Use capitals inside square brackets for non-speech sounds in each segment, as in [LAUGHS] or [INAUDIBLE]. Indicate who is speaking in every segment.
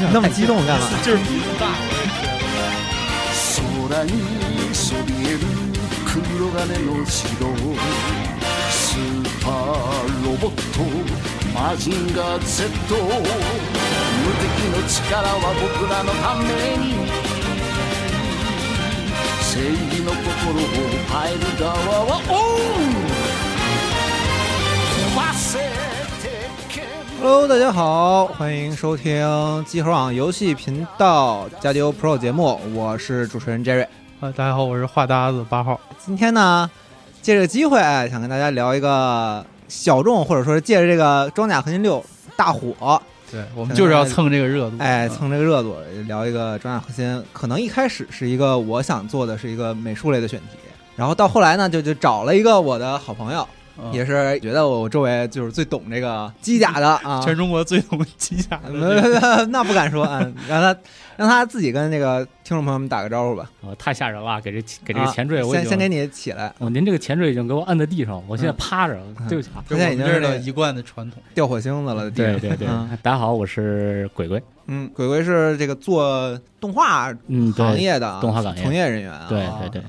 Speaker 1: 下，
Speaker 2: 那么激动干嘛？
Speaker 1: 就是鼻子大，我也觉得。
Speaker 3: 空にそびえる黒金の城スーパーロボットマジンガー Z 無敵の力は僕らのために正義の心を変える側はオン壊せ鉄拳
Speaker 2: Hello，大家好，欢迎收听集合网游戏频道《加丢 Pro》节目，我是主持人 Jerry。
Speaker 1: 啊，大家好，我是画搭子八号。
Speaker 2: 今天呢，借这个机会哎想跟大家聊一个小众，或者说是借着这个《装甲合金六》大火，
Speaker 1: 对我们就是要蹭这个热度，
Speaker 2: 哎，
Speaker 1: 嗯
Speaker 2: 蹭这个热度聊一个《装甲核心》。可能一开始是一个我想做的是一个美术类的选题，然后到后来呢，就就找了一个我的好朋友，
Speaker 1: 嗯
Speaker 2: 也是觉得我周围就是最懂这个机甲的啊，
Speaker 1: 全中国最懂机甲的这个。
Speaker 2: 嗯那不敢说，
Speaker 4: [LAUGHS]
Speaker 2: 嗯，让他让他自己跟那个听众朋友们打个招呼吧。
Speaker 4: 啊，太吓人了！给这给这个前缀，
Speaker 2: 啊
Speaker 4: 我已
Speaker 2: 先
Speaker 4: 经
Speaker 2: 先给你嗯起来，
Speaker 4: 哦，您这个前缀已经给我按在地上了，我现在趴着，对不起啊。
Speaker 2: 现在已经
Speaker 1: 这
Speaker 2: 是
Speaker 1: 是
Speaker 2: 那
Speaker 1: 的
Speaker 2: 个
Speaker 1: 一贯的传统。
Speaker 2: 掉火星子了，地
Speaker 4: 对
Speaker 2: 上
Speaker 4: 对对
Speaker 2: 嗯，
Speaker 4: 大家好，我是鬼鬼。
Speaker 2: 嗯，鬼鬼是这个做动画
Speaker 4: 嗯，
Speaker 2: 行
Speaker 4: 对，
Speaker 2: 业的啊
Speaker 4: 动画行业
Speaker 2: 从业人员啊，
Speaker 4: 对
Speaker 2: 啊
Speaker 4: 对对，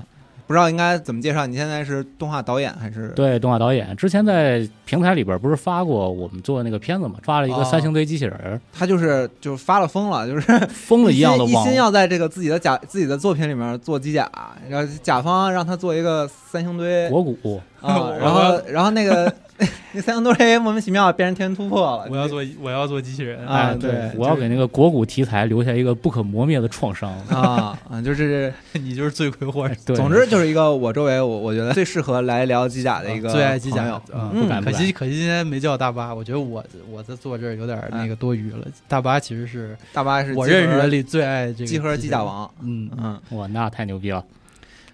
Speaker 2: 不知道应该怎么介绍，你现在是动画导演还是？
Speaker 4: 对，动画导演。之前在平台里边不是发过我们做那个片子嘛，发了一
Speaker 2: 哦
Speaker 4: 个三星堆机器人儿，
Speaker 2: 他就是就是发了疯了，就是
Speaker 4: [LAUGHS] 疯了
Speaker 2: 一
Speaker 4: 样
Speaker 2: 心
Speaker 4: 的
Speaker 2: 一
Speaker 4: 往
Speaker 2: 心要在这个自己的甲自己的作品里面做机甲，然后甲方让他做一个三星堆
Speaker 4: 国谷。
Speaker 1: [LAUGHS]
Speaker 2: 啊，然后然后那个 [LAUGHS] 那三星堆莫名其妙变成天元突破了，
Speaker 1: 我要做，我要做机器人
Speaker 2: 啊
Speaker 4: 哎，
Speaker 2: 对
Speaker 4: 我要给那个国谷题材留下一个不可磨灭的创伤。哎
Speaker 2: 啊啊，
Speaker 1: [LAUGHS]
Speaker 2: 就是
Speaker 1: 你就是罪魁祸首，
Speaker 4: 对，
Speaker 2: 总之就是一个我周围我我觉得最适合来聊机甲的一个
Speaker 1: 啊最爱机甲
Speaker 2: 朋
Speaker 1: 的
Speaker 2: 友。
Speaker 1: 啊
Speaker 2: 嗯
Speaker 4: 不敢不
Speaker 1: 可
Speaker 4: 敢
Speaker 1: 惜，。可惜今天没叫大巴，我觉得我我在坐这儿有点那个多余了。大巴其实是
Speaker 2: 大巴是
Speaker 1: 我
Speaker 2: 集合
Speaker 1: 认识的里最爱这个
Speaker 2: 集合机甲。王，
Speaker 1: 嗯，
Speaker 2: 嗯，
Speaker 4: 哇，那太牛逼了！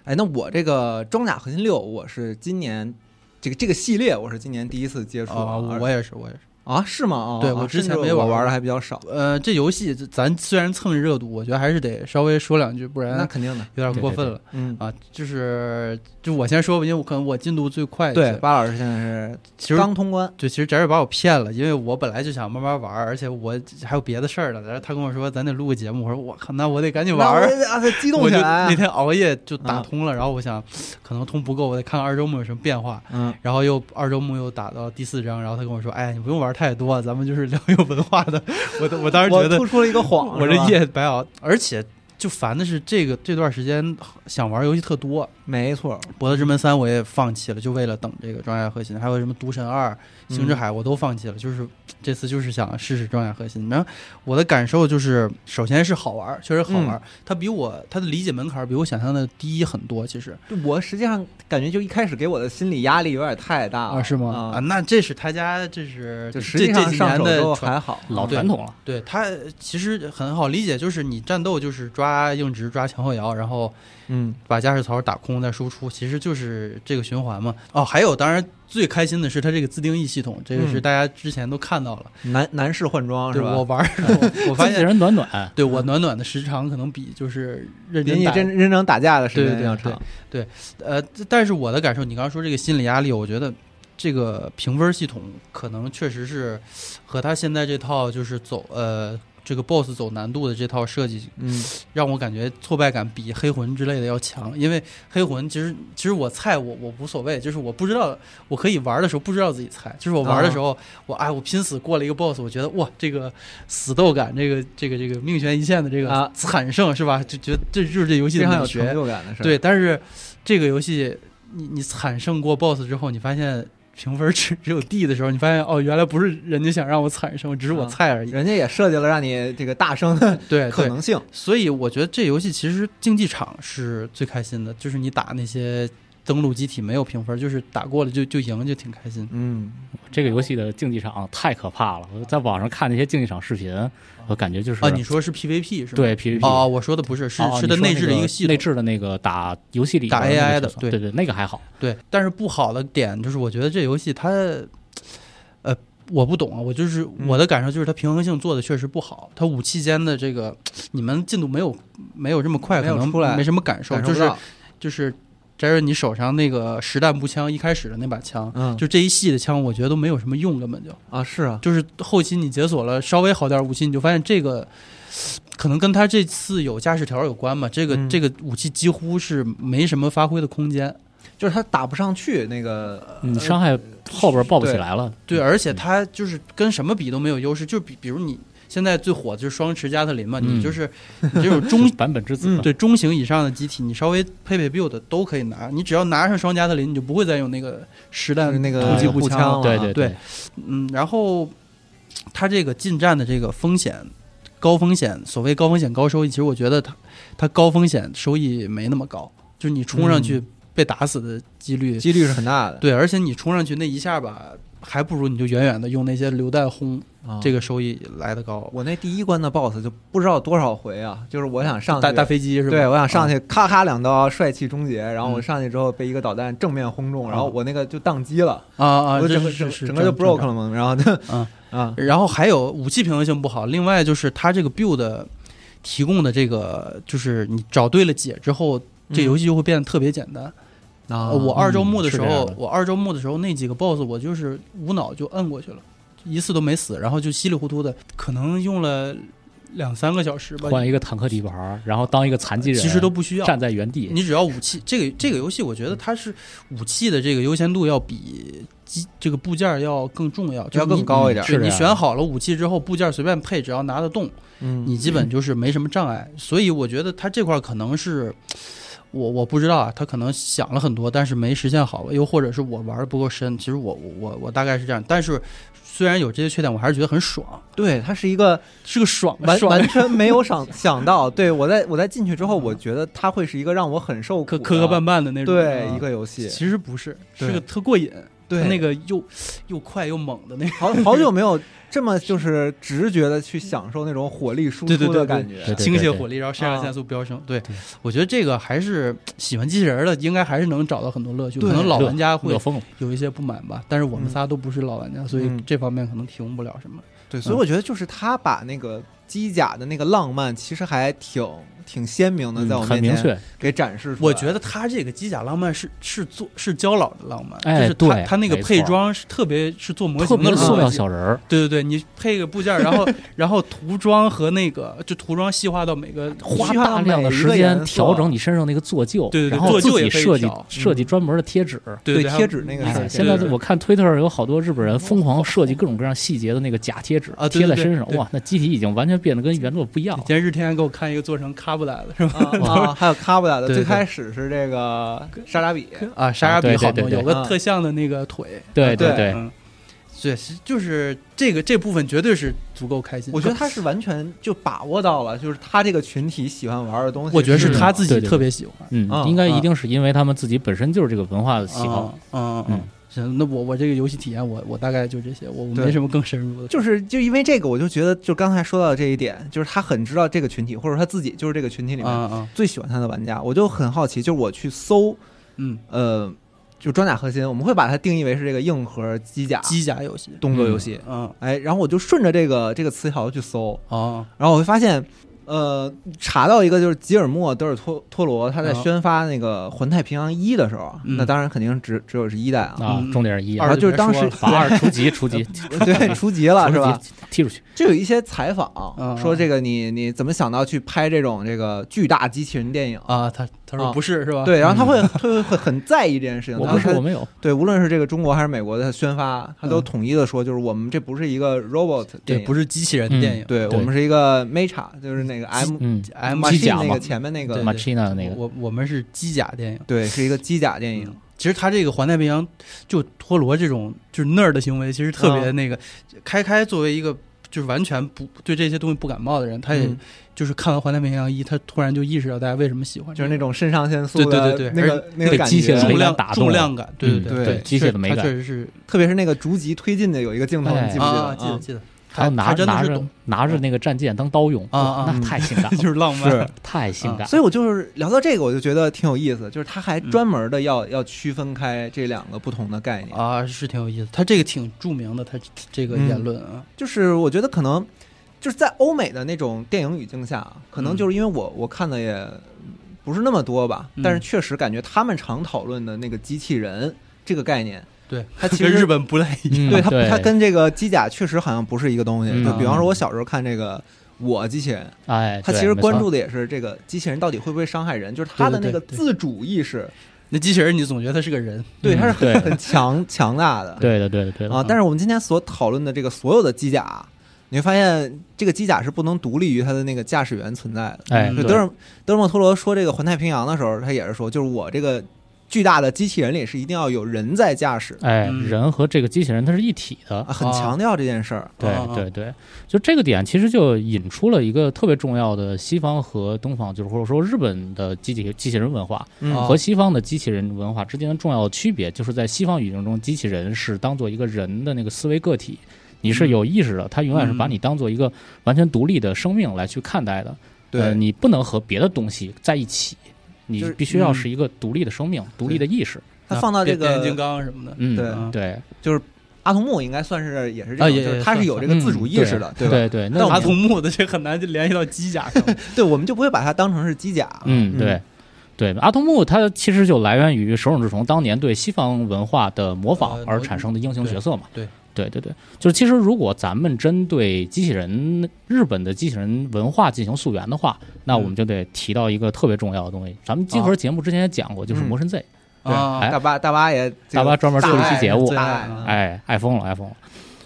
Speaker 2: 哎，那我这个装甲核心六，我是今年这个这个系列，我是今年第一次接触，
Speaker 1: 啊，
Speaker 2: 而
Speaker 1: 我也是，我也是。
Speaker 2: 啊是吗？哦、
Speaker 1: 对
Speaker 2: 啊
Speaker 1: 我之前
Speaker 2: 甚至
Speaker 1: 没
Speaker 2: 我
Speaker 1: 玩
Speaker 2: 玩
Speaker 1: 过
Speaker 2: 的还比较少，
Speaker 1: 呃，这游戏咱虽然蹭热度，我觉得还是得稍微说两句，不
Speaker 2: 那
Speaker 1: 然
Speaker 2: 肯定的，
Speaker 1: 有点过分了
Speaker 2: 嗯，
Speaker 1: 啊。就是就我先说吧，因为我可能我进度最快一些。
Speaker 2: 对，巴老师现在是
Speaker 1: 其实
Speaker 2: 刚通关，
Speaker 1: 对，其实翟瑞把我骗了，因为我本来就想慢慢玩儿，而且我还有别的事儿呢。然后他跟我说咱得录个节目，我说我靠，那我得赶紧玩
Speaker 2: 那我
Speaker 1: 儿。
Speaker 2: 得啊，得激动
Speaker 1: 我
Speaker 2: 起
Speaker 1: 就
Speaker 2: 来啊
Speaker 1: 那，天熬夜就打
Speaker 2: 啊
Speaker 1: 通了，然后我想可能通不够，我得看看二周目有什么变化。
Speaker 2: 嗯，
Speaker 1: 然后又二周目又打到第四章，然后他跟我说：“哎，你不用玩太多，咱们就是聊有文化的。我”我我当时觉
Speaker 2: 我
Speaker 1: 得
Speaker 2: 突出了一个谎，
Speaker 1: 我这
Speaker 2: 是吧，
Speaker 1: 夜白熬，而且就烦的是这个这段时间想玩游戏特多，
Speaker 2: 没错，
Speaker 1: 《博德之门三》我也放弃了，就为了等这个《装甲核心》，还有什么《毒神二》《
Speaker 2: 嗯
Speaker 1: 星之海》我都放弃了，就是这次就是想试试《装甲核心》。然后我的感受就是，首先是好玩儿，确实好玩
Speaker 2: 嗯
Speaker 1: 儿，它比我它的理解门槛儿比我想象的低很多，其实
Speaker 2: 我实际上感觉就一开始给我的心理压力有点太大了，
Speaker 1: 啊，
Speaker 2: 啊，
Speaker 1: 那这是他家这是
Speaker 2: 就
Speaker 1: 这
Speaker 2: 实际
Speaker 1: 这
Speaker 2: 上
Speaker 1: 几
Speaker 2: 上
Speaker 1: 年
Speaker 2: 手之后
Speaker 1: 的
Speaker 2: 还
Speaker 1: 传。
Speaker 2: 好，
Speaker 4: 老
Speaker 1: 对
Speaker 4: 传统了，
Speaker 1: 对它其实很好理解，就是你战斗就是抓硬直、抓前后摇，然后
Speaker 2: 嗯
Speaker 1: 把驾驶槽打空再输出，其实就是这个循环嘛。哦，还有，当然最开心的是它这个自定义系统，这个是
Speaker 2: 嗯
Speaker 1: 大家之前都看到了。
Speaker 2: 男男士换装是
Speaker 1: 对
Speaker 2: 吧？
Speaker 1: 我玩儿，我我发
Speaker 4: 机器
Speaker 1: 现，
Speaker 4: 人暖暖，
Speaker 1: 对我暖暖的时长可能比就是认
Speaker 2: 比
Speaker 1: 真
Speaker 2: 你
Speaker 1: 打。
Speaker 2: 真真正打架的时
Speaker 1: 对对
Speaker 2: 间
Speaker 1: 对
Speaker 2: 要长，
Speaker 1: 呃，但是我的感受，你刚刚说这个心理压力，我觉得这个评分系统可能确实是和他现在这套就是走呃。这个 BOSS 走难度的这套设计，
Speaker 2: 嗯
Speaker 1: 让我感觉挫败感比黑魂之类的要强，因为黑魂其实其实我菜我我无所谓，就是我不知道我可以玩的时候不知道自己菜，就是我玩的时
Speaker 2: 啊
Speaker 1: 候、我哎我拼死过了一个 boss，我觉得哇这个死斗感，这个这个这个命悬一线的这
Speaker 2: 啊
Speaker 1: 个惨胜、是吧？就觉得这就是这游戏
Speaker 2: 非
Speaker 1: 的
Speaker 2: 常有
Speaker 1: 美
Speaker 2: 成
Speaker 1: 学。
Speaker 2: 就感的事，
Speaker 1: 对，，但是这个游戏你你惨胜过 boss 之后，你发现 [LAUGHS] 评分只只有 D 的时候，你发现哦原来不是人家想让我惨胜，只是我
Speaker 2: 啊
Speaker 1: 菜而已。
Speaker 2: 人家也设计了让你这个大声的
Speaker 1: 对，
Speaker 2: 可
Speaker 1: 对。
Speaker 2: 能性，
Speaker 1: 所以我觉得这游戏其实竞技场是最开心的，就是你打那些登陆机体没有评分，就是打过了就就赢就挺开心。
Speaker 2: 嗯，
Speaker 4: 这个游戏的竞技场太可怕了。我在网上看那些竞技场视频，我感觉就是
Speaker 1: 啊，你说是 PVP 是吗？。
Speaker 4: 对 PVP
Speaker 1: 哦，我说的不是，是
Speaker 4: 哦
Speaker 1: 是
Speaker 4: 你
Speaker 1: 它
Speaker 4: 说
Speaker 1: 内置的
Speaker 4: 那
Speaker 1: 一个系
Speaker 4: 内
Speaker 1: 统。
Speaker 4: 置的那个打游戏里
Speaker 1: 打
Speaker 4: 边那
Speaker 1: AI
Speaker 4: 个
Speaker 1: 的
Speaker 4: 角色
Speaker 1: 对
Speaker 4: 对对，那个还好。
Speaker 1: 对，但是不好的点就是，我觉得这游戏它，呃，我不懂啊，我就是
Speaker 2: 嗯
Speaker 1: 我的感受就是它平衡性做的确实不好，它武器间的这个你们进度没有没有这么快，
Speaker 2: 没
Speaker 1: 可
Speaker 2: 有
Speaker 1: 能
Speaker 2: 出来
Speaker 1: 没什么感受，
Speaker 2: 感受
Speaker 1: 就
Speaker 2: 不
Speaker 1: 是
Speaker 2: 到，
Speaker 1: 就是 Jerry 你手上那个实弹步枪一开始的那把枪，
Speaker 2: 嗯
Speaker 1: 就这一系的枪，我觉得都没有什么用，根本就
Speaker 2: 啊，是啊，
Speaker 1: 就是后期你解锁了稍微好点儿武器，你就发现这个可能跟他这次有驾驶条有关吧，这个、
Speaker 2: 嗯
Speaker 1: 这个武器几乎是没什么发挥的空间。
Speaker 2: 就是他打不上去那个，
Speaker 4: 嗯，伤害后边抱不起来了。
Speaker 1: 呃对，而且它就是跟什么比都没有优势，就比比如你现在最火的就是双持加特林嘛，
Speaker 4: 嗯
Speaker 1: 你就是你这种
Speaker 4: 中
Speaker 1: 中 [LAUGHS] 嗯
Speaker 4: 版本之子，
Speaker 1: 对中型以上的机体，你稍微配配 build 都可以拿，你只要拿上双加特林，你就不会再用那个实
Speaker 2: 就是
Speaker 1: 弹
Speaker 2: 那个
Speaker 1: 突击
Speaker 4: 呃
Speaker 1: 步
Speaker 2: 步
Speaker 1: 枪了。
Speaker 2: 了
Speaker 4: 对对
Speaker 1: 对，嗯，然后它这个近战的这个风险。高风险，所谓高风险高收益，其实我觉得它它高风险收益没那么高，就是你冲上去
Speaker 2: 嗯
Speaker 1: 被打死的几率
Speaker 2: 呃几率是很大的。
Speaker 1: 对，而且你冲上去那一下吧，还不如你就远远的用那些榴弹轰，
Speaker 2: 啊
Speaker 1: 这个收益来的高。
Speaker 2: 我那第一关的 BOSS 就不知道多少回啊，就是我想上去
Speaker 1: 大大飞机是吧？
Speaker 2: 对，我想上
Speaker 1: 啊。
Speaker 2: 去，咔咔两刀，帅气终结。然后我
Speaker 1: 嗯
Speaker 2: 上去之后被一个导弹正面轰中，然后
Speaker 1: 啊
Speaker 2: 我那个就宕机了，
Speaker 1: 啊啊！
Speaker 2: 我
Speaker 1: 这
Speaker 2: 整个
Speaker 1: 是
Speaker 2: 整
Speaker 1: 是是
Speaker 2: 整个就 broke 了。嘛。然后就
Speaker 1: 嗯
Speaker 2: [LAUGHS] 啊，
Speaker 1: 然后还有武器平衡性不好，另外就是它这个 build 提供的这个，就是你找对了解之后，
Speaker 2: 嗯
Speaker 1: 这游戏就会变得特别简单。
Speaker 2: 啊，
Speaker 1: 呃我二周目的时
Speaker 4: 嗯是这
Speaker 1: 候
Speaker 4: 样的，
Speaker 1: 我二周目的时候那几个 boss 我就是无脑就摁过去了，一次都没死，然后就稀里糊涂的，可能用了两三个小时吧。
Speaker 4: 换一个坦克底盘，然后当一个残疾人，
Speaker 1: 其实都不需要，
Speaker 4: 站在原地。
Speaker 1: 你只要武器，这个这个游戏，我觉得它是武器的这个优先度要比机这个部件儿要更重要，就是
Speaker 2: 要更
Speaker 1: 你
Speaker 2: 高一点
Speaker 4: 嗯。
Speaker 1: 对
Speaker 4: 是这
Speaker 1: 你
Speaker 4: 样
Speaker 1: 选好了武器之后，部件儿随便配，只要拿得动，
Speaker 2: 嗯
Speaker 1: 你基本就是没什么障碍。所以我觉得它这块儿可能是我我不知道啊，他可能想了很多，但是没实现好，又或者是我玩的不够深。其实我我我我大概是这样，但是虽然有这些缺点，我还是觉得很爽，
Speaker 2: 对，它是一个
Speaker 1: 是个爽
Speaker 2: 完
Speaker 1: 爽
Speaker 2: 完全没有
Speaker 1: [LAUGHS]
Speaker 2: 想想到，对我在我在进去之后，我觉得它会是一个让我很受苦
Speaker 1: 磕
Speaker 2: 的
Speaker 1: 磕磕绊绊的那种。
Speaker 2: 对
Speaker 1: 啊
Speaker 2: 一个游戏，
Speaker 1: 其实不是，
Speaker 2: 对
Speaker 1: 是个特过瘾。
Speaker 2: 对
Speaker 1: 它那个又又快又猛的那个。
Speaker 2: 好好久
Speaker 1: [LAUGHS]
Speaker 2: 没有这么就是直觉的去享受那种火力输
Speaker 1: 对对
Speaker 2: 出
Speaker 1: 对
Speaker 2: 的
Speaker 1: 对
Speaker 2: 感觉
Speaker 4: 对对
Speaker 1: 倾泻火力，然后肾上
Speaker 2: 啊
Speaker 1: 腺素飙升。对，我觉得这个还是喜欢机器人儿的，应该还是能找到很多乐趣。
Speaker 2: 对
Speaker 1: 可能老玩家
Speaker 4: 乐
Speaker 1: 会
Speaker 4: 疯了，
Speaker 1: 有一些不满吧，但是我们仨都不是老玩家，所以
Speaker 2: 嗯
Speaker 1: 这方面可能提供不了什么。
Speaker 2: 对，所以我觉得就是他把那个机甲的那个浪漫，其实还挺挺鲜明
Speaker 1: 嗯
Speaker 2: 的，在我
Speaker 4: 嗯很
Speaker 2: 面
Speaker 4: 明
Speaker 2: 前
Speaker 4: 确。
Speaker 2: 给展示出来。
Speaker 1: 我觉得他这个机甲浪漫是是做是胶老的浪漫，
Speaker 4: 哎
Speaker 1: 就是他
Speaker 4: 对
Speaker 1: 他那个
Speaker 4: 没错
Speaker 1: 配装是特别是做模
Speaker 4: 特
Speaker 1: 型的
Speaker 4: 别塑
Speaker 1: 逻
Speaker 4: 料
Speaker 1: 辑
Speaker 4: 小人儿，
Speaker 1: 对对对，你配个部件儿，然
Speaker 4: [LAUGHS]
Speaker 1: 后然后涂装和那个就涂装细化到每个
Speaker 4: 花大量的时间调整你身上那个做旧，
Speaker 1: 对对对
Speaker 4: 然后自
Speaker 1: 做旧
Speaker 4: 己
Speaker 1: 也可以
Speaker 4: 设计
Speaker 1: 调嗯
Speaker 4: 设计专门的贴纸。
Speaker 1: 对对对
Speaker 2: 贴纸那个
Speaker 1: 还
Speaker 2: 事
Speaker 1: 有
Speaker 2: 儿
Speaker 1: 对
Speaker 4: 哎，现
Speaker 1: 对
Speaker 4: 在
Speaker 1: 对
Speaker 4: 我看推特上有好多日本人疯狂设计各种各样细节的那个假贴纸
Speaker 1: 啊对
Speaker 4: 贴
Speaker 1: 对
Speaker 4: 在
Speaker 1: 对
Speaker 4: 身上，
Speaker 1: 对
Speaker 4: 哇，那机体已经完全变得跟原作不一样了
Speaker 1: 今。天日天还给我看一个做成卡布达 [LAUGHS] 的是吧？
Speaker 2: 啊，啊还有卡布达的，
Speaker 1: 对对
Speaker 2: 最开始是这个莎莎比，
Speaker 1: 啊，莎莎比
Speaker 4: 对对
Speaker 1: 好
Speaker 4: 对
Speaker 1: 多，
Speaker 4: 对
Speaker 1: 有个
Speaker 2: 嗯
Speaker 1: 特像的那个腿。
Speaker 4: 对
Speaker 2: 对
Speaker 4: 对，
Speaker 1: 嗯，对，是就是这个这部分绝对是足够开心。
Speaker 2: 我觉得他是完全就把握到了，就是他这个群体喜欢玩的东西。
Speaker 1: 我觉得是
Speaker 4: 是
Speaker 1: 他自己
Speaker 4: 对对对
Speaker 1: 特别喜欢。
Speaker 4: 嗯
Speaker 2: 啊，
Speaker 4: 应该
Speaker 1: 啊
Speaker 4: 一定是因为他们自己本身就是这个文化的喜好
Speaker 1: 啊。，嗯嗯嗯
Speaker 4: 嗯，
Speaker 1: 行，那我我这个游戏体验，我我大概就这些，我我
Speaker 2: 对
Speaker 1: 没什么更深入的。
Speaker 2: 就是就因为这个，我就觉得就刚才说到的这一点，就是他很知道这个群体，或者他自己就是这个群体里
Speaker 1: 啊
Speaker 2: 面
Speaker 1: 啊
Speaker 2: 最喜欢他的玩家。我就很好奇，就是我去搜，
Speaker 1: 嗯，
Speaker 2: 呃，就装甲核心，我们会把它定义为是这个硬核机甲
Speaker 1: 机甲游戏，
Speaker 2: 动作游戏。
Speaker 1: 嗯
Speaker 2: 哎，然后我就顺着这个这个词条去搜，
Speaker 1: 哦
Speaker 2: 然后我会发现，呃，查到一个就是吉尔莫·德尔托托罗他在
Speaker 1: 啊
Speaker 2: 宣发那个《环太平洋一》的时候，啊
Speaker 1: 嗯
Speaker 2: 那当然肯定只只有是一代啊，
Speaker 4: 啊
Speaker 1: 嗯，
Speaker 4: 重点是一
Speaker 2: 然
Speaker 1: 二
Speaker 2: 后就
Speaker 1: 就
Speaker 2: 是
Speaker 1: 别
Speaker 2: 当时
Speaker 1: 说
Speaker 4: 把二除级除级
Speaker 2: [LAUGHS] 对出级了是吧？
Speaker 4: 除级 [LAUGHS] 踢出去，
Speaker 2: 就有一些采访、
Speaker 1: 嗯
Speaker 2: 说这个你你怎么想到去拍这种这个巨大机器人电影？
Speaker 1: 啊，他他
Speaker 2: 啊
Speaker 1: 说不是是吧？
Speaker 2: 对，然后他会会会很在意这件事情。
Speaker 4: 我
Speaker 2: 他
Speaker 4: 不是
Speaker 2: 他
Speaker 4: 我没有，
Speaker 2: 对，无论是这个中国还是美国的宣发，他都
Speaker 1: 嗯
Speaker 2: 统一的说，就是我们这不是一个 robot 电
Speaker 1: 对，
Speaker 2: 影，
Speaker 1: 不
Speaker 2: 是
Speaker 1: 是机器人
Speaker 4: 嗯
Speaker 1: 电影，
Speaker 2: 对
Speaker 4: 对
Speaker 2: 我们是一个 mecha，就是那个 M
Speaker 4: 嗯
Speaker 1: M
Speaker 4: 机甲
Speaker 2: 哎 machine 那
Speaker 4: 嘛
Speaker 2: 个前面那
Speaker 1: 对
Speaker 2: 个
Speaker 1: 对
Speaker 4: ，Machina 的那个
Speaker 1: 我我们是机甲电影。
Speaker 2: 对，是一个机甲电影
Speaker 1: 嗯。其实他这个环太平洋就托罗这种就是 nerd 的行为，其实特
Speaker 2: 啊
Speaker 1: 别那个。开开作为一个就是完全不对这些东西不感冒的人，他也
Speaker 2: 嗯
Speaker 1: 就是看完《环太平洋一》，他突然就意识到大家为什么喜欢
Speaker 2: 就
Speaker 1: 这
Speaker 2: 是
Speaker 1: 个，
Speaker 2: 那种肾上腺素的
Speaker 1: 对对对
Speaker 2: 那
Speaker 1: 对
Speaker 2: 个那
Speaker 4: 那
Speaker 2: 个
Speaker 4: 个
Speaker 2: 感
Speaker 4: 机械的
Speaker 2: 觉
Speaker 4: 美
Speaker 1: 重，
Speaker 4: 感
Speaker 1: 量
Speaker 4: 打动
Speaker 1: 重
Speaker 4: 了
Speaker 1: 量感，对
Speaker 4: 嗯
Speaker 1: 对
Speaker 2: 对
Speaker 4: 机械的美感
Speaker 1: 它确实是
Speaker 2: 特别是那个逐级推进的有一个镜头，
Speaker 4: 哎
Speaker 2: 你记不记
Speaker 1: 啊，
Speaker 2: 得？
Speaker 1: 记得记得，
Speaker 4: 还有拿
Speaker 1: 他真
Speaker 4: 拿
Speaker 1: 的是
Speaker 4: 着
Speaker 2: [LAUGHS]
Speaker 1: 懂， [LAUGHS]
Speaker 4: 拿着那个战舰当刀用
Speaker 1: 啊啊
Speaker 4: 哇那
Speaker 2: 嗯
Speaker 4: 太性感了，
Speaker 1: [LAUGHS] 就是浪漫
Speaker 2: 是，
Speaker 4: 太性感
Speaker 2: 所以我就是聊到这个，我就觉得挺有意思，就是他还
Speaker 1: 嗯
Speaker 2: 专门的要、要区分开这两个不同的概念。
Speaker 1: 啊，是挺有意思。他这个挺著名的，他这个
Speaker 2: 嗯
Speaker 1: 言论啊，
Speaker 2: 就是我觉得可能就是在欧美的那种电影语境下，可能
Speaker 1: 嗯
Speaker 2: 就是因为我我看的也嗯不是那么多吧，
Speaker 1: 嗯
Speaker 2: 但是确实感觉他们常讨论的那个机器人这个概念，
Speaker 1: 对，
Speaker 2: 它其
Speaker 1: 跟
Speaker 2: 实
Speaker 1: 日本不太一样。
Speaker 4: 嗯
Speaker 2: 对它
Speaker 4: 对
Speaker 2: 它跟这个机甲确实好像不是一个东西。
Speaker 4: 嗯
Speaker 2: 就比方说，我小时候看这个。我机器人，
Speaker 4: 哎，
Speaker 2: 它
Speaker 4: 对
Speaker 2: 其实
Speaker 4: 没
Speaker 2: 关
Speaker 4: 错
Speaker 2: 注的也是这个机器人到底会不会伤害人，就是它的那
Speaker 1: 对对
Speaker 2: 个
Speaker 1: 对对
Speaker 2: 自主意识，
Speaker 1: 那机器人你总觉得他是个人，
Speaker 2: 对
Speaker 4: 嗯
Speaker 2: 它是很
Speaker 4: 对
Speaker 2: 很强强大的。
Speaker 4: 对的，对的，对的
Speaker 2: 啊，但
Speaker 4: 是
Speaker 2: 是我们今天所讨论的这个所有的机甲，你会发现这个机甲是不能独立于它的那个驾驶员存在的。
Speaker 4: 哎，
Speaker 1: 嗯
Speaker 2: 就
Speaker 4: 对
Speaker 2: 德尔德尔莫托罗说这个环太平洋的时候，他也是说，就是我这个巨大的机器人里是一定要有人在驾驶，
Speaker 4: 哎，
Speaker 1: 嗯
Speaker 4: 人和这个机器人它是一体的
Speaker 2: 啊，，很强调这件事儿。
Speaker 4: 对
Speaker 1: 啊啊
Speaker 4: 对对，就这个点其实就引出了一个特别重要的西方和东方，就是或者说日本的机器机器人文化
Speaker 2: 嗯
Speaker 1: 啊
Speaker 4: 和西方的机器人文化之间的重要区别，就是在西方语境中，机器人是当做一个人的那个思维个体，你
Speaker 2: 嗯
Speaker 4: 是有意识的，它永远是把
Speaker 1: 嗯
Speaker 4: 你当做一个完全独立的生命来去看待的，呃你不能和别的东西在一起。你
Speaker 2: 就是
Speaker 4: 必须要
Speaker 1: 嗯
Speaker 4: 是一个独立的生命，独立的意识。
Speaker 2: 他放到这
Speaker 1: 变变形金
Speaker 2: 个
Speaker 1: 刚什么的，
Speaker 4: 嗯，
Speaker 2: 对
Speaker 1: 啊
Speaker 4: 对，
Speaker 2: 阿童木应该算是也是这
Speaker 1: 啊
Speaker 2: 种，
Speaker 1: 也
Speaker 2: 就是
Speaker 1: 也
Speaker 2: 他是
Speaker 1: 算
Speaker 2: 有这个自主意识的，
Speaker 4: 嗯
Speaker 2: 对吧？
Speaker 4: 对对，那
Speaker 2: 但我
Speaker 1: 阿
Speaker 2: 们
Speaker 1: 童木的这很难就联系到机甲
Speaker 4: [LAUGHS]
Speaker 1: 上。
Speaker 2: 对，我们就不会把它当成是机甲。啊
Speaker 1: 啊
Speaker 4: 嗯，对，对，阿童木它其实就来源于手冢治虫当年对西方文化的模仿
Speaker 1: 呃
Speaker 4: 而产生的英雄角色嘛。
Speaker 1: 对
Speaker 4: 对对对，就是其实如果咱们针对机器人日本的机器人文化进行溯源的话，那我们就得提到一个特别重要的东西。咱们
Speaker 1: 嗯
Speaker 4: 金
Speaker 1: 啊
Speaker 4: 河节目之前也讲过，就是
Speaker 2: 嗯
Speaker 4: 魔神 Z，
Speaker 2: 对
Speaker 1: 啊，
Speaker 2: 大巴大巴也这个
Speaker 4: 大巴专门做了一期节目
Speaker 2: 大爱啊
Speaker 1: 最爱
Speaker 2: 大爱
Speaker 4: 哎，爱疯了，爱疯了。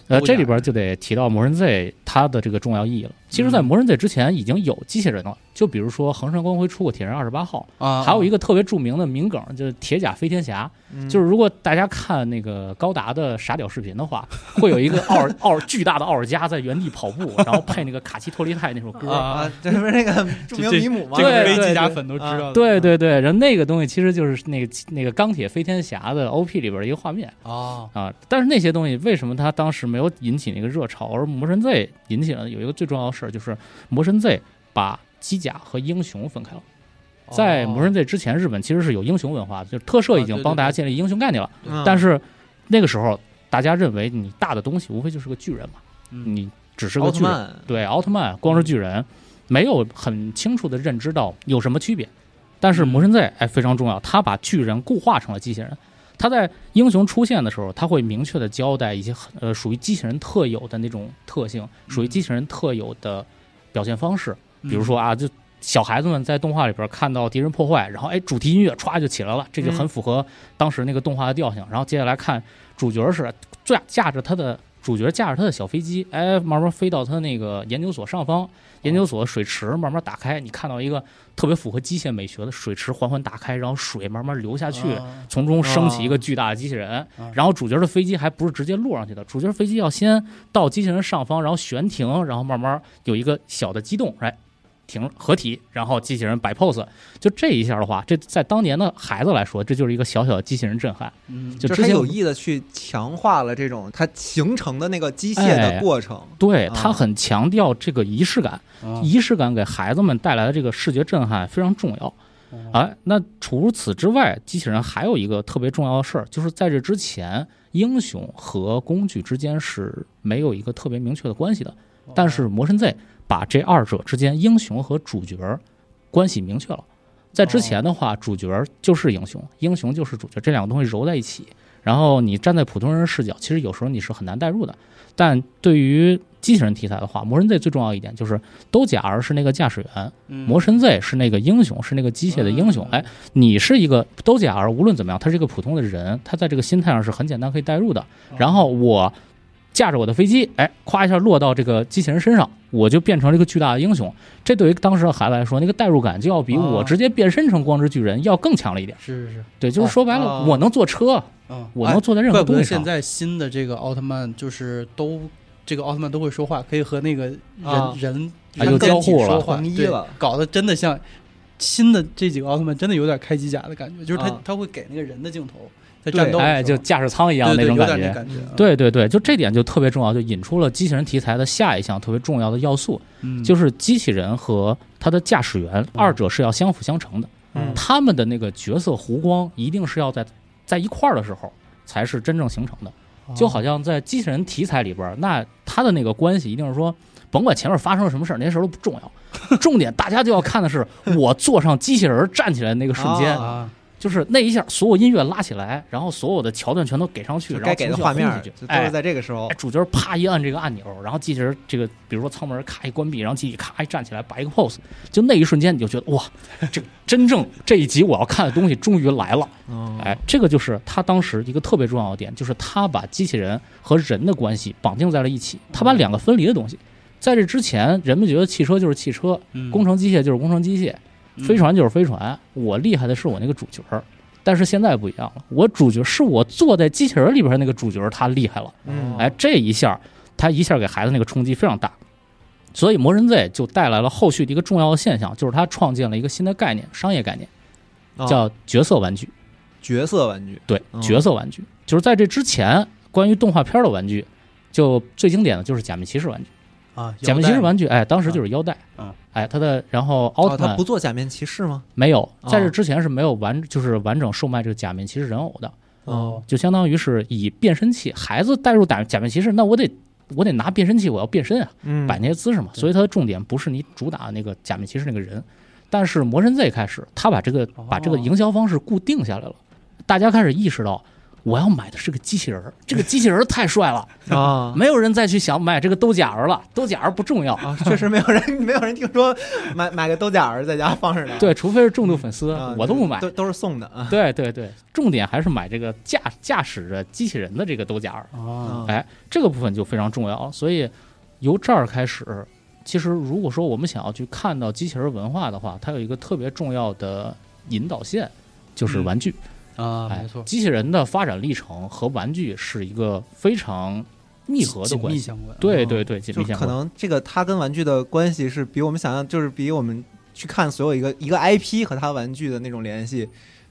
Speaker 4: 呃，
Speaker 2: 不
Speaker 4: 这里
Speaker 2: 讲
Speaker 4: 边就得提到魔神 Z 它的这个重要意义了。其实，在
Speaker 1: 嗯
Speaker 4: 魔神 Z 之前已经有机器人了，就比如说横山光辉出过铁人二十八号，
Speaker 1: 啊，
Speaker 4: 还有一
Speaker 1: 个
Speaker 4: 个特别著名的名梗，就是铁甲飞天侠。
Speaker 2: 嗯
Speaker 4: 就是如果大家看那个高达的傻屌视频的话，会有一个
Speaker 1: [LAUGHS]
Speaker 4: 奥尔奥尔巨大的奥尔加在原地跑步，然后配那个卡西托利泰那首歌。
Speaker 1: 啊
Speaker 2: 啊，，这不是
Speaker 1: [LAUGHS]
Speaker 2: 那个著名
Speaker 1: 这
Speaker 2: 米姆吗？
Speaker 1: 这个
Speaker 4: 对
Speaker 1: 非
Speaker 4: 对
Speaker 1: 机甲
Speaker 4: 对
Speaker 1: 粉都知
Speaker 2: 啊
Speaker 1: 道的。
Speaker 4: 对对对，然后那个东西其实就是那个那个钢铁飞天侠的 OP 里边的一个画面
Speaker 1: 啊，
Speaker 4: 啊。但是那些东西为什么它当时没有引起那个热潮，而魔神 Z 引起了有一个最重要的事儿，就是魔神 Z 把机甲和英雄分开了。在魔神 Z 之前，日本其实是有英雄文化的，就是特摄
Speaker 1: 哦啊
Speaker 4: 已
Speaker 1: 对
Speaker 4: 经
Speaker 1: 对
Speaker 4: 帮大家
Speaker 1: 对
Speaker 4: 建立英雄概念了。
Speaker 2: 嗯
Speaker 4: 但是那个时候，大家认为你大的东西无非就是个巨人嘛，
Speaker 1: 嗯
Speaker 4: 你只是
Speaker 2: 奥
Speaker 4: 个
Speaker 2: 特
Speaker 4: 巨人，
Speaker 2: 曼，
Speaker 4: 对，奥特曼光是巨人，没有很清楚的认知到有什么区别。但是魔神
Speaker 2: 嗯
Speaker 4: Z 哎非常重要，他把巨人固化成了机器人。他在英雄出现的时候，他会明确的交代一些很呃属于机器人特有的那种特性，属
Speaker 2: 嗯
Speaker 4: 于机器人特有的表现方式。
Speaker 1: 嗯
Speaker 4: 比如说啊，就小孩子们在动画里边看到敌人破坏，然后哎，主题音乐歘就起来了，这就很符合当时那个动画的调性。然后接下来看主角是驾驾着他的主角驾着他的小飞机，哎，慢慢飞到他那个研究所上方，研究所的水池慢慢打开，你看到一个特别符合机械美学的水池缓缓打开，然后水慢慢流下去。
Speaker 1: 啊
Speaker 4: 从中升起一个巨大的机器人，
Speaker 2: 啊
Speaker 4: 然后主角的飞机还不是直接落上去的，主角飞机要先到机器人上方，然后悬停，然后慢慢有一个小的机动，哎，停合体，然后机器人摆 pose，就这一下的话，这在当年的孩子来说，这就是一个小小的机器人震撼。
Speaker 1: 嗯
Speaker 4: 就
Speaker 2: 就
Speaker 4: 之
Speaker 2: 是他
Speaker 4: 前
Speaker 2: 有意的去强化了这种它形成的那个机械
Speaker 4: 哎
Speaker 2: 的过程。
Speaker 4: 对
Speaker 2: 啊
Speaker 4: 他很强调这个仪式感，
Speaker 1: 啊
Speaker 4: 仪式感给孩子们带来的这个视觉震撼非常重要。
Speaker 1: 哦
Speaker 4: 哎，那除此之外，机器人还有一个特别重要的事儿，就是在这之前，英雄和工具之间是没有一个特别明确的关系的。
Speaker 1: 哦
Speaker 4: 但是魔神 Z 把这二者之间，英雄和主角关系明确了。在之前的话，主角就是英雄，英雄就是主角，这两个东西揉在一起。然后你站在普通人视角，其实有时候你是很难代入的。但对于机器人题材的话，魔神 Z 最重要一点就是都假儿是那个驾驶员，魔神 Z 是那个英雄，是那个机械的英雄。
Speaker 1: 嗯
Speaker 4: 哎，你是一个都假儿，无论怎么样，他是一个普通的人，他在这个心态上是很简单可以代入的。
Speaker 1: 哦
Speaker 4: 然后我驾着我的飞机，哎，咵一下落到这个机器人身上，我就变成了一个巨大的英雄。这对于当时的孩子来说，那个代入感就要比我
Speaker 1: 哦
Speaker 4: 直接变身成光之巨人要更强了一点。
Speaker 1: 是是是，
Speaker 4: 对，就是说白了，
Speaker 2: 哦
Speaker 4: 我能坐车，
Speaker 1: 嗯，
Speaker 4: 我能坐在任何
Speaker 1: 怪不
Speaker 4: 东
Speaker 1: 得
Speaker 4: 西上
Speaker 1: 现。在新的这个奥特曼就是都这个奥特曼都会说话，可以和那个人、
Speaker 2: 啊
Speaker 1: 人
Speaker 4: 啊
Speaker 1: 人
Speaker 4: 又
Speaker 1: 间
Speaker 4: 交
Speaker 1: 体
Speaker 4: 互
Speaker 1: 说
Speaker 4: 了
Speaker 1: 话，
Speaker 2: 统一
Speaker 1: 对
Speaker 2: 了
Speaker 1: 搞得真的像新的这几个奥特曼真的有点开机甲的感觉，就是他、
Speaker 2: 啊
Speaker 1: 他会给那个人的镜头在
Speaker 2: 对
Speaker 1: 战斗的时候，
Speaker 4: 哎，就驾驶舱一样
Speaker 1: 对
Speaker 4: 那
Speaker 1: 对，有
Speaker 4: 种
Speaker 1: 点
Speaker 4: 感
Speaker 1: 那
Speaker 4: 觉。
Speaker 1: 感觉，啊
Speaker 4: 对对对，就这点就特别重要，就引出了机器人题材的下一项特别重要的要素，
Speaker 1: 嗯，
Speaker 4: 就是机器人和它的驾驶员二者是要相辅相成的。
Speaker 2: 嗯
Speaker 4: 他们的那个角色弧光一定是要在在一块儿的时候才是
Speaker 2: 哦
Speaker 4: 真正形成的。就好像在机器人题材里边儿，那它的那个关系一定是说，甭管前面发生了什么事儿，那些事儿都不重要。 [LAUGHS] 重点大家就要看的是我坐上机器人儿站起来的那个瞬间，
Speaker 2: 啊
Speaker 1: 啊，
Speaker 4: 就是那一下，所有音乐拉起来，然后所有的桥段全都给上去，
Speaker 2: 就
Speaker 4: 然后
Speaker 2: 该给的
Speaker 4: 情绪
Speaker 2: 画
Speaker 4: 要
Speaker 2: 面
Speaker 4: 轰
Speaker 2: 儿，
Speaker 4: 出去
Speaker 2: 就都
Speaker 4: 哎
Speaker 2: 是在这个时候
Speaker 4: 哎，主角啪一按这个按钮，然后机器人这个，比如说舱门咔一关闭，然后机器咔一站起来摆一个 pose，就那一瞬间你就觉得哇，这个真正这一集我要看的东西终于来了。
Speaker 2: 嗯
Speaker 4: 哎，这个就是他当时一个特别重要的点，就是他把机器人和人的关系绑定在了一起，他把两个分离的东西。在这之前，人们觉得汽车就是汽车，
Speaker 1: 嗯
Speaker 4: 工程机械就是工程机械，飞船就是飞船。我厉害的是我那个主角儿，但是现在不一样了，我主角是我坐在机器人里边儿那个主角儿，他厉害了。
Speaker 2: 嗯
Speaker 4: 哎，这一下他一下给孩子那个冲击非常大，所以《魔神 Z》就带来了后续的一个重要的现象，就是他创建了一个新的概念，商业概念
Speaker 2: 啊
Speaker 4: 叫角色玩具。
Speaker 2: 角色玩具，
Speaker 4: 对，
Speaker 2: 嗯
Speaker 4: 角色玩具就是在这之前，关于动画片的玩具，就最经典的就是假面骑士玩具。
Speaker 1: 啊，
Speaker 4: 假面骑士玩具，哎，当时就是腰带，
Speaker 1: 嗯，
Speaker 4: 哎，它的然后奥
Speaker 2: 哦，
Speaker 4: 特曼、
Speaker 2: 他不做假面骑士吗？
Speaker 4: 没有，
Speaker 2: 哦
Speaker 4: 在这之前是没有完，就是完整售卖这个假面骑士人偶的，
Speaker 1: 哦，
Speaker 4: 就相当于是以变身器，孩子带入假假面骑士，那我得我得拿变身器，我要变身啊，
Speaker 2: 嗯
Speaker 4: 摆那些姿势嘛。所以它的重点不是你主打那个假面骑士那个人，但是魔神 Z 开始，他把这个
Speaker 1: 哦
Speaker 4: 把这个营销方式固定下来了，大家开始意识到。我要买的是个机器人儿，这个机器人儿太帅
Speaker 2: [LAUGHS]
Speaker 4: 了，
Speaker 2: 啊
Speaker 4: 没有人再去想买这个兜甲儿了，兜甲儿不重要，
Speaker 2: 啊，确实没有人， [LAUGHS] 没有人听说买买个兜甲儿在家放着呢。
Speaker 4: 对，除非是重度粉丝，
Speaker 2: 啊，
Speaker 4: 我都不买
Speaker 2: 都。都是送的啊。
Speaker 4: 对对对，重点还是买这个驾驾驶着机器人的这个兜甲儿，
Speaker 1: 啊，
Speaker 2: 嗯
Speaker 4: 哎，这个部分就非常重要。所以由这儿开始，其实如果说我们想要去看到机器人文化的话，它有一个特别重要的引导线，就是玩具。
Speaker 1: 嗯啊，
Speaker 4: 哎
Speaker 1: 没错，
Speaker 4: 机器人的发展历程和玩具是一个非常密合的
Speaker 1: 紧
Speaker 4: 关
Speaker 1: 密啊
Speaker 4: 系。
Speaker 1: 相关，
Speaker 4: 对对对，紧
Speaker 2: 就
Speaker 4: 密
Speaker 2: 是
Speaker 4: 相
Speaker 2: 可
Speaker 4: 关。
Speaker 2: 能这个它跟玩具的关系是比我们想象，就是比我们去看所有一个一个 IP 和它玩具的那种联系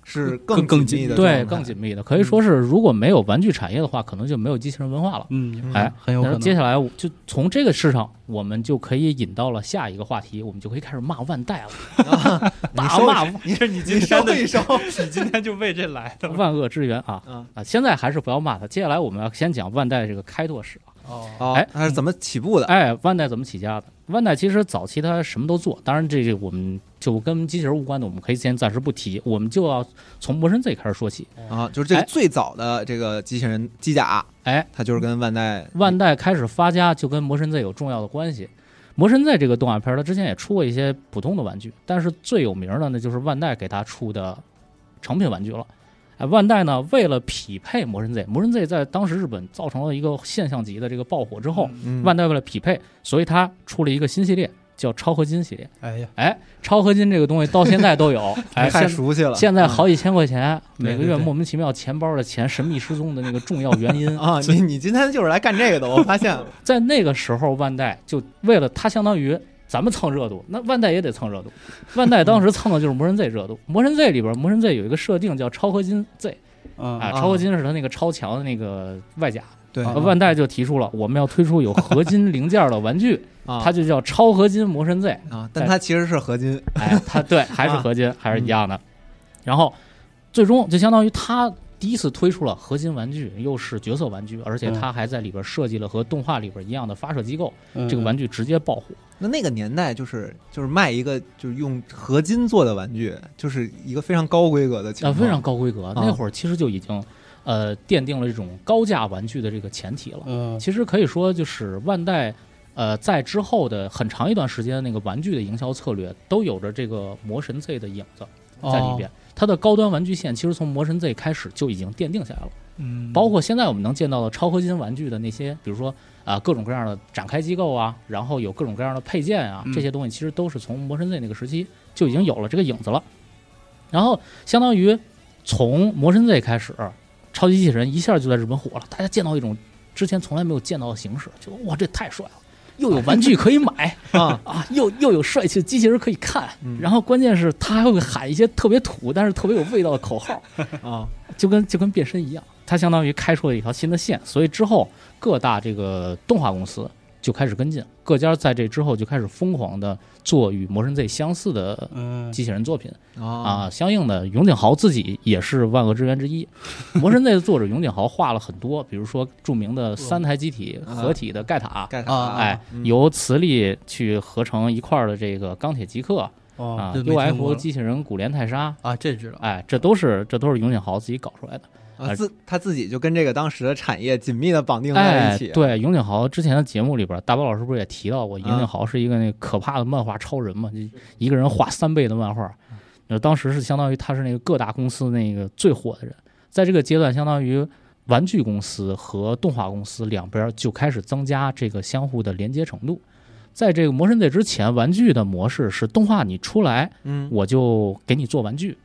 Speaker 2: 是
Speaker 1: 更更
Speaker 2: 紧密
Speaker 1: 紧
Speaker 2: 的
Speaker 1: 密
Speaker 2: 状态，嗯
Speaker 4: 对，更紧密的，
Speaker 1: 嗯
Speaker 4: 可以说是如果没有玩具产业的话，可能就没有机器人文化了。
Speaker 1: 嗯，
Speaker 4: 哎，
Speaker 1: 很有
Speaker 4: 然
Speaker 1: 可能。
Speaker 4: 后接下来我就从这个市场，我们就可以引到了下一个话题，我们就可以开始骂
Speaker 1: [LAUGHS]
Speaker 4: 万代了，
Speaker 2: 啊。你
Speaker 4: 大
Speaker 2: 收
Speaker 4: 骂
Speaker 2: 你
Speaker 1: 你 [LAUGHS]
Speaker 2: 你收一收
Speaker 1: 你今天就为这来的
Speaker 4: [LAUGHS] 万恶之源啊
Speaker 2: 啊。
Speaker 4: 啊！现在还是不要骂他，接下来我们要先讲万代这个开拓史啊。
Speaker 1: [LAUGHS] 哦，
Speaker 2: 哦
Speaker 4: 哎，
Speaker 2: 它是怎么起步的？
Speaker 4: 哎，万代怎么起家的？万代其实早期它什么都做，当然这个我们就跟机器人无关的，我们可以先暂时不提，我们就要从魔神 Z 开始说起。
Speaker 2: 啊，就是这个
Speaker 4: 哎
Speaker 2: 最早的这个机器人机甲，
Speaker 4: 哎，
Speaker 2: 它就是跟万代
Speaker 4: 万代开始发家就跟魔神 Z 有重要的关系。魔神 Z 这个动画片儿，它之前也出过一些普通的玩具，但是最有名儿的那就是万代给它出的成品玩具了。哎，万代呢，为了匹配魔神 Z，魔神 Z 在当时日本造成了一个现象级的这个爆火之后，
Speaker 2: 嗯
Speaker 4: 万代为了匹配，所以它出了一个新系列，叫超合金系列。
Speaker 1: 哎呀，
Speaker 4: 哎，超合金这个东西到现在都
Speaker 2: [LAUGHS]
Speaker 4: 有，
Speaker 2: 太
Speaker 4: 哎，现
Speaker 2: 熟悉了。嗯
Speaker 4: 现在好几千块钱，
Speaker 1: 对
Speaker 4: 每个
Speaker 1: 对
Speaker 4: 月
Speaker 1: 对
Speaker 4: 莫名其妙钱包的钱神秘失踪的那个重要原因
Speaker 2: 啊，你你今天就是来干这个的，我发现
Speaker 4: [LAUGHS]
Speaker 2: 了。
Speaker 4: 在那个时候，万代就为了它，相当于咱们蹭热度，那万代也得蹭热度。万代当时蹭的就是魔神 Z 热度。 [LAUGHS] 魔神 Z 里边，魔神 Z 有一个设定叫超合金 Z 啊，
Speaker 1: 啊，
Speaker 4: 超合金是它那个超强的那个外甲。
Speaker 2: 对
Speaker 1: 啊
Speaker 4: 万代就提出了我们要推出有合金零件的玩具，
Speaker 2: 啊，
Speaker 4: 它就叫超合金魔神 Z。
Speaker 2: 啊，但它其实是合金，
Speaker 1: [LAUGHS]
Speaker 4: 哎，它对还是合金，
Speaker 1: 啊
Speaker 4: 还是一样的。然后最终就相当于它第一次推出了合金玩具，又是角色玩具，而
Speaker 1: 嗯
Speaker 4: 且它还在里边设计了和动画里边一样的发射机构，这个玩
Speaker 1: 具
Speaker 4: 具直接爆火。
Speaker 2: 那那个年代就是就是卖一个就是用合金做的玩具，就是一个非常高规格的情
Speaker 4: 啊，
Speaker 2: 况，
Speaker 4: 非常高规格。那会儿其实就已经，呃，奠定了这种高价玩具的这个前提了。
Speaker 1: 嗯
Speaker 4: 其实可以说，就是万代，呃，在之后的很长一段时间，那个玩具的营销策略都有着这个魔神 Z 的影子
Speaker 1: 嗯
Speaker 4: 在
Speaker 1: 哦
Speaker 4: 里边。它的高端玩具线其实从魔神 Z 开始就已经奠定下来了，
Speaker 1: 嗯，
Speaker 4: 包括现在我们能见到的超合金玩具的那些，比如说啊、各种各样的展开机构啊，然后有各种各样的配件啊，
Speaker 1: 嗯
Speaker 4: 这些东西其实都是从魔神 Z 那个时期就已经有了这个影子了。然后相当于从魔神 Z 开始，超级机器人一下就在日本火了，大家见到一种之前从来没有见到的形式，就哇这太帅了。又有玩具可以买
Speaker 2: [LAUGHS] 啊
Speaker 4: 啊，又又有帅气的机器人可以看，
Speaker 2: 嗯
Speaker 4: 然后关键是他还会喊一些特别土但是特别有味道的口号，
Speaker 2: [LAUGHS] 啊
Speaker 4: 就跟就跟变身一样，它相当于开出了一条新的线，所以之后各大这个动画公司就开始跟进，各家在这之后就开始疯狂的做与魔神 Z 相似的
Speaker 1: 嗯，
Speaker 4: 机器人作品
Speaker 2: 啊
Speaker 4: 啊。相应的，永井豪自己也是万恶之源之一。魔神 Z 的作者永井豪画了很多，比如说著名的三台机体
Speaker 2: 嗯
Speaker 4: 合体的盖塔，
Speaker 2: 盖塔
Speaker 1: 啊
Speaker 4: 哎，由磁力去合成一块儿的这个钢铁极客
Speaker 1: 哦
Speaker 4: 啊
Speaker 1: 这没听过了
Speaker 4: ，UFO 机器人古莲泰莎，
Speaker 1: 啊，这
Speaker 4: [LAUGHS]
Speaker 1: 知道。
Speaker 4: 哎，这都是这都是永井豪自己搞出来的。
Speaker 2: 啊自他自己就跟这个当时的产业紧密的绑定在
Speaker 4: 哎
Speaker 2: 一起，，啊
Speaker 4: 对，永井豪之前的节目里边，大宝老师不是也提到过，永
Speaker 2: 啊
Speaker 4: 井豪是一个那可怕的漫画超人嘛，就一个人画三倍的漫画，
Speaker 2: 嗯
Speaker 4: 那当时是相当于他是那个各大公司那个最火的人，在这个阶段，相当于玩具公司和动画公司两边就开始增加这个相互的连接程度。在这个《魔神 Z》之前，玩具的模式是动画你出来，
Speaker 2: 嗯，
Speaker 4: 我就给你做玩具，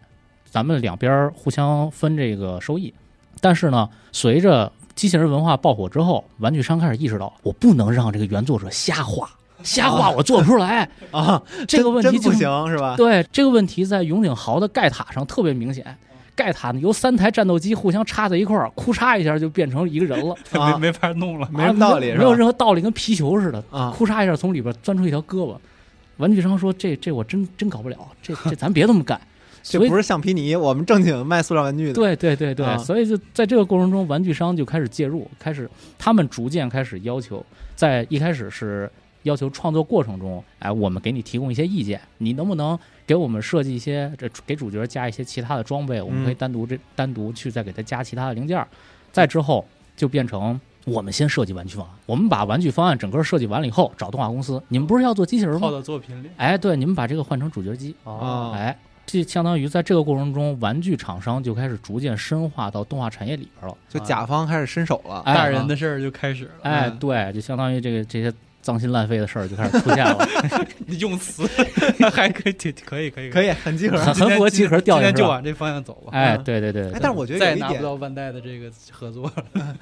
Speaker 4: 咱们两边儿互相分这个收益。但是呢，随着机器人文化爆火之后，玩具商开始意识到，我不能让这个原作者瞎画，瞎画我做不出来。
Speaker 2: [LAUGHS] 啊，
Speaker 4: 这个问
Speaker 2: 真
Speaker 4: 题
Speaker 2: 真不
Speaker 4: 就是
Speaker 2: 行啊是吧？
Speaker 4: 对这个问题，在永井豪的盖塔上特别明显。盖塔呢由三台战斗机互相插在一块儿，库嚓一下就变成一个人了，
Speaker 2: 啊
Speaker 1: 没没法弄了，
Speaker 2: 没什么道理是
Speaker 4: 啊
Speaker 2: 吧
Speaker 4: 没有任何道理，跟皮球似的。
Speaker 2: 啊
Speaker 4: 库嚓一下从里边钻出一条胳膊。玩具商说：“这这我真真搞不了，这这咱别这么干。”
Speaker 2: 这
Speaker 4: 所以
Speaker 2: 不是橡皮泥，我们正经卖塑料玩具的，
Speaker 4: 对对对对，
Speaker 2: 啊
Speaker 4: 所以就在这个过程中，玩具商就开始介入，开始他们逐渐开始要求，在一开始是要求创作过程中，哎，我们给你提供一些意见，你能不能给我们设计一些这给主角加一些其他的装备，我们可以
Speaker 2: 嗯
Speaker 4: 单独这单独去再给他加其他的零件儿，再之后就变成。我们先设计玩具方案，我们把玩具方案整个设计完了以后，找动画公司。你们不是要做机器人
Speaker 1: 套
Speaker 4: 吗？
Speaker 1: 到作品里。啊
Speaker 4: 哎，对，你们把这个换成主角机，
Speaker 2: 哦
Speaker 4: 哎，这相当于在这个过程中，玩具厂商就开始逐渐深化到动画产业里边了。
Speaker 2: 就甲方开始伸手了，
Speaker 4: 啊哎
Speaker 1: 大人的事儿就开始了，
Speaker 4: 哎，
Speaker 2: 嗯
Speaker 4: 对，就相当于这个这些脏心烂肺的事儿就开始出现
Speaker 2: [LAUGHS]
Speaker 4: 了，
Speaker 1: 用词还可以，挺可以，可以，
Speaker 2: 可
Speaker 1: 以。
Speaker 2: 以很集合。
Speaker 4: 很
Speaker 1: 今
Speaker 4: 很
Speaker 1: 天
Speaker 4: 符合集合调
Speaker 1: 今
Speaker 4: 性
Speaker 1: 天
Speaker 4: 是
Speaker 1: 就
Speaker 4: 吧？
Speaker 1: 往这方向走吧。啊
Speaker 4: 哎，
Speaker 2: 嗯
Speaker 4: 对对对，对
Speaker 2: 哎，但是我觉得有
Speaker 1: 再也
Speaker 2: 一
Speaker 1: 拿不
Speaker 2: 点，
Speaker 1: 到万代的这个合作了。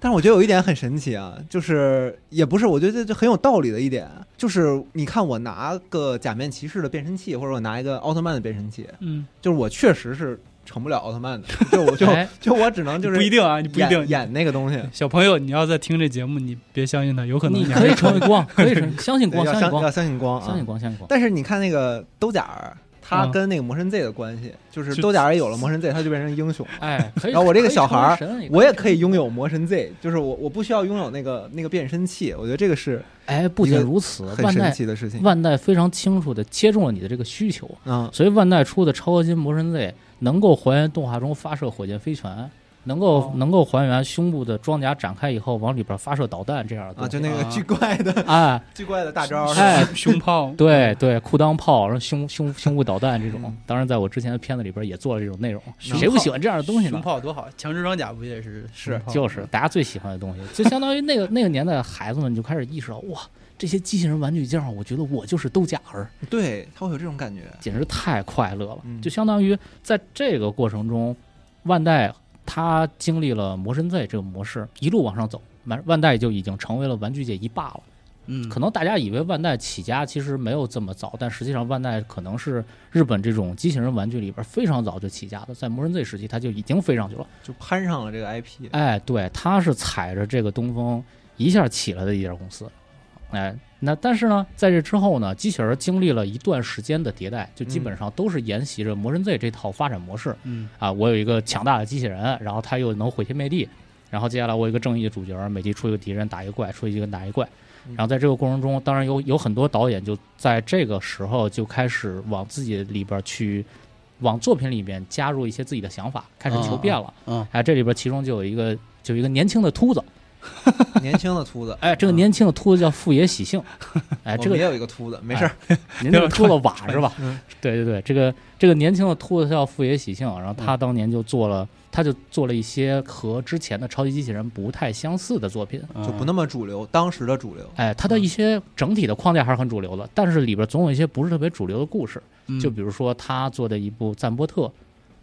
Speaker 2: 但是我觉得有一点很神奇啊，就是也不是，我觉得这很有道理的一点，就是你看我拿个假面骑士的变身器，或者我拿一个奥特曼的变身器，
Speaker 1: 嗯，
Speaker 2: 就是我确实是成不了奥特曼的， [LAUGHS] 就我就
Speaker 4: 哎
Speaker 2: 就我只能就是
Speaker 1: 不一定啊，你不一定
Speaker 2: 演。演那个东西，
Speaker 1: 小朋友，你要在听这节目，你别相信他，有可能
Speaker 4: 你
Speaker 1: 还
Speaker 4: 可以成为光，可以成相信
Speaker 2: 对
Speaker 4: 光，
Speaker 2: 要
Speaker 4: 相信
Speaker 2: 相
Speaker 4: 光
Speaker 2: 要，相信光啊，
Speaker 4: 相信光，相信光。
Speaker 2: 但是你看那个兜甲儿，他
Speaker 1: 嗯
Speaker 2: 跟那个魔神 Z 的关系，就是
Speaker 1: 就
Speaker 2: 兜甲儿有了魔神 Z，他就变成英雄了。
Speaker 4: 哎，可以
Speaker 2: 然后我这个
Speaker 4: 可以
Speaker 2: 小孩儿
Speaker 4: 成为神
Speaker 2: 我也可以拥有魔神 Z，就是我我不需要拥有那个那个变身器，我觉得这个是
Speaker 4: 哎，不仅如此，
Speaker 2: 很
Speaker 4: 万
Speaker 2: 神
Speaker 4: 代
Speaker 2: 奇的事情。
Speaker 4: 万代非常清楚的切中了你的这个需求，
Speaker 2: 嗯，
Speaker 4: 所以万代出的超合金魔神 Z 能够还原动画中发射火箭飞拳，能够、
Speaker 1: 哦
Speaker 4: 能够还原胸部的装甲展开以后往里边发射导弹这样的东
Speaker 2: 啊，
Speaker 4: 西
Speaker 2: 就那个
Speaker 1: 啊
Speaker 2: 巨怪
Speaker 4: [LAUGHS]
Speaker 2: 的
Speaker 4: 哎，
Speaker 2: 巨怪的大招儿是吧，
Speaker 4: 哎
Speaker 1: 胸炮，
Speaker 4: 对对，裤裆炮，然后胸胸胸部导弹这种，当然在我之前的片子里边也做了这种内容，
Speaker 1: 嗯胸
Speaker 4: 谁不
Speaker 1: 炮
Speaker 4: 喜欢这样的东西
Speaker 1: 胸
Speaker 4: 呢？嗯
Speaker 1: 炮多好，强制装甲不也是
Speaker 2: 是
Speaker 1: 胸炮
Speaker 4: 就是大家最喜欢的东西，就相当于那个那个年代的孩子们就开始意识到，哇，这些机器人玩具件儿，我觉得我就是兜甲儿，
Speaker 2: 对，他会有这种感觉。
Speaker 4: 简直太快乐了
Speaker 2: 嗯。
Speaker 4: 就相当于在这个过程中，万代它经历了魔神 Z 这个模式，一路往上走，万万代就已经成为了玩具界一霸了。
Speaker 1: 嗯，
Speaker 4: 可能大家以为万代起家其实没有这么早，但实际上万代可能是日本这种机器人玩具里边非常早就起家的，在魔神 Z 时期它就已经飞上去了。
Speaker 2: 就攀上了这个 IP，
Speaker 4: 哎，对，它是踩着这个东风一下起来的一家公司。哎，那但是呢，在这之后呢，机器人经历了一段时间的迭代，就基本上都是沿袭着魔神 Z 这套发展模式。
Speaker 1: 嗯
Speaker 4: 啊，我有一个强大的机器人，然后他又能毁天灭地，然后接下来我有一个正义的主角，每集出一个敌人打一个怪，出一个打一个怪。然后在这个过程中，当然有有很多导演就在这个时候就开始往自己里边去，往作品里面加入一些自己的想法，开始求变了。
Speaker 1: 嗯，
Speaker 4: 哎，这里边其中就有一个就有一个年轻的秃子，。
Speaker 2: 年轻的秃子
Speaker 4: 哎，这个年轻的秃子叫富野喜庆， [LAUGHS] 哎，
Speaker 2: 我
Speaker 4: 这
Speaker 2: 们
Speaker 4: 个
Speaker 2: 也有一个秃子，没事儿，
Speaker 4: 您这个秃子瓦是吧
Speaker 2: 嗯？
Speaker 4: 对对对，这个这个年轻的秃子叫富野喜庆，然后
Speaker 1: 嗯
Speaker 4: 他当年就做了，他就做了一些和之前的超级机器人不太相似的作品。
Speaker 1: 嗯
Speaker 2: 就不那么主流，当时的主流。
Speaker 4: 哎，他的一些整体的框架还是很主流的，但是里边总有一些不是特别主流的故事。
Speaker 1: 嗯
Speaker 4: 就比如说他做的一部赞波特，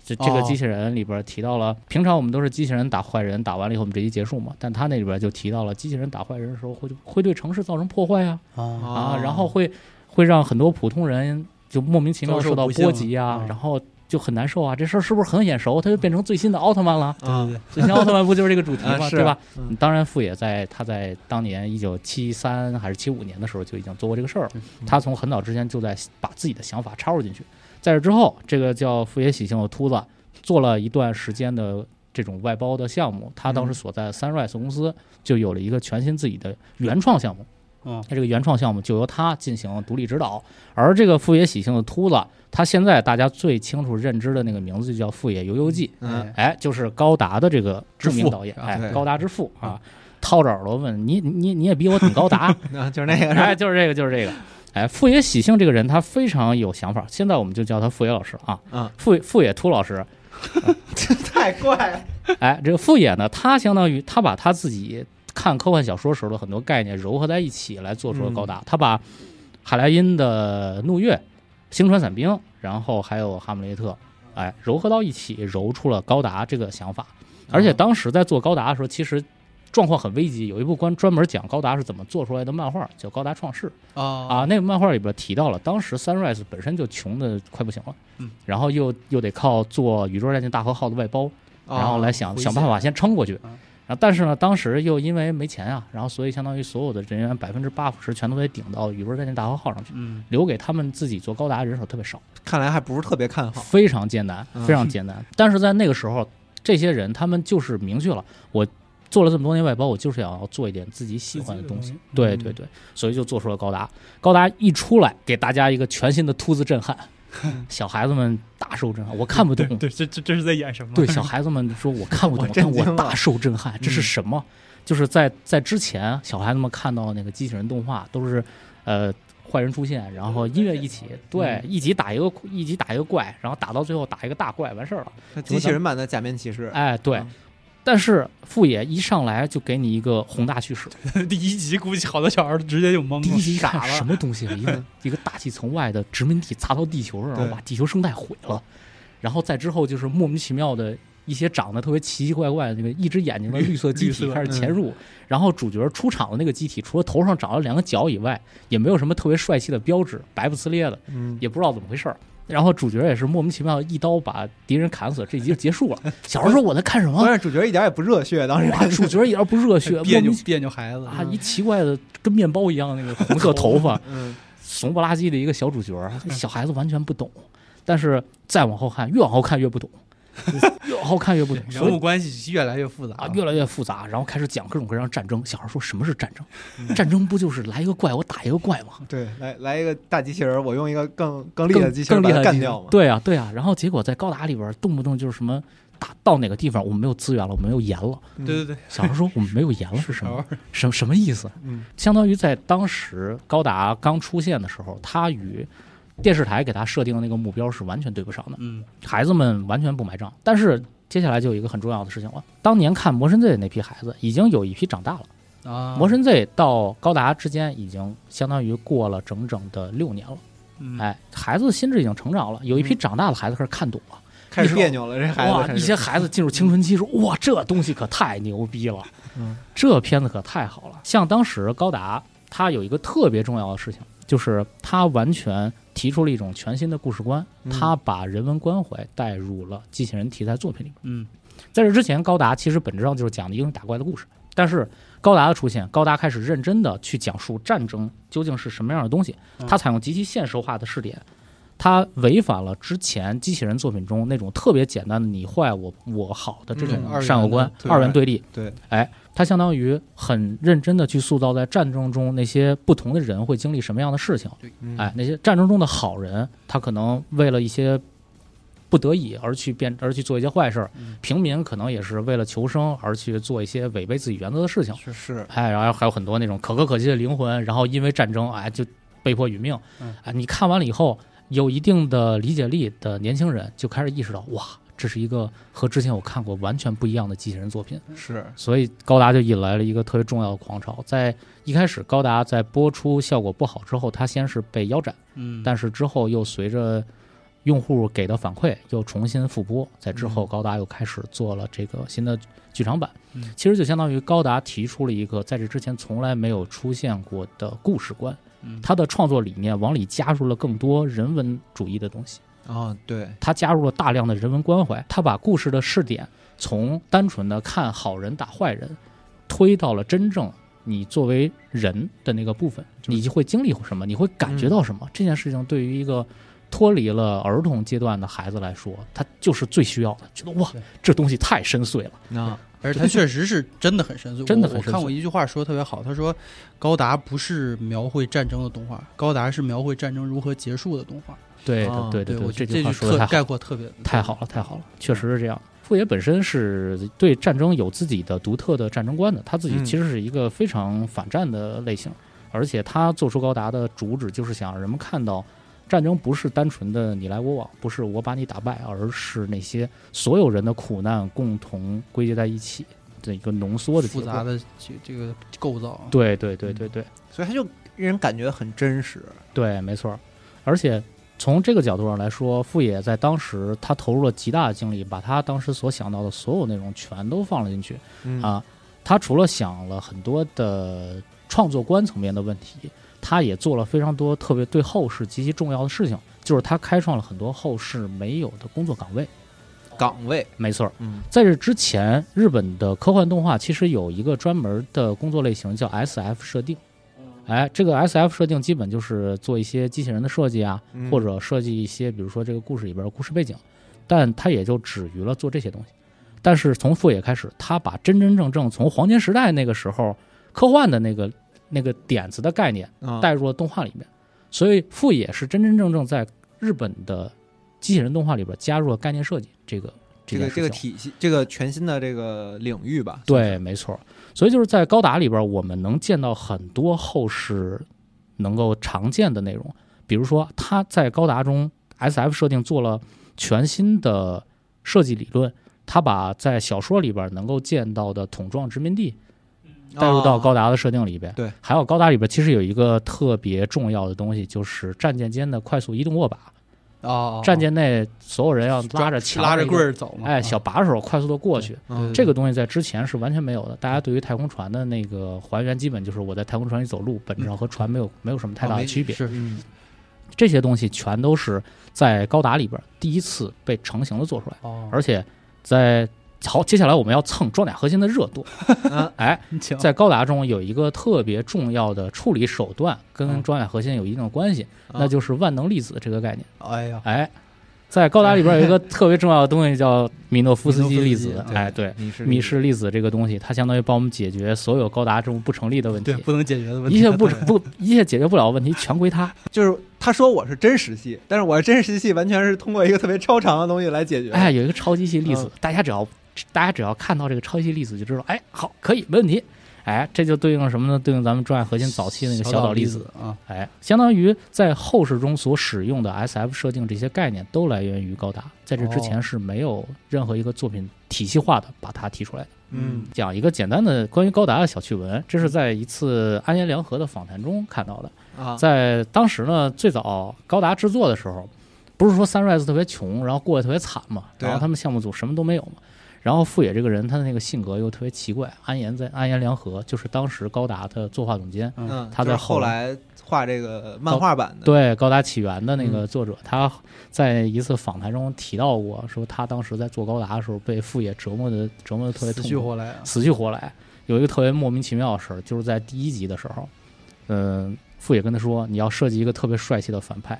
Speaker 4: 这这个
Speaker 1: 哦
Speaker 4: 机器人里边提到了，平常我们都是机器人打坏人，打完了以后我们这集结束嘛，但他那里边就提到了机器人打坏人的时候会会对城市造成破坏呀、
Speaker 1: 啊，
Speaker 4: 啊，
Speaker 2: 哦
Speaker 4: 然后会会让很多普通人就莫名其妙
Speaker 1: 遭受
Speaker 4: 受到
Speaker 1: 不幸
Speaker 4: 波及呀、
Speaker 1: 啊
Speaker 4: 然后就很难受啊，这事儿是不是很眼熟？它就变成最新的奥特曼了。
Speaker 1: 对对对，
Speaker 4: 最新奥特曼不就是这个主题
Speaker 2: 啊
Speaker 4: 吗？
Speaker 2: 是
Speaker 4: 对吧？
Speaker 2: 嗯
Speaker 4: 当然，富野在他在当年一九七三还是七五年的时候就已经做过这个事儿了
Speaker 1: 嗯。
Speaker 4: 他从很早之前就在把自己的想法插入进去。在这之后，这个叫富野喜庆的秃子做了一段时间的这种外包的项目。他当时所在的 Sunrise 公司就有了一个全新自己的原创项目。
Speaker 1: 嗯，
Speaker 4: 那这个原创项目就由他进行独立指导。而这个富野喜庆的秃子，他现在大家最清楚认知的那个名字就叫富野由悠季，
Speaker 2: 嗯
Speaker 4: 哎，就是高达的这个著名导演，
Speaker 1: 之父嗯
Speaker 4: 哎
Speaker 2: 对，
Speaker 4: 高达之父啊，掏着耳朵问你，你你也比我懂高达，
Speaker 2: 啊，就是那个是吧
Speaker 4: [LAUGHS] 哎，就是这个，就是这个。哎，富野喜庆这个人，他非常有想法。现在我们就叫他富野老师啊，
Speaker 2: 嗯
Speaker 4: 富富野秃老师。
Speaker 2: [LAUGHS] 太怪了，
Speaker 4: 哎，这个富野呢，他相当于他把他自己看科幻小说时候的很多概念糅合在一起来做出了高达。
Speaker 2: 嗯
Speaker 4: 他把海莱因的怒月、星船伞兵，然后还有哈姆雷特，哎，糅合到一起，揉出了高达这个想法。而
Speaker 1: 嗯
Speaker 4: 且当时在做高达的时候，其实状况很危急，有一部关专门讲高达是怎么做出来的漫画，叫《高达创世》。
Speaker 1: 啊
Speaker 4: 啊，那个漫画里边提到了，当时 Sunrise 本身就穷的快不行了，
Speaker 1: 嗯，
Speaker 4: 然后又又得靠做宇宙战舰大和号的外包，然后来想
Speaker 1: 哦回
Speaker 4: 想办法
Speaker 1: 线
Speaker 4: 先撑过去。
Speaker 1: 嗯
Speaker 4: 然后但是呢，当时又因为没钱啊，然后所以相当于所有的人员百分之八十全都得顶到宇宙战舰大和号上去，
Speaker 1: 嗯，
Speaker 4: 留给他们自己做高达的人手特别少，
Speaker 2: 看来还不是特别看好。
Speaker 4: 非常艰难，
Speaker 2: 嗯
Speaker 4: 非常艰难。但是在那个时候，这些人他们就是明确了，我做了这么多年外包，我就是想要做一点自己喜欢的东西。对
Speaker 1: 嗯
Speaker 4: 对对，所以就做出了高达。高达一出来，给大家一个全新的秃
Speaker 1: [LAUGHS]
Speaker 4: 子震撼，小孩子们大受震撼。我看不懂，
Speaker 1: 嗯对，这这这是在演什么？
Speaker 4: 对小孩子们说我看不懂
Speaker 2: [LAUGHS] 我，震
Speaker 4: 但
Speaker 2: 惊
Speaker 4: 我
Speaker 2: 了嗯
Speaker 4: 大受震撼，这是什么？就是在在之前，小孩子们看到那个机器人动画都是，呃。坏人出现，然后音乐一起，
Speaker 2: 嗯
Speaker 4: 对，一集打一个一集打一个怪，然后打到最后打一个大怪，完事儿了。
Speaker 2: 那机器人版的假面骑士，
Speaker 4: 哎，对
Speaker 2: 嗯，
Speaker 4: 但是富野一上来就给你一个宏大叙事，
Speaker 1: 对， [LAUGHS] 第一集估计好多小孩儿直接就懵
Speaker 4: 第一
Speaker 1: 了。
Speaker 4: 集一看
Speaker 2: 傻了
Speaker 4: 什么东西啊？一个一个大气层外的殖民地砸到地球上，然后
Speaker 2: 对
Speaker 4: 把地球生态毁了，然后再之后就是莫名其妙的一些长得特别奇奇怪怪的那个一只眼睛的绿色机
Speaker 1: 绿
Speaker 4: 体
Speaker 1: 色
Speaker 4: 开始潜入，然后主角出场的那个机体除了头上长了两个角以外，也没有什么特别帅气的标志，白不呲咧的，
Speaker 2: 嗯，
Speaker 4: 也不知道怎么回事儿。然后主角也是莫名其妙一刀把敌人砍死，这一集就结束了。小时候说我在看什么
Speaker 2: 关？键主角一点也不热血，当时
Speaker 4: 哇，主角一点不热
Speaker 1: [LAUGHS]
Speaker 4: 血，
Speaker 1: 别扭
Speaker 4: 莫名其
Speaker 1: 别扭孩子嗯
Speaker 4: 啊，一奇怪的跟面包一样那个红色头发，
Speaker 2: 嗯
Speaker 4: 怂不拉几的一个小主
Speaker 1: [LAUGHS]
Speaker 4: 角儿，小孩子完全不懂。但是再往后看，越往后看越不懂，越往后看越不懂，所
Speaker 1: [LAUGHS] 人
Speaker 4: 以
Speaker 1: 物关系越来越复杂
Speaker 4: 啊，越来越复杂。然后开始讲各种各样的战争。小孩说什么是战
Speaker 1: 嗯
Speaker 4: 争？战争不就是来一个怪我打一个怪吗？
Speaker 2: 对，来来一个大机器人，我用一个更更厉害
Speaker 4: 更
Speaker 2: 的机器人
Speaker 4: 更
Speaker 2: 把
Speaker 4: 厉
Speaker 2: 它
Speaker 4: 害
Speaker 2: 干掉嘛。
Speaker 4: 对呀、对呀、啊然后结果在高达里边儿，动不动就是什么打到哪个地方我们没有资源了，我们没有盐了。
Speaker 2: 嗯
Speaker 1: 对对对，
Speaker 4: 小孩说我们没有盐了是什
Speaker 1: 小
Speaker 4: 么
Speaker 1: 孩？儿
Speaker 4: 什什么意思？
Speaker 2: 嗯
Speaker 4: 相当于在当时高达刚出现的时候，它与电视台给它设定的那个目标是完全对不上的。
Speaker 1: 嗯，
Speaker 4: 孩子们完全不买账。但是接下来就有一个很重要的事情了，当年看《魔神 Z》那批孩子，已经有一批长大了。
Speaker 1: 啊，
Speaker 4: 魔神 Z》到高达之间已经相当于过了整整的六年了。
Speaker 1: 嗯，
Speaker 4: 哎，孩子心智已经成长了，有一批长大的孩子开始看懂了。
Speaker 2: 开始
Speaker 4: 一说
Speaker 2: 别扭了，这孩子
Speaker 4: 哇，
Speaker 2: 开
Speaker 4: 一
Speaker 2: 始
Speaker 4: 些孩子进入青春期说：“哇，这东西可太牛逼了，
Speaker 2: 嗯
Speaker 4: 这片子可太好了。”像当时高达，它有一个特别重要的事情，就是它完全提出了一种全新的故事观，
Speaker 2: 嗯
Speaker 4: 它把人文关怀带入了机器人题材作品里。
Speaker 1: 嗯，
Speaker 4: 在这之前，高达其实本质上就是讲的英雄打怪的故事。但是高达的出现，高达开始认真的去讲述战争究竟是什么样的东西
Speaker 1: 嗯。
Speaker 4: 它采用极其现实化的视点，它违反了之前机器人作品中那种特别简单的你坏我我好的这
Speaker 1: 嗯二
Speaker 4: 种
Speaker 1: 元
Speaker 4: 善恶观、
Speaker 2: 的对
Speaker 4: 二元对立。
Speaker 2: 对，
Speaker 4: 哎，它相当于很认真的去塑造在战争中那些不同的人会经历什么样的事情。
Speaker 2: 嗯
Speaker 4: 哎，那些战争中的好人，他可能为了一些不得已而去变，而去做一些坏事儿；
Speaker 1: 嗯
Speaker 4: 平民可能也是为了求生而去做一些违背自己原则的事情。
Speaker 2: 是是
Speaker 4: 哎，然后还有很多那种可歌可泣的灵魂，然后因为战争，哎，就被迫殒命。
Speaker 1: 嗯
Speaker 4: 哎，你看完了以后，有一定的理解力的年轻人就开始意识到，哇，这是一个和之前我看过完全不一样的机器人作品。
Speaker 1: 嗯
Speaker 2: 是，
Speaker 4: 所以高达就引来了一个特别重要的狂潮。在一开始，高达在播出效果不好之后，它先是被腰斩，
Speaker 1: 嗯，
Speaker 4: 但是之后又随着用户给的反馈又重新复播，在之后高达又开始做了这个新的剧场版
Speaker 1: 嗯。
Speaker 4: 其实就相当于高达提出了一个在这之前从来没有出现过的故事观
Speaker 1: 嗯，
Speaker 4: 它的创作理念往里加入了更多人文主义的东西。
Speaker 2: 哦，对，
Speaker 4: 他加入了大量的人文关怀，他把故事的视点从单纯的看好人打坏人，推到了真正你作为人的那个部分，
Speaker 2: 就是
Speaker 4: 你就嗯会经历什么，你会感觉到什么。这件事情对于一个脱离了儿童阶段的孩子来说，他就是最需要的，觉得哇
Speaker 1: 对，
Speaker 4: 这东西太深邃了。
Speaker 2: 那
Speaker 1: 而且他确实是真的很
Speaker 4: [LAUGHS]
Speaker 1: 深邃，
Speaker 4: 真的
Speaker 1: 我
Speaker 4: 很
Speaker 1: 我
Speaker 4: 深
Speaker 1: 看
Speaker 4: 邃
Speaker 1: 过一句话说得特别好，他说高达不是描绘战争的动画，高达是描绘战争如何结束的动画。
Speaker 4: 对
Speaker 2: 哦
Speaker 4: 的，对的，
Speaker 1: 我
Speaker 4: 啊
Speaker 1: 觉
Speaker 4: 对，
Speaker 1: 得这
Speaker 4: 这句话
Speaker 1: 句
Speaker 4: 说
Speaker 1: 特
Speaker 4: 的太好了
Speaker 1: 概括特别
Speaker 4: 太好了，太好了，确实是这样。傅爷本身是对战争有自己的独特的战争观的，他自己
Speaker 2: 嗯
Speaker 4: 其实是一个非常反战的类型，而且他做出高达的主旨就是想让人们看到，战争不是单纯的你来我往，不是我把你打败，而是那些所有人的苦难共同归结在一起的一个浓缩的
Speaker 1: 复
Speaker 4: 结果
Speaker 1: 杂。的这这个构造啊。
Speaker 4: 对对对对对，
Speaker 2: 所以他就让人感觉很真实。
Speaker 4: 对，没错儿。而且从这个角度上来说，傅野在当时他投入了极大的精力，把他当时所想到的所有内容全都放了进去
Speaker 2: 嗯
Speaker 4: 啊。他除了想了很多的创作观层面的问题，他也做了非常多特别对后世极其重要的事情，就是他开创了很多后世没有的工作岗位。
Speaker 2: 岗位，
Speaker 4: 没错儿，
Speaker 2: 嗯
Speaker 4: 在这之前，日本的科幻动画其实有一个专门的工作类型叫 S F 设定。
Speaker 2: 嗯
Speaker 4: 哎，这个 S F 设定基本就是做一些机器人的设计啊，
Speaker 2: 嗯
Speaker 4: 或者设计一些，比如说这个故事里边的故事背景，但它也就止于了做这些东西。但是从富野开始，他把真真正正从黄金时代那个时候科幻的那个那个点子的概念
Speaker 2: 啊
Speaker 4: 带入了动画里面，所以富野是真真正正在日本的机器人动画里边加入了概念设计这个
Speaker 2: 这个
Speaker 4: 件事
Speaker 2: 这个
Speaker 4: 情
Speaker 2: 体系，这个全新的这个领域吧。
Speaker 4: 对，没错。所以就是在高达里边，我们能见到很多后世能够常见的内容，比如说他在高达中 S F 设定做了全新的设计理论，他把在小说里边能够见到的桶状殖民地
Speaker 2: 啊
Speaker 4: 带入
Speaker 1: 哦
Speaker 4: 到高
Speaker 2: 达，
Speaker 4: 达的设定里边。
Speaker 2: 对，
Speaker 4: 还有高达里边其实有一个特别重要的东西，就是战舰间的快速移动握把，
Speaker 1: 哦，
Speaker 4: 战舰内所有人要
Speaker 1: 抓
Speaker 4: 拉着墙
Speaker 1: 拉着
Speaker 4: 一个
Speaker 1: 棍儿啊走嘛。
Speaker 4: 哎，小把手快速的过去。
Speaker 2: 嗯
Speaker 4: 这个东西在之前是完全没有的。大家对于太空船的那个还原，基本就是我在太空船里走路，本
Speaker 1: 嗯
Speaker 4: 质上和船没有没有什么
Speaker 1: 哦
Speaker 4: 太大的区别。
Speaker 1: 是
Speaker 2: 嗯
Speaker 4: 这些东西全都是在高达里边第一次被成型的做出来，
Speaker 1: 哦，
Speaker 4: 而且在好接下来我们要蹭装甲核心的热度。
Speaker 2: 啊
Speaker 4: [LAUGHS] 哎，
Speaker 1: 且
Speaker 4: 在高达中有一个特别重要的处理手段，跟
Speaker 2: 嗯
Speaker 4: 装甲核心有一定的关系，
Speaker 1: 嗯
Speaker 2: 啊
Speaker 4: 那就是万能粒子这个概念。
Speaker 1: 哎呀，
Speaker 4: 哎，在高达里边有
Speaker 1: [LAUGHS]
Speaker 4: 一个特别重要的东西叫米诺夫斯基粒
Speaker 1: 米诺
Speaker 4: 子
Speaker 1: 夫斯。基
Speaker 4: 哎，对。
Speaker 2: 你是
Speaker 4: 密室粒子这个东西，它相当于帮我们解决所有高达这种不成立的问题
Speaker 1: 对，，不能解决的问题，
Speaker 4: 一切不
Speaker 1: 对
Speaker 4: 不一切解决不了的问题全归它。
Speaker 2: 就是他说我是真实系，但是我是真实系完全是通过一个特别超常的东西来解决。
Speaker 4: 哎，，有一个超级系粒子
Speaker 2: 嗯，
Speaker 4: 大家只要大家只要看到这个超级系粒子就知道，哎，好，可以，没问题。哎，这就对应了什么呢？对应咱们专业核心早期那个小岛粒子。
Speaker 1: 啊，
Speaker 4: 哎，相当于在后世中所使用的 SF 设定这些概念都来源于高达，在这之前
Speaker 1: 哦
Speaker 4: 是没有任何一个作品体系化的把它提出来的。
Speaker 2: 嗯
Speaker 4: 讲一个简单的关于高达的小趣闻，这是在一次安彦良和的访谈中看到的。
Speaker 2: 啊，
Speaker 4: 嗯在当时呢，最早高达制作的时候，不是说 Sunrise 特别穷，然后过得特别惨嘛，
Speaker 2: 对啊
Speaker 4: 然后他们项目组什么都没有嘛。然后富野这个人，他的那个性格又特别奇怪。安彦在安彦良和就是当时高达的作画总监，
Speaker 2: 嗯，
Speaker 4: 他在
Speaker 2: 就是
Speaker 4: 后
Speaker 2: 后来画这个漫画版的，
Speaker 4: 对《高达起源》的那
Speaker 1: 嗯
Speaker 4: 个作者，他在一次访谈中提到过，说他当时在做高达的时候被富野折磨的折磨的特别
Speaker 1: 死
Speaker 4: 痛
Speaker 1: 去
Speaker 4: 苦，
Speaker 1: 活来啊，
Speaker 4: 死去活来。有一个特别莫名其妙的事儿，就是在第一集的时候，嗯，傅野跟他说你要设计一个特别帅气的反派，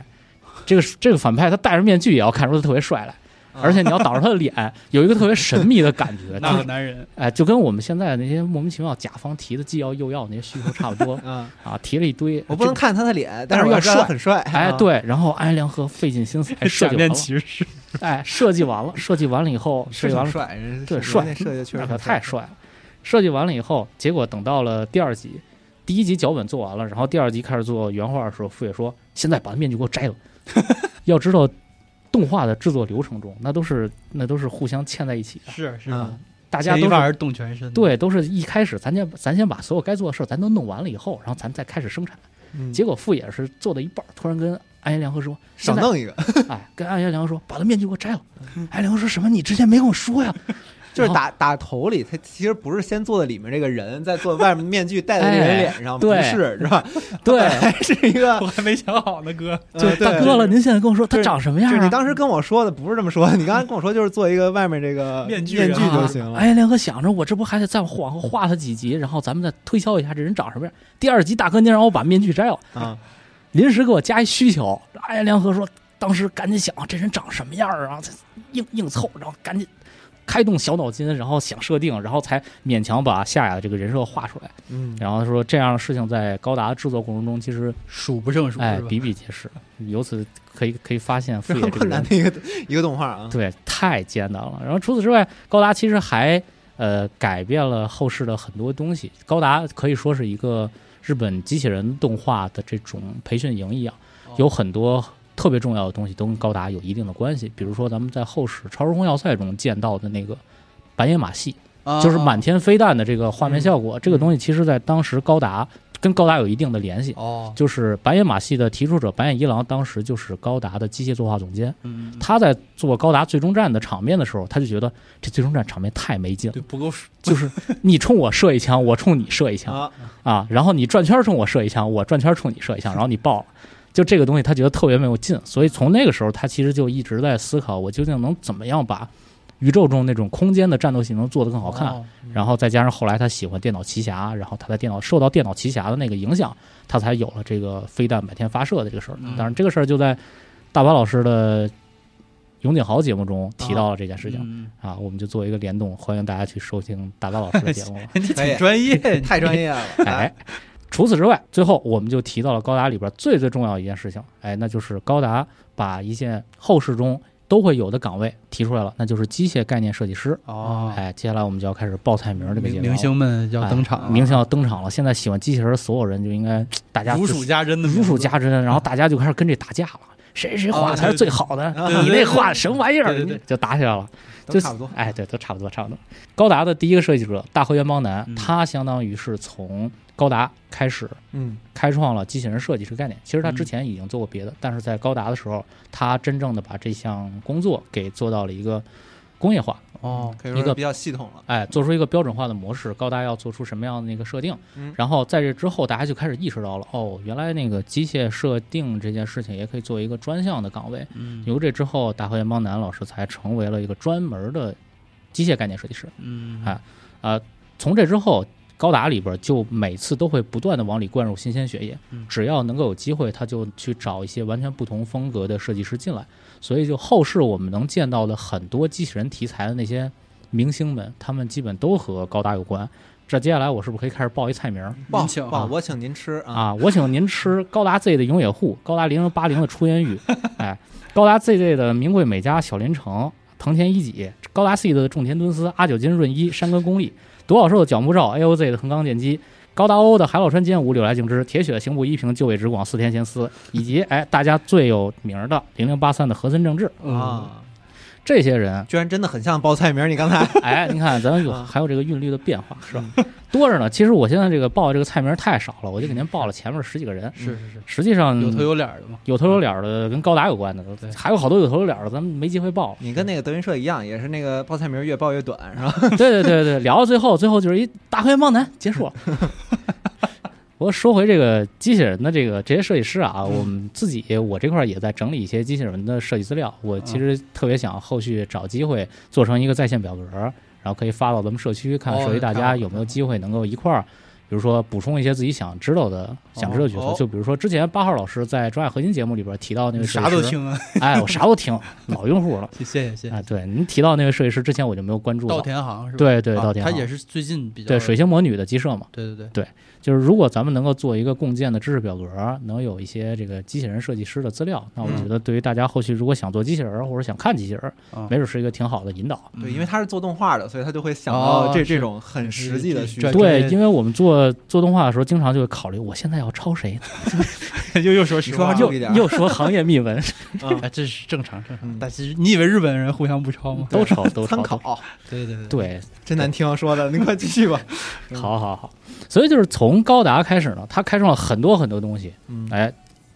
Speaker 4: 这个这个反派他戴着面具也要看出他特别帅来，而且你要挡着他的脸，有一个特别神秘的感觉，
Speaker 1: 啊 [LAUGHS] 那
Speaker 4: 就
Speaker 1: 个男人
Speaker 4: 哎，就跟我们现在那些莫名其妙甲方提的既要又要那些需求差
Speaker 1: [LAUGHS]
Speaker 4: 不多
Speaker 1: 嗯
Speaker 2: 啊，
Speaker 4: 啊，提了一堆，
Speaker 2: 我不能
Speaker 4: 这。
Speaker 2: 看他的脸，但
Speaker 4: 但是
Speaker 2: 是我
Speaker 4: 要
Speaker 2: 知道他
Speaker 4: 帅
Speaker 2: 很帅。
Speaker 4: 哎
Speaker 2: 啊，，
Speaker 4: 对，然后安良和费尽心思，哎，设
Speaker 1: 假
Speaker 4: 计完
Speaker 2: [LAUGHS]
Speaker 1: 面
Speaker 4: 了，
Speaker 1: 骑
Speaker 4: [LAUGHS]
Speaker 1: 士，
Speaker 4: 哎，设计完了，设计完了以后，设
Speaker 2: 是
Speaker 4: 计完
Speaker 2: 挺
Speaker 4: 了
Speaker 2: 帅，人
Speaker 4: 对
Speaker 2: 人
Speaker 4: 帅
Speaker 2: 那设计确
Speaker 4: 那
Speaker 2: 实
Speaker 4: 可
Speaker 2: 很
Speaker 4: 太帅了。设计完了以后，结果等到了第二集，第一集脚本做完了，然后第二集开始做原画的时候，傅野说：“现在把面具给
Speaker 2: [LAUGHS]
Speaker 4: 我摘了。”要知道，动画的制作流程中，那都是那都是互相嵌在一起的，
Speaker 1: 是是，
Speaker 2: 啊，
Speaker 4: 大家
Speaker 1: 牵一
Speaker 4: 都
Speaker 1: 发
Speaker 4: 是
Speaker 1: 而动全身，，
Speaker 4: 对，都是一开始咱先咱先把所有该做的事儿咱都弄完了以后，然后咱再开始生产。
Speaker 2: 嗯
Speaker 4: 结果傅野是做到一半儿，突然跟安彦良和说：“
Speaker 2: 少
Speaker 4: 现在
Speaker 2: 弄一个， [LAUGHS]
Speaker 4: 哎，跟安元良说把他面具给我摘了。安元良说什么？你之前没跟我说呀？
Speaker 2: 就是打打头里，他其实不是先坐在里面这个人，再坐外面面具戴在这个人脸上，
Speaker 4: 哎
Speaker 2: 不
Speaker 4: 对
Speaker 2: 是是吧？
Speaker 4: [LAUGHS] 对，
Speaker 2: [LAUGHS] 还是一个
Speaker 1: 我还没想好呢，
Speaker 4: [LAUGHS]
Speaker 1: 哥。
Speaker 4: 就
Speaker 2: 呃啊对
Speaker 4: 大哥了，您现在跟我说
Speaker 2: 就
Speaker 4: 他
Speaker 2: 是
Speaker 4: 长什么
Speaker 2: 就
Speaker 4: 样
Speaker 2: 是
Speaker 4: 啊
Speaker 2: 你？当时跟我说的不是这么说，你刚才跟我说就是做一个外面这个
Speaker 1: 面具
Speaker 2: 面具
Speaker 1: 人
Speaker 2: 就
Speaker 4: 啊
Speaker 2: 行了。
Speaker 4: 哎，亮哥想着我这不还得再往后画他几集，然后咱们再推敲一下这人长什么样。第二集大哥您让我把面具摘了，
Speaker 2: 啊，
Speaker 4: 临时给我加一需求。哎呀，亮哥说当时赶紧想这人长什么样儿啊，这硬硬凑，然后赶紧开动小脑筋，然后想设定，然后才勉强把夏亚的这个人设画出来。
Speaker 2: 嗯，
Speaker 4: 然后他说这样的事情在高达制作过程中其实
Speaker 1: 数不胜数，
Speaker 4: 哎
Speaker 1: 是吧？
Speaker 4: 比比皆是，由此可以可以发现
Speaker 2: 非
Speaker 4: 富野
Speaker 2: 常
Speaker 4: 这个
Speaker 2: 困
Speaker 4: 人
Speaker 2: 难的一个一个动画啊。
Speaker 4: 对，太艰难了。然后除此之外，高达其实还呃改变了后世的很多东西。高达可以说是一个日本机器人动画的这种培训营一样
Speaker 1: 哦，
Speaker 4: 有很多特别重要的东西都跟高达有一定的关系。比如说咱们在后世《超时空要塞》中见到的那个白野马戏，
Speaker 1: 啊
Speaker 4: 就是满天飞弹的这个画面效果，这个
Speaker 2: 哦嗯
Speaker 4: 东西其实在当时高达跟高达有一定的联系。
Speaker 1: 哦，
Speaker 4: 就是白野马戏的提出者白野一郎，当时就是高达的机械作画总监。
Speaker 1: 嗯，嗯
Speaker 4: 他在做高达最终战的场面的时候，他就觉得这最终战场面太没劲了，
Speaker 1: 对不够数，
Speaker 4: 就是你冲我射一枪，我冲你射一枪
Speaker 2: 啊，
Speaker 4: 啊，然后你转圈冲我射一枪，我转圈冲你射
Speaker 1: [LAUGHS]
Speaker 4: 一枪，然后你爆了。就这个东西，他觉得特别没有劲，所以从那个时候，他其实就一直在思考，我究竟能怎么样把宇宙中那种空间的战斗性能做得更好看。
Speaker 1: 哦
Speaker 4: 然后再加上后来他喜欢电脑奇侠，然后他在电脑受到电脑奇侠的那个影响，他才有了这个飞弹满天发射的这个事儿
Speaker 1: 嗯。
Speaker 4: 当然，这个事儿就在大巴老师的永井豪节目中提到了这件事情 [LAUGHS]
Speaker 1: 嗯。
Speaker 4: 啊，我们就做一个联动，欢迎大家去收听大巴老师的节目了
Speaker 1: [LAUGHS] 人家挺专业，
Speaker 2: 太专
Speaker 4: [LAUGHS]
Speaker 2: 业了。
Speaker 4: 哎，除此之外，最后我们就提到了高达里边最最重要的一件事情，哎，那就是高达把一件后世中都会有的岗位提出来了，那就是机械概念设计师。
Speaker 1: 哦。
Speaker 4: 哎，接下来我们就要开始报菜名儿这个
Speaker 1: 明
Speaker 4: 节目了
Speaker 1: 明。星们要登场了，啊
Speaker 4: 哎明星要登场了。现在喜欢机器人儿所有人就应该大家
Speaker 1: 如
Speaker 4: 就
Speaker 1: 数家珍的名字，
Speaker 4: 如数家珍，然后大家就开始跟这打架了。谁谁画
Speaker 1: 啊
Speaker 4: 的才是最好的？
Speaker 1: 对对
Speaker 4: 你
Speaker 1: 对
Speaker 4: 那画的什么玩意儿？
Speaker 1: 对对对
Speaker 4: 就打起来了，
Speaker 2: 都
Speaker 4: 就
Speaker 2: 差不多
Speaker 4: 哎，对，都差不多，差不多。高达的第一个设计者大和原邦男，
Speaker 1: 嗯
Speaker 4: 他相当于是从高达开始
Speaker 2: 嗯，
Speaker 4: 开创了机器人设计这个概念。其实他
Speaker 1: 嗯
Speaker 4: 之前已经做过别的，但是在高达的时候，他真正的把这项工作给做到了一个工业化。
Speaker 1: 哦，
Speaker 2: 可以说
Speaker 4: 一
Speaker 2: 是
Speaker 4: 个
Speaker 2: 比较系统了。
Speaker 4: 哎，做出一个标准化的模式，高达要做出什么样的那个设定，
Speaker 2: 嗯
Speaker 4: 然后在这之后，大家就开始意识到了，哦，原来那个机械设定这件事情也可以做一个专项的岗位。
Speaker 1: 嗯
Speaker 4: 由这之后，大和元邦男老师才成为了一个专门的机械概念设计师。
Speaker 1: 嗯
Speaker 4: 哎从这之后，高达里边就每次都会不断的往里灌入新鲜血液
Speaker 1: 嗯，
Speaker 4: 只要能够有机会，他就去找一些完全不同风格的设计师进来。所以，就后世我们能见到的很多机器人题材的那些明星们，他们基本都和高达有关。这接下来我是不是可以开始报一菜名儿
Speaker 2: 报
Speaker 1: 您请啊
Speaker 2: 报，我请您吃啊。
Speaker 4: 啊？我请您吃高达 Z 的永野户，高达零零八零的出烟
Speaker 1: [LAUGHS]
Speaker 4: 玉，哎，高达 ZZ 的名贵美嘉小林城、藤田一己，高达 C 的种田敦司、阿久津润一、山根公立，独角兽的角木照、AOZ 的横冈健机。高达 O 的海老川兼武、柳来敬之、铁血的刑部一平、就尾直广、四田贤司，以及哎大家最有名儿的零零八三的和森正治，
Speaker 1: 啊，
Speaker 2: 啊，
Speaker 4: 这些人
Speaker 2: 居然真的很像报菜名儿，你
Speaker 4: [LAUGHS]
Speaker 2: 刚才
Speaker 4: 哎，你看咱们有
Speaker 2: 啊
Speaker 4: 还有这个韵律的变化是吧？
Speaker 1: 嗯
Speaker 4: 多着呢。其实我现在这个报这个菜名儿太少了，我就给您报了前面十几个人，
Speaker 1: 是是是，
Speaker 4: 实际上
Speaker 1: 有头有脸的嘛，
Speaker 4: 有头有脸儿的跟高达有关的
Speaker 1: 对，
Speaker 4: 还有好多有头有脸儿的，咱们没机会报了。
Speaker 2: 你跟那个德云社一样，也是那个报菜名儿越报越短，是吧？
Speaker 1: [LAUGHS]
Speaker 4: 对对对对，聊到最后，最后就是一大黑帮男结束
Speaker 1: [LAUGHS]
Speaker 4: 了。不过说回这个机器人的这个职业设计师
Speaker 1: 嗯
Speaker 4: 啊，我们自己我这块儿也在整理一些机器人的设计资料。我其实特别想后续找机会做成一个在线表格，然后可以发到咱们社区，看看
Speaker 1: 哦
Speaker 4: 社区大
Speaker 1: 太好
Speaker 4: 家
Speaker 1: 了
Speaker 4: 有没有机会能够一块儿，比如说补充一些自己想知道的、想知道的角
Speaker 1: 哦
Speaker 4: 色。就比如说之前八号老师在《专业核心》节目里边提到那
Speaker 1: 你
Speaker 4: 位设计
Speaker 1: 啥都
Speaker 4: 师， [LAUGHS]
Speaker 1: 听啊， [LAUGHS]
Speaker 4: 哎，我啥都听，老用户了
Speaker 1: 谢谢谢
Speaker 4: 啊
Speaker 1: 谢。。
Speaker 4: 对您提到那位设计师之前，我就没有关注
Speaker 1: 稻
Speaker 4: 到。
Speaker 1: 田行是吧？
Speaker 4: 对对，
Speaker 1: 啊
Speaker 4: 稻田
Speaker 1: 他
Speaker 4: 浩
Speaker 1: 也是最近比较
Speaker 4: 对水星魔女的鸡舍嘛，
Speaker 1: 对对对，
Speaker 4: 就是如果咱们能够做一个共建的知识表格，能有一些这个机器人设计师的资料，那我觉得对于大家后续如果想做机器人儿或者想看机器人儿，
Speaker 1: 嗯
Speaker 4: 没准是一个挺好的引导。
Speaker 2: 对，因为他是做动画的，所以他就会想
Speaker 1: 哦
Speaker 2: 到这
Speaker 1: 是
Speaker 2: 这种很实际的需
Speaker 1: 这
Speaker 2: 求。
Speaker 4: 对，
Speaker 1: 对
Speaker 4: 因为我们做做动画的时候，经常就会考虑我现在要
Speaker 1: [LAUGHS]
Speaker 4: 抄谁呢，
Speaker 1: 又又说实
Speaker 2: 你说话
Speaker 1: 话，
Speaker 2: 注意点儿，
Speaker 4: 又说行业
Speaker 1: [LAUGHS]
Speaker 4: 秘闻，
Speaker 2: 嗯
Speaker 1: 哎，这是正常正常。
Speaker 2: 嗯
Speaker 1: 但其实你以为日本人互相不抄吗？
Speaker 4: 都抄
Speaker 1: [LAUGHS]
Speaker 4: 都抄
Speaker 2: 参
Speaker 4: 都抄。
Speaker 2: 考，
Speaker 1: 对对对，
Speaker 4: 对，
Speaker 2: 真难听说的，您快继续吧。嗯
Speaker 4: 好好好，所以就是从高达开始呢，它开创了很多很多东西。
Speaker 2: [LAUGHS] 嗯
Speaker 4: 哎，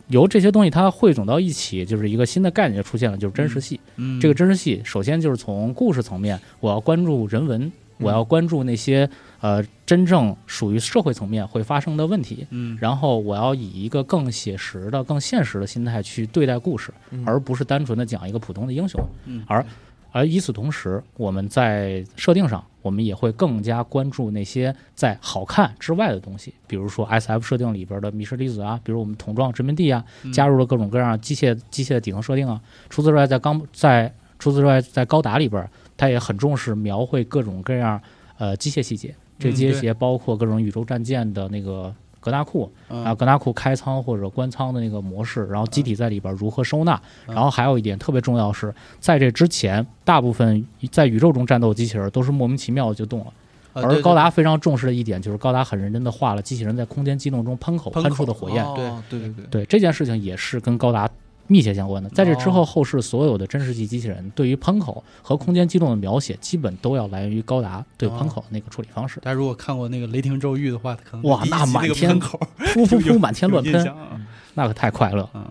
Speaker 4: 由这些东西它汇总到一起，就是一个新的概念就出现了，就是真实系。
Speaker 1: 嗯，
Speaker 4: 这个真实系，首先就是从故事层面，我要关注人文，我
Speaker 1: 嗯
Speaker 4: 要关注那些呃真正属于社会层面会发生的问题，
Speaker 1: 嗯，
Speaker 4: 然后我要以一个更写实的、更现实的心态去对待故事，
Speaker 2: 嗯
Speaker 4: 而不是单纯的讲一个普通的英雄。
Speaker 1: 嗯
Speaker 4: 而而与此同时，我们在设定上，我们也会更加关注那些在好看之外的东西，比如说 S F 设定里边的迷失粒子啊，比如我们桶状殖民地啊，
Speaker 1: 嗯
Speaker 4: 加入了各种各样的机械机械的底层设定啊。除此之外，在钢在除此之外，在高达里边，它也很重视描绘各种各样呃机械细节。这
Speaker 1: 嗯
Speaker 4: 机械
Speaker 1: 对
Speaker 4: 细节包括各种宇宙战舰的那个格纳库，
Speaker 1: 嗯
Speaker 4: 啊，格纳库开仓或者关仓的那个模式，然后机体在里边如何收纳，
Speaker 1: 嗯
Speaker 4: 然后还有一点特别重要是，在这之前，大部分在宇宙中战斗的机器人都是莫名其妙的就动了，
Speaker 1: 啊
Speaker 4: 而
Speaker 1: 对
Speaker 4: 高
Speaker 1: 对
Speaker 4: 达非常重视的一点就是高达很认真的画了机器人在空间机动中喷口
Speaker 1: 喷
Speaker 4: 喷出
Speaker 1: 口
Speaker 4: 的火焰，
Speaker 1: 哦对对对，
Speaker 4: 对这件事情也是跟高达密切相关的。在这之
Speaker 1: 哦
Speaker 4: 后，后世所有的真实系机器人对于喷口和空间机动的描写，基本都要来源于高达对
Speaker 1: 哦
Speaker 4: 喷口那个处理
Speaker 1: [LAUGHS]
Speaker 4: 方式，
Speaker 1: 大家如果看过那个《雷霆咒语》的话，可能
Speaker 4: 哇
Speaker 1: 第一
Speaker 4: 那
Speaker 1: 集
Speaker 4: 满
Speaker 1: 个
Speaker 4: 天
Speaker 1: 门口
Speaker 4: 噗噗噗，满天乱
Speaker 1: 有印
Speaker 4: 喷
Speaker 1: 象，啊
Speaker 4: 那可太快乐了。
Speaker 1: 嗯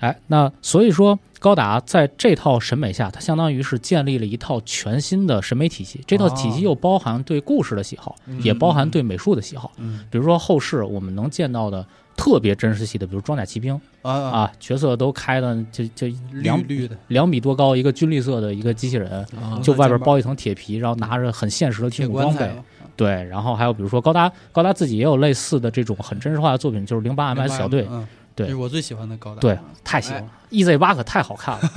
Speaker 4: 哎，那所以说高达在这套审美下，它相当于是建立了一套全新的审美体系。这套
Speaker 1: 哦
Speaker 4: 体系又包含对故事的喜好，也包含对美术的喜好。
Speaker 1: 嗯
Speaker 4: 比如说后世我们能见到的特别真实系的，比如装甲骑兵
Speaker 1: 啊啊，
Speaker 4: 啊，角色都开的就就
Speaker 1: 绿
Speaker 4: 两
Speaker 1: 绿的，
Speaker 4: 两米多高一个军绿色的一个机器人，
Speaker 1: 啊
Speaker 4: 就外边包一层铁皮，然后拿着很现实的
Speaker 1: 铁
Speaker 4: 军武
Speaker 1: 棺
Speaker 4: 装
Speaker 1: 材
Speaker 4: 备。
Speaker 1: 嘛，
Speaker 4: 对，然后还有比如说高达，高达自己也有类似的这种很真实化的作品，就是零八 MS 小队，
Speaker 1: 嗯，
Speaker 4: 对
Speaker 1: 这是我最喜欢的高达，
Speaker 4: 对，太
Speaker 1: 哎
Speaker 4: 喜欢了，EZ 八可太好看了。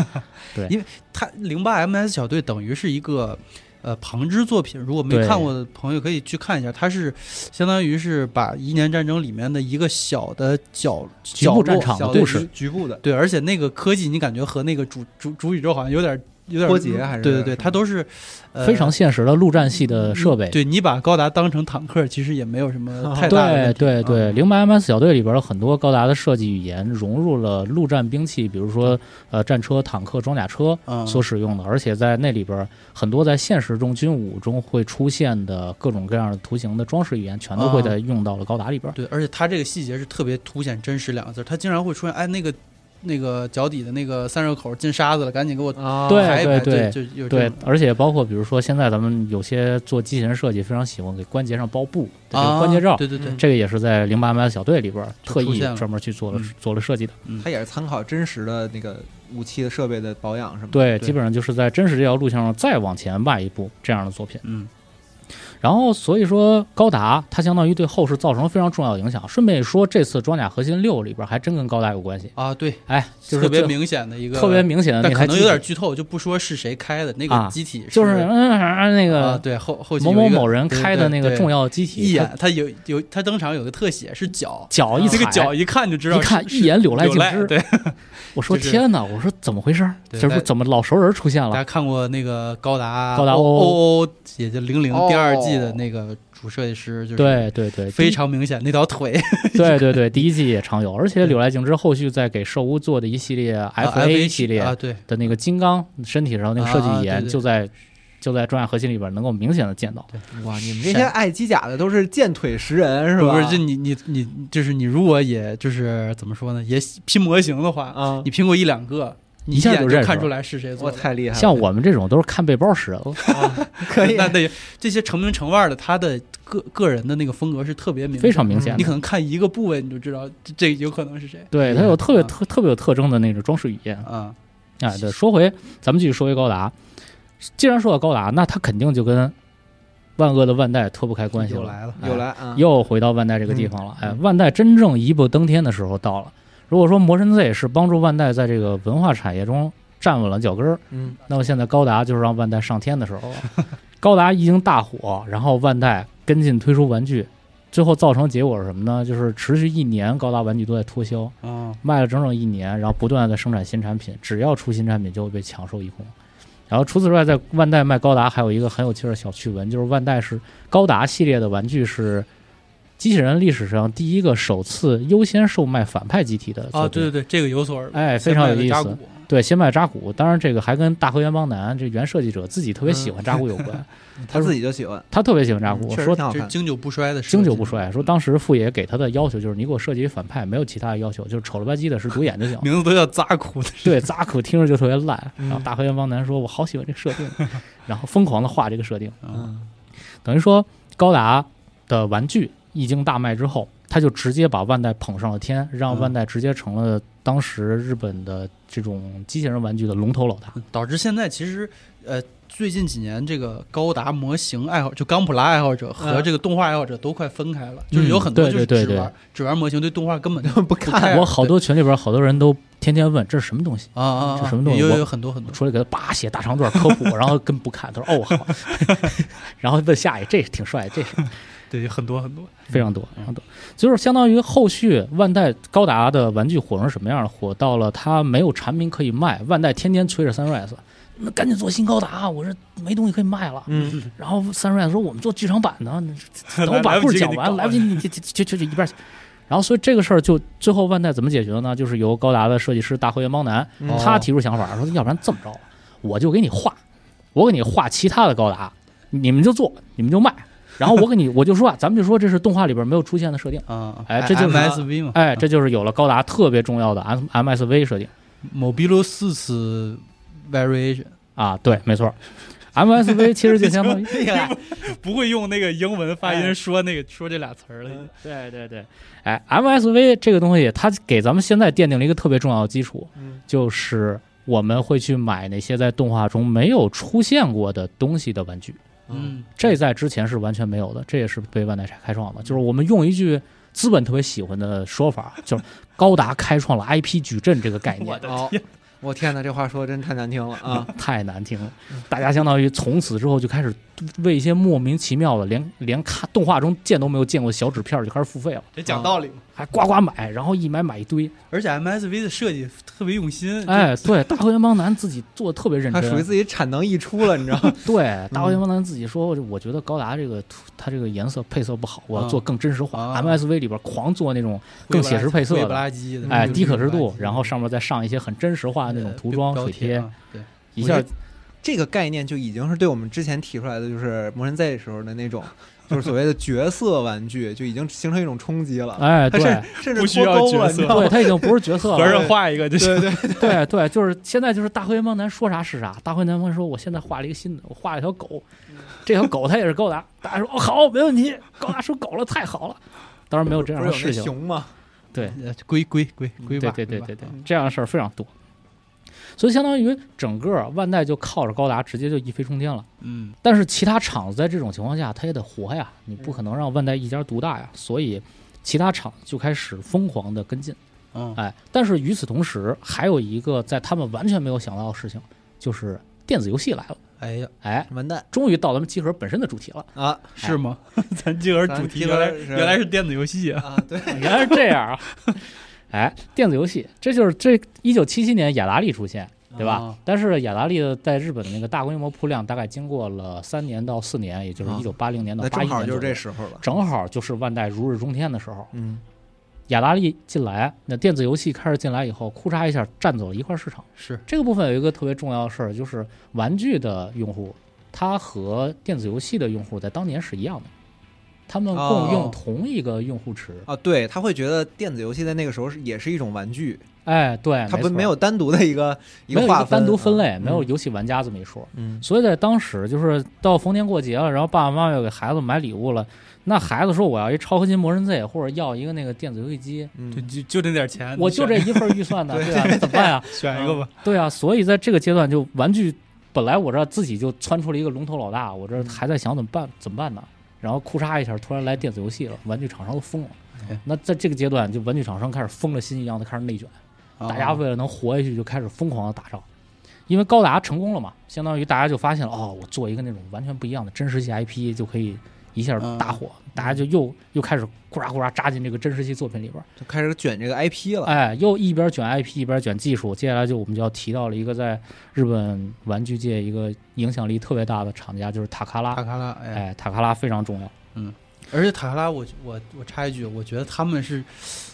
Speaker 1: 它零八 MS 小队等于是一个呃旁支作品，如果没
Speaker 4: 对
Speaker 1: 看过的朋友可以去看一下。它是相当于是把一年战争里面的一个小的角
Speaker 4: 局
Speaker 1: 角
Speaker 4: 部
Speaker 1: 落
Speaker 4: 战场的
Speaker 1: 小
Speaker 4: 故
Speaker 1: 局
Speaker 4: 事，
Speaker 2: 局部的，
Speaker 1: 对，而且那个科技你感觉和那个主主主宇宙好像有点有点嗯
Speaker 2: 脱节还是
Speaker 1: 对对
Speaker 2: 什
Speaker 1: 对，
Speaker 2: 么
Speaker 1: 它都是、呃、嗯
Speaker 4: 非常现实的陆战系的设备。
Speaker 1: 对你把高达当成坦克，其实也没有什
Speaker 4: 啊
Speaker 1: 么太大的问
Speaker 4: 对
Speaker 1: 题嗯
Speaker 4: 对对，零八 MS 小队里边的很多高达的设计语言融入了陆战兵器，比如说呃战车、坦克、装甲车
Speaker 1: 嗯
Speaker 4: 所使用的，而且在那里边很多在现实中军武中会出现的各种各样的图形的装饰语言，全都
Speaker 1: 嗯
Speaker 4: 会在用到了高达里边。
Speaker 1: 对，而且它这个细节是特别凸显“真实”两个字儿，它经常会出现哎那个那个脚底的那个散热口进沙子了，赶紧给我
Speaker 2: 啊
Speaker 4: 对
Speaker 1: 排一排，对，
Speaker 4: 对
Speaker 1: 就有这
Speaker 4: 对
Speaker 1: 种，
Speaker 4: 而且包括比如说现在咱们有些做机器人设计非常喜欢给关节上包布，这个关节
Speaker 1: 啊
Speaker 4: 罩，嗯
Speaker 1: 对对对，
Speaker 4: 这个也是在零八 MS 小队里边
Speaker 1: 就
Speaker 4: 特
Speaker 1: 出
Speaker 4: 意
Speaker 1: 现了
Speaker 4: 专门去做了
Speaker 1: 嗯
Speaker 4: 做了设计的。
Speaker 2: 它也是参考真实的那个武器的设备的保养，是吗？，
Speaker 4: 对，
Speaker 1: 对
Speaker 4: 基本上就是在真实这条路线上再往前迈一步这样的作品。
Speaker 1: 嗯
Speaker 4: 然后，所以说高达它相当于对后世造成了非常重要的影响。顺便说，这次装甲核心六里边还真跟高达有关系。
Speaker 1: 啊，对，
Speaker 4: 哎，就是
Speaker 1: 特别
Speaker 4: 最
Speaker 1: 明显的一个，
Speaker 4: 特别，明显的
Speaker 1: 但
Speaker 4: 那
Speaker 1: 可
Speaker 4: 台
Speaker 1: 能
Speaker 4: 机
Speaker 1: 有点
Speaker 4: 体，
Speaker 1: 剧透，就不说是谁开的那个
Speaker 4: 啊
Speaker 1: 机体，
Speaker 4: 就是嗯嗯那
Speaker 1: 啊，
Speaker 4: 个
Speaker 1: 对后后期
Speaker 4: 某
Speaker 1: 有
Speaker 4: 某
Speaker 1: 一个
Speaker 4: 某人开的那个
Speaker 1: 对对
Speaker 4: 重。
Speaker 1: 对
Speaker 4: 要机体，
Speaker 1: 一
Speaker 4: 它
Speaker 1: 眼，他有有他登场有个特写是脚，
Speaker 4: 脚一
Speaker 1: 这个
Speaker 4: 踩
Speaker 1: 脚一看就知道
Speaker 4: 一
Speaker 1: 是，
Speaker 4: 看
Speaker 1: 是
Speaker 4: 一眼柳赖
Speaker 1: 柳
Speaker 4: 尽
Speaker 1: 赖。
Speaker 4: 之。
Speaker 1: 对，
Speaker 4: 我说
Speaker 1: 就是
Speaker 4: 天哪，我说怎么回事儿？
Speaker 1: 对
Speaker 4: 就是
Speaker 1: 但
Speaker 4: 怎么老熟人出现
Speaker 1: 大家
Speaker 4: 了？
Speaker 1: 看过那个高达
Speaker 4: 啊高达哦
Speaker 1: O
Speaker 4: 欧
Speaker 1: O，也就零零
Speaker 2: 哦
Speaker 1: 第二季的那个主设计师，就是
Speaker 4: 对对对，
Speaker 1: 非常明显那条腿
Speaker 4: 对对对，第一季也常有，而且柳来景之后续在给兽屋做的一系列
Speaker 1: 啊 FA
Speaker 4: FA 系列
Speaker 1: 啊，对，
Speaker 4: 的那个金刚身体上那个设计
Speaker 1: 啊
Speaker 4: 语
Speaker 1: 对
Speaker 4: 言，
Speaker 1: 对
Speaker 4: 就在就在专业核心里边能够明显的见到。
Speaker 2: 哇，你们这些爱机甲的都是见腿识人，是
Speaker 1: 不
Speaker 2: 吧？
Speaker 1: 是就你你你就是你如果也就是怎么说呢，也拼模型的话，
Speaker 2: 啊
Speaker 1: 你，拼过一两个，你
Speaker 4: 一下
Speaker 1: 眼
Speaker 4: 就
Speaker 1: 就
Speaker 4: 认识
Speaker 1: 看
Speaker 4: 了
Speaker 1: 出来是谁做
Speaker 2: 我
Speaker 1: 的。
Speaker 2: 太厉害了！
Speaker 4: 像我们这种都是看背包识人
Speaker 1: [LAUGHS]
Speaker 4: 了，
Speaker 2: 可以 [LAUGHS]
Speaker 1: 那那这些成名成腕的，他的个个人的那个风格是特别明显的，
Speaker 4: 非常明显
Speaker 1: 你
Speaker 4: 的。
Speaker 1: 可能看一个部位你就知道这这有可能是谁。
Speaker 4: 对，它有特别
Speaker 1: 啊
Speaker 4: 特特别有特征的那种装饰语言
Speaker 1: 啊，
Speaker 4: 啊。对，说回咱们继续说回高达，既然说到高达，那它肯定就跟万恶的万代脱不开关系
Speaker 1: 又
Speaker 4: 了。哎
Speaker 1: 来了，
Speaker 2: 有来啊，
Speaker 4: 又回到万代这个地方了。哎，万代真正一步登天的时候到了。如果说魔神 Z 是帮助万代在这个文化产业中站稳了脚跟儿，
Speaker 2: 嗯，
Speaker 4: 那么现在高达就是让万代上天的时候了。高达一经大火，然后万代跟进推出玩具，最后造成结果是什么呢？就是持续一年高达玩具都在脱销，
Speaker 1: 嗯，
Speaker 4: 卖了整整一年，然后不断的生产新产品，只要出新产品就会被抢售一空。然后除此之外，在万代卖高达还有一个很有趣儿的小趣闻，就是万代是高达系列的玩具是机器人历史上第一个首次优先售卖反派机体的作
Speaker 1: 啊，
Speaker 4: 品
Speaker 1: 对对对，这个有所耳闻，
Speaker 4: 哎，非常有意
Speaker 1: 加
Speaker 4: 思。
Speaker 1: 古
Speaker 4: 对，先卖扎古，当然这个还跟大河原邦男这原设计者自己特别喜
Speaker 1: 嗯
Speaker 4: 欢扎古有关，
Speaker 1: [LAUGHS]
Speaker 2: 他自己就喜欢，
Speaker 4: 他特别喜欢扎古，
Speaker 2: 嗯确实
Speaker 4: 啊说
Speaker 2: 挺好
Speaker 1: 这是
Speaker 2: 看。
Speaker 1: 经久不衰的设计，。
Speaker 4: 经久不衰，说当时傅爷给他的要求就是你给我设计一反派，没有其他的要求，就是丑了吧唧的是独眼就行
Speaker 1: 名字都叫扎古的，
Speaker 2: [LAUGHS]
Speaker 4: 对，扎古听着就特别烂。
Speaker 2: 嗯
Speaker 4: 然后大河原邦男说：“我好喜欢这个设定。”然后疯狂的画这个设定，
Speaker 1: 啊
Speaker 2: 嗯，
Speaker 4: 等于说高达的玩具一经大卖之后，他就直接把万代捧上了天，让
Speaker 2: 嗯
Speaker 4: 万代直接成了当时日本的这种机器人玩具的龙头老大。
Speaker 1: 导致现在其实呃。最近几年，这个高达模型爱好，就钢普拉爱好者和
Speaker 2: 嗯
Speaker 1: 这个动画爱好者都快分开了，就是有很多
Speaker 4: 嗯对
Speaker 1: 就是
Speaker 4: 对
Speaker 1: 只
Speaker 4: 对
Speaker 1: 玩只玩模型，对动画根本就 [LAUGHS]
Speaker 2: 不看
Speaker 1: 哎
Speaker 4: 我好多群里边好多人都天天问这是什么东西，
Speaker 1: 啊啊
Speaker 4: 这
Speaker 1: 啊，
Speaker 4: 什么东西
Speaker 1: 有
Speaker 4: 我
Speaker 1: 有有很多很多
Speaker 4: 我，出来给他叭写大长段科普，然后跟不看，他说哦好， [LAUGHS] 然后问下一个这挺帅，这是
Speaker 1: [LAUGHS] 对，有很多很多。
Speaker 4: 非常多，非常多，就是相当于后续万代高达的玩具火成什么样了？火到了它没有产品可以卖，万代天天催着 Sunrise，那赶紧做新高达，我这没东西可以卖了。
Speaker 2: 嗯，
Speaker 4: 然后 Sunrise 说我们做剧场版 [LAUGHS] 呢，等我
Speaker 1: 来
Speaker 4: 把
Speaker 1: 不
Speaker 4: 故
Speaker 1: 及
Speaker 4: 事
Speaker 1: 给
Speaker 4: 讲
Speaker 1: 你
Speaker 4: 完，
Speaker 1: 搞
Speaker 4: 来不及你就就就就一边去。然后所以这个事儿就最后万代怎么解决的呢？就是由高达的设计师大河原邦男
Speaker 2: 嗯
Speaker 4: 他提出想法，说要不然这么着吧，我就给你画，我给你画其他的高达，你们就做，你们就卖。然后我给你，我就说啊，咱们就说这是动画里边没有出现的设定，
Speaker 1: 啊，
Speaker 4: 哎这就是
Speaker 1: MSV 嘛，
Speaker 4: 哎，这就是有了高达特别重要的 M MSV 设定
Speaker 1: Mobilo 四次 variation，
Speaker 4: 啊，对，没错，MSV 其实就相当于
Speaker 1: 不会用那个英文
Speaker 4: 发音
Speaker 1: 说那个说这俩词儿了。
Speaker 4: 对对对，哎，MSV 这个东西，它给咱们现在奠定了一个特别重要的基础，
Speaker 2: 嗯
Speaker 4: 就是我们会去买那些在动画中没有出现过的东西的玩具，
Speaker 1: 嗯，
Speaker 4: 这在之前是完全没有的，这也是被万代开创的。就是我们用一句资本特别喜欢的说法，就是高达开创了 IP 矩阵这个概
Speaker 1: 嗯
Speaker 4: 念，
Speaker 2: 哦，我天哪，这话说得真太难听了啊！
Speaker 4: 太难听了。大家相当于从此之后就开始为一些莫名其妙的连连看动画中见都没有见过的小纸片儿就开始付费了，
Speaker 1: 这
Speaker 2: 讲
Speaker 1: 道理嘛。
Speaker 4: 还呱呱买，然后一买买一堆。
Speaker 1: 而且 MSV 的设计特别用心，
Speaker 4: [LAUGHS]
Speaker 2: [LAUGHS]
Speaker 4: 哎，对，大河原邦男自己做的特别 [LAUGHS] 认
Speaker 2: 他属于嗯
Speaker 4: 真。
Speaker 2: 自己产能溢出了，你知道吗？
Speaker 4: 对，大河原邦男自己说，我觉得高达这个图，它这个颜色配色不好，我要做更真实化。
Speaker 1: 啊
Speaker 4: MSV 里边狂做那种
Speaker 1: 就
Speaker 4: 更写实配色
Speaker 1: 灰不
Speaker 4: 的，
Speaker 1: 拉几的，
Speaker 4: 哎，
Speaker 2: 嗯
Speaker 1: 就是
Speaker 4: 低可视
Speaker 1: 灰
Speaker 4: 度
Speaker 1: 不拉，几
Speaker 4: 然后上面再上一些很真实化的那种涂装
Speaker 1: 标
Speaker 4: 水
Speaker 1: 贴
Speaker 4: 贴，
Speaker 1: 啊，对，
Speaker 4: 一下
Speaker 2: 我觉得这个概念就已经是对我们之前提出来的，就是《魔神 Z》时候的那
Speaker 4: [LAUGHS]
Speaker 2: 种，就是所谓的角色玩具，就已经形成一种冲击了。 [LAUGHS]
Speaker 4: 哎，
Speaker 2: 它
Speaker 4: 对，
Speaker 2: 甚甚至
Speaker 1: 不需
Speaker 2: 脱
Speaker 1: 要
Speaker 2: 钩了
Speaker 1: 角色
Speaker 2: 你知道
Speaker 4: 对，
Speaker 2: 吗？
Speaker 4: 它已经不是
Speaker 2: [LAUGHS]
Speaker 4: 角色
Speaker 1: 合
Speaker 4: 了。
Speaker 1: 上画一个就行。
Speaker 2: 对对，
Speaker 4: 对对，就是现在就是大灰原邦男说啥是啥。大灰原邦男说我现在画了一个新的，我画了一条狗，
Speaker 2: 嗯
Speaker 4: 这条狗它也是高达。大家说哦好，没问题，高达出狗了，太好了。当然没有这样
Speaker 2: 不
Speaker 4: 的
Speaker 2: 是有
Speaker 4: 事
Speaker 2: 那
Speaker 4: 情，
Speaker 2: 熊吗？
Speaker 4: 对
Speaker 1: 呃龟龟龟龟吧，
Speaker 4: 对对
Speaker 1: 龟
Speaker 4: 对
Speaker 1: 吧
Speaker 4: 对对
Speaker 2: 嗯，
Speaker 4: 这样的事儿非常多。所以相当于整个万代就靠着高达直接就一飞冲天了。
Speaker 1: 嗯，
Speaker 4: 但是其他厂子在这种情况下，它也得活呀，你不可能让万代一家独大呀，所以其他厂就开始疯狂的跟进。
Speaker 1: 嗯
Speaker 4: 哎，但是与此同时，还有一个在他们完全没有想到的事情，就是电子游戏来了。
Speaker 1: 哎呀，
Speaker 4: 哎，
Speaker 2: 完蛋
Speaker 4: 终于到咱们集合本身的主题了，
Speaker 2: 啊
Speaker 1: 是吗？ [LAUGHS] 咱今儿主题原来
Speaker 2: 咱今儿是
Speaker 1: 原来是电子游戏啊，
Speaker 4: [LAUGHS]
Speaker 2: 啊！对，
Speaker 4: 原来是这样啊！哎，电子游戏，这就是这一九七七年雅达利出现，对吧？
Speaker 2: 哦
Speaker 1: 啊
Speaker 4: 但是雅达利的在日本的那个大规模铺量，大概经过了三年到四年，也就是
Speaker 2: 啊
Speaker 4: 一九八零年到
Speaker 2: 那
Speaker 4: 八
Speaker 2: 正
Speaker 4: 一年，
Speaker 2: 好就是这，时候了。
Speaker 4: 正好就是万代如日中天的时候。
Speaker 2: 嗯，
Speaker 4: 雅达利进来，那电子游戏开始进来以后，库嚓一下占走了一块市场。
Speaker 1: 是
Speaker 4: 这个部分有一个特别重要的事儿，就是玩具的用户，它和电子游戏的用户在当年是一样的，他们共
Speaker 2: 哦
Speaker 4: 用同一个用户池。
Speaker 2: 啊，对，他会觉得电子游戏在那个时候是也是一种玩具，
Speaker 4: 哎，对，
Speaker 2: 它不
Speaker 4: 错
Speaker 2: 没有单独的一个一
Speaker 4: 没
Speaker 2: 个
Speaker 4: 有一
Speaker 2: 划
Speaker 4: 个
Speaker 2: 分，
Speaker 4: 单独分类，
Speaker 2: 啊
Speaker 4: 没有游戏玩家这么一说。
Speaker 2: 嗯
Speaker 4: 所以在当时，就是到逢年过节了，然后爸爸妈妈要给孩子买礼物了，那孩子说我要一超合金魔神 Z，或者要一个那个电子游戏机，
Speaker 2: 嗯
Speaker 1: 就就就那点钱，
Speaker 4: 我就这一份预算呢，对吧？怎么办呀？
Speaker 1: 选一个吧。
Speaker 4: 对啊，所以在这个阶段，就玩具本来我这自己就窜出了一个龙头老大，我这还在想怎么办怎么办呢？然后库嚓一下，突然来电子游戏了，玩具厂商都疯了
Speaker 1: 对。
Speaker 4: 那在这个阶段，就玩具厂商开始疯了心一样的开始内卷，大
Speaker 1: 哦嗯
Speaker 4: 家为了能活下去，就开始疯狂的打仗。因为高达成功了嘛，相当于大家就发现了，哦，我做一个那种完全不一样的真实系 IP 就可以一下
Speaker 1: 嗯
Speaker 4: 大火，大家就又又开始库嚓库嚓扎进这个真实系作品里边儿。
Speaker 2: 就开始卷这个 IP 了。
Speaker 4: 哎，又一边卷 IP 一边卷技术，接下来就我们就要提到了一个在日本玩具界一个影响力特别大的厂家，就是塔卡拉
Speaker 1: 卡。卡拉，哎，
Speaker 4: 哎，塔卡拉非常重要。
Speaker 1: 嗯，而且塔克拉我，我我插一句，我觉得他们是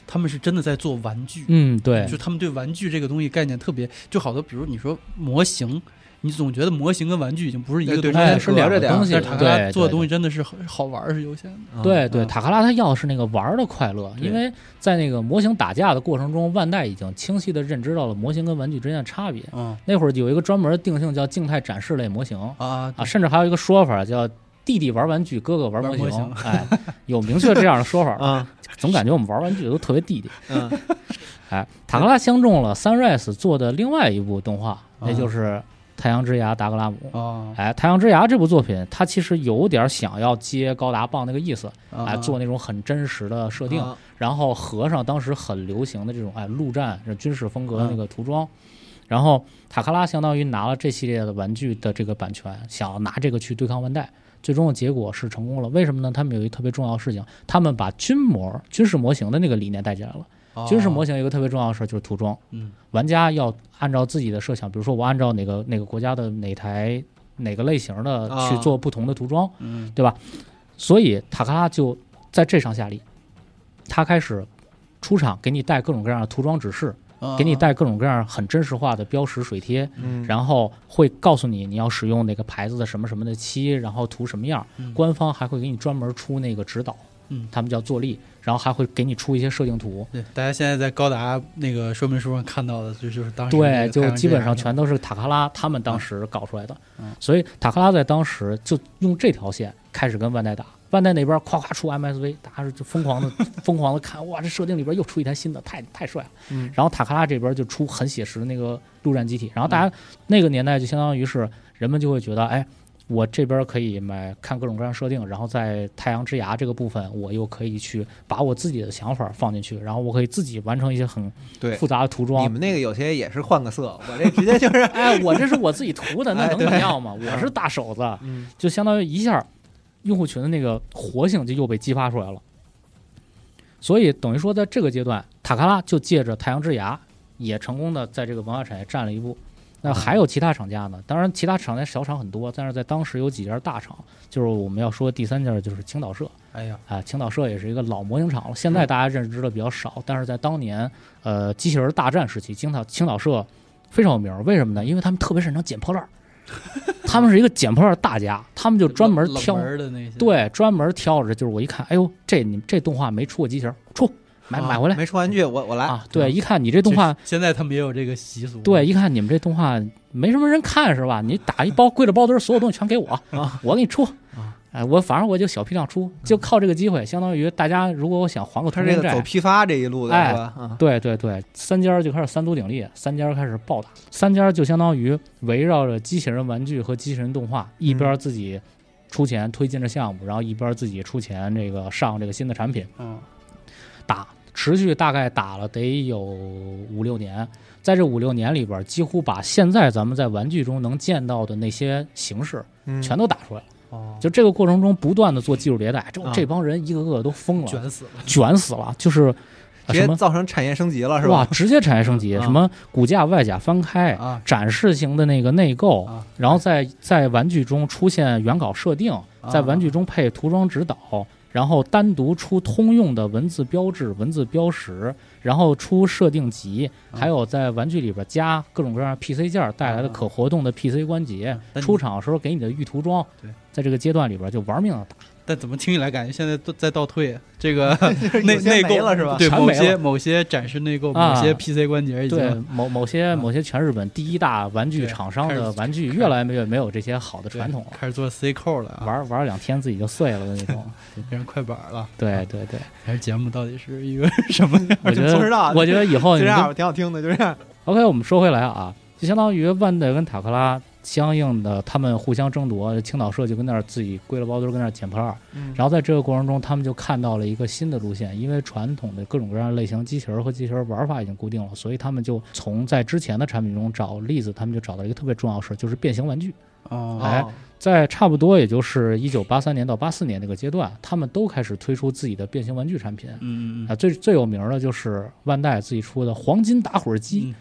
Speaker 1: 他们是真的在做玩具，
Speaker 4: 嗯，对
Speaker 1: 就，他们对玩具这个东西概念特别，就好多，比如你说模型，你总觉得模型跟玩具已经不是一个
Speaker 2: 对
Speaker 1: 东
Speaker 2: 对
Speaker 1: 西
Speaker 2: 哎
Speaker 1: 了，
Speaker 2: 是聊着点儿
Speaker 4: 东
Speaker 1: 但
Speaker 4: 西，
Speaker 1: 啊是塔克拉
Speaker 4: 对
Speaker 1: 做的
Speaker 4: 对
Speaker 1: 东西真的是好好玩儿是优先的。
Speaker 4: 对对，
Speaker 2: 嗯
Speaker 4: 塔克拉他要的是那个玩儿的快乐，因为在那个模型打架的过程中，万代已经清晰的认知到了模型跟玩具之间的差别。
Speaker 1: 嗯
Speaker 4: 那会儿有一个专门的定性叫静态展示类模型
Speaker 1: 啊
Speaker 4: 啊，甚至还有一个说法叫弟弟玩玩具，哥哥玩模型。
Speaker 1: 玩模
Speaker 4: 哎，有明确这样的说法，
Speaker 2: 啊，
Speaker 4: 总感觉我们玩玩具都特别弟弟。
Speaker 2: 嗯，
Speaker 4: 哎，塔克拉相中了 Sunrise 做的另外一部动画，那就是《太阳之牙》达格拉姆。
Speaker 1: 啊
Speaker 4: 哎，《太阳之牙》这部作品，它其实有点想要接高达棒那个意思，
Speaker 1: 啊
Speaker 4: 哎，做那种很真实的设定，
Speaker 2: 啊
Speaker 4: 然后合上当时很流行的这种哎陆战这军事风格的那个涂装，然后塔克拉相当于拿了这系列的玩具的这个版权，想要拿这个去对抗万代，最终的结果是成功了。为什么呢？他们有一个特别重要的事情，他们把军模军事模型的那个理念带进来了。
Speaker 1: 啊
Speaker 4: 军事模型有一个特别重要的事儿就是涂装，
Speaker 1: 哦嗯，
Speaker 4: 玩家要按照自己的设想，比如说我按照哪个哪个国家的哪台哪个类型的
Speaker 2: 啊
Speaker 4: 去做不同的涂装，
Speaker 1: 嗯
Speaker 4: 对吧？所以塔克拉就在这上下力，他开始出场给你带各种各样的涂装指示，
Speaker 1: 啊
Speaker 4: 给你带各种各样很真实化的标识水贴，
Speaker 2: 嗯，
Speaker 4: 然后会告诉你你要使用哪个牌子的什么什么的漆，然后涂什么样儿。
Speaker 1: 嗯
Speaker 4: 官方还会给你专门出那个指导，
Speaker 1: 嗯
Speaker 4: 他们叫坐力，然后还会给你出一些设定图。
Speaker 1: 对，大家现在在高达那个说明书上看到的，就就是当时那
Speaker 4: 对，
Speaker 1: 个太阳
Speaker 4: 就
Speaker 1: 之
Speaker 4: 基本
Speaker 1: 牙
Speaker 4: 上
Speaker 1: 的
Speaker 4: 全都是塔克拉他们当时搞出来的
Speaker 1: 嗯，
Speaker 4: 所以塔克拉在当时就用这条线开始跟万代打。万代那边夸夸出 MSV，大家是就疯狂的疯狂的看，哇，这设定里边又出一台新的，太太帅了。
Speaker 2: 嗯
Speaker 4: 然后塔克拉这边就出很写实的那个陆战机体，然后大家那个年代就相当于是人们就会觉得，哎，我这边可以买看各种各样设定，然后在太阳之牙这个部分，我又可以去把我自己的想法放进去，然后我可以自己完成一些很
Speaker 2: 对
Speaker 4: [LAUGHS] 复。杂的涂装。
Speaker 2: 你们那个有些也是换个色，我这直接
Speaker 4: [LAUGHS]
Speaker 2: 就是，
Speaker 4: 哎，我这是我自己
Speaker 2: [LAUGHS]
Speaker 4: 涂的，那
Speaker 2: 哎
Speaker 4: 能
Speaker 2: 对
Speaker 4: 怎么样嘛？我是大手子，
Speaker 2: 嗯
Speaker 4: 就相当于一下，用户群的那个活性就又被激发出来了。所以等于说，在这个阶段，塔卡拉就借着太阳之牙，也成功的在这个文化产业占了一步。那还有其他厂家呢？当然，其他厂家小厂很多，但是在当时有几家大厂，就是我们要说第三家就是青岛社，
Speaker 1: 哎呀，
Speaker 4: 啊，青岛社也是一个老模型厂了，现在大家认知的比较少，但是在当年，呃，机器人大战时期，青岛青岛社非常有名儿。为什么呢？因为他们特别擅长捡破烂儿，他们是一个捡破烂儿大家，他们就专门
Speaker 1: 冷
Speaker 4: 挑，
Speaker 1: 冷门儿的那些，
Speaker 4: 对，专门挑着，就是我一看，哎呦，这你这动画没出过机器人，出买买回来
Speaker 2: 啊没出玩具，我我来
Speaker 4: 啊，对，一看你这动画，
Speaker 1: 其实现在他们也有这个习俗，
Speaker 4: 对，一看你们这动画没什么人看是吧？你打一包归了包堆儿，所有东西全给我，我给你出
Speaker 2: 啊。
Speaker 4: 哎，我反正我就小批量出，就靠这个机会，相当于大家如果我想还个
Speaker 2: 他
Speaker 4: 童
Speaker 2: 这
Speaker 4: 年
Speaker 2: 个走
Speaker 4: 债，
Speaker 2: 批发这一路的
Speaker 4: 哎
Speaker 2: 是吧？啊，
Speaker 4: 对对对，三家就开始三足鼎立，三家开始暴打，三家就相当于围绕着机器人玩具和机器人动画，一
Speaker 2: 嗯
Speaker 4: 边自己出钱推进着项目，然后一边自己出钱这个上这个新的产品，
Speaker 1: 嗯，
Speaker 4: 打，持续大概打了得有五六年。在这五六年里边，几乎把现在咱们在玩具中能见到的那些形式
Speaker 2: 嗯
Speaker 4: 全都打出来了。
Speaker 1: 哦，
Speaker 4: 就这个过程中，不断的做技术迭代，这
Speaker 2: 啊
Speaker 4: 这帮人一个个都疯了，
Speaker 1: 卷死了，
Speaker 4: 卷死了，就是
Speaker 2: 直
Speaker 4: 呃什
Speaker 2: 接
Speaker 4: 么
Speaker 2: 造成产业升级了是
Speaker 4: 哇，
Speaker 2: [LAUGHS] 吧？
Speaker 4: 直接产业升级，
Speaker 2: 啊
Speaker 4: 什么骨架、外甲翻开，
Speaker 1: 啊
Speaker 4: 展示型的那个内购，
Speaker 1: 啊
Speaker 4: 然后在在玩具中出现原稿设定，
Speaker 1: 啊
Speaker 4: 在玩具中配涂装指导，然后单独出通用的文字标志、文字标识，然后出设定集，
Speaker 1: 啊
Speaker 4: 还有在玩具里边加各种各样的 PC 件儿带来的
Speaker 1: 啊
Speaker 4: 可活动的 PC 关节
Speaker 1: 啊，但你
Speaker 4: 出场的时候给你的预涂装
Speaker 1: 对，
Speaker 4: 在这个阶段里边就玩命的打。
Speaker 1: 但怎么听起来感觉现在都在倒退？啊这个
Speaker 2: 就是
Speaker 1: 内
Speaker 2: [LAUGHS] 有些
Speaker 1: 内
Speaker 2: 没
Speaker 1: 购
Speaker 2: 了是吧？
Speaker 1: 对，
Speaker 4: 全
Speaker 1: 某
Speaker 4: 没
Speaker 1: 些
Speaker 4: 了
Speaker 1: 某些展示内购，
Speaker 4: 啊
Speaker 1: 某些 PC 关节已
Speaker 4: 对
Speaker 1: 经
Speaker 4: 某某些某些全日本第一大玩
Speaker 1: 啊
Speaker 4: 具
Speaker 1: 对
Speaker 4: 厂商
Speaker 1: 开始
Speaker 4: 的玩具，
Speaker 1: 开
Speaker 4: 越来越没有这些好的
Speaker 1: 对
Speaker 4: 传统了。
Speaker 1: 开始做 C 扣了啊，
Speaker 4: 玩玩两天自己就碎了的那种。
Speaker 1: 变成快板了。
Speaker 4: 对对
Speaker 2: [LAUGHS]
Speaker 4: 对，
Speaker 1: 还是节目到底是一个 [LAUGHS] 什么样？
Speaker 4: 我觉
Speaker 2: 啊不知道
Speaker 4: 得我觉得以后
Speaker 2: 就
Speaker 4: 你
Speaker 2: 这
Speaker 4: 们
Speaker 2: 样
Speaker 4: 跟
Speaker 2: 挺好听的，就这样。
Speaker 4: OK，我们说回来啊，就相当于万代跟塔克拉相应的，他们互相争夺，青岛社就跟那儿自己归了包堆儿跟那儿捡破烂儿。
Speaker 2: 嗯
Speaker 4: 然后在这个过程中，他们就看到了一个新的路线，因为传统的各种各样的类型机器人和机器人玩法已经固定了，所以他们就从在之前的产品中找例子，他们就找到一个特别重要的事，就是变形玩具。
Speaker 1: 哦，
Speaker 4: 哎
Speaker 2: 哦
Speaker 4: 在差不多也就是一九八三年到八四年这个阶段，他们都开始推出自己的变形玩具产品。
Speaker 1: 嗯嗯
Speaker 4: 啊，最最有名儿的就是万代自己出的黄金打火机，
Speaker 1: 嗯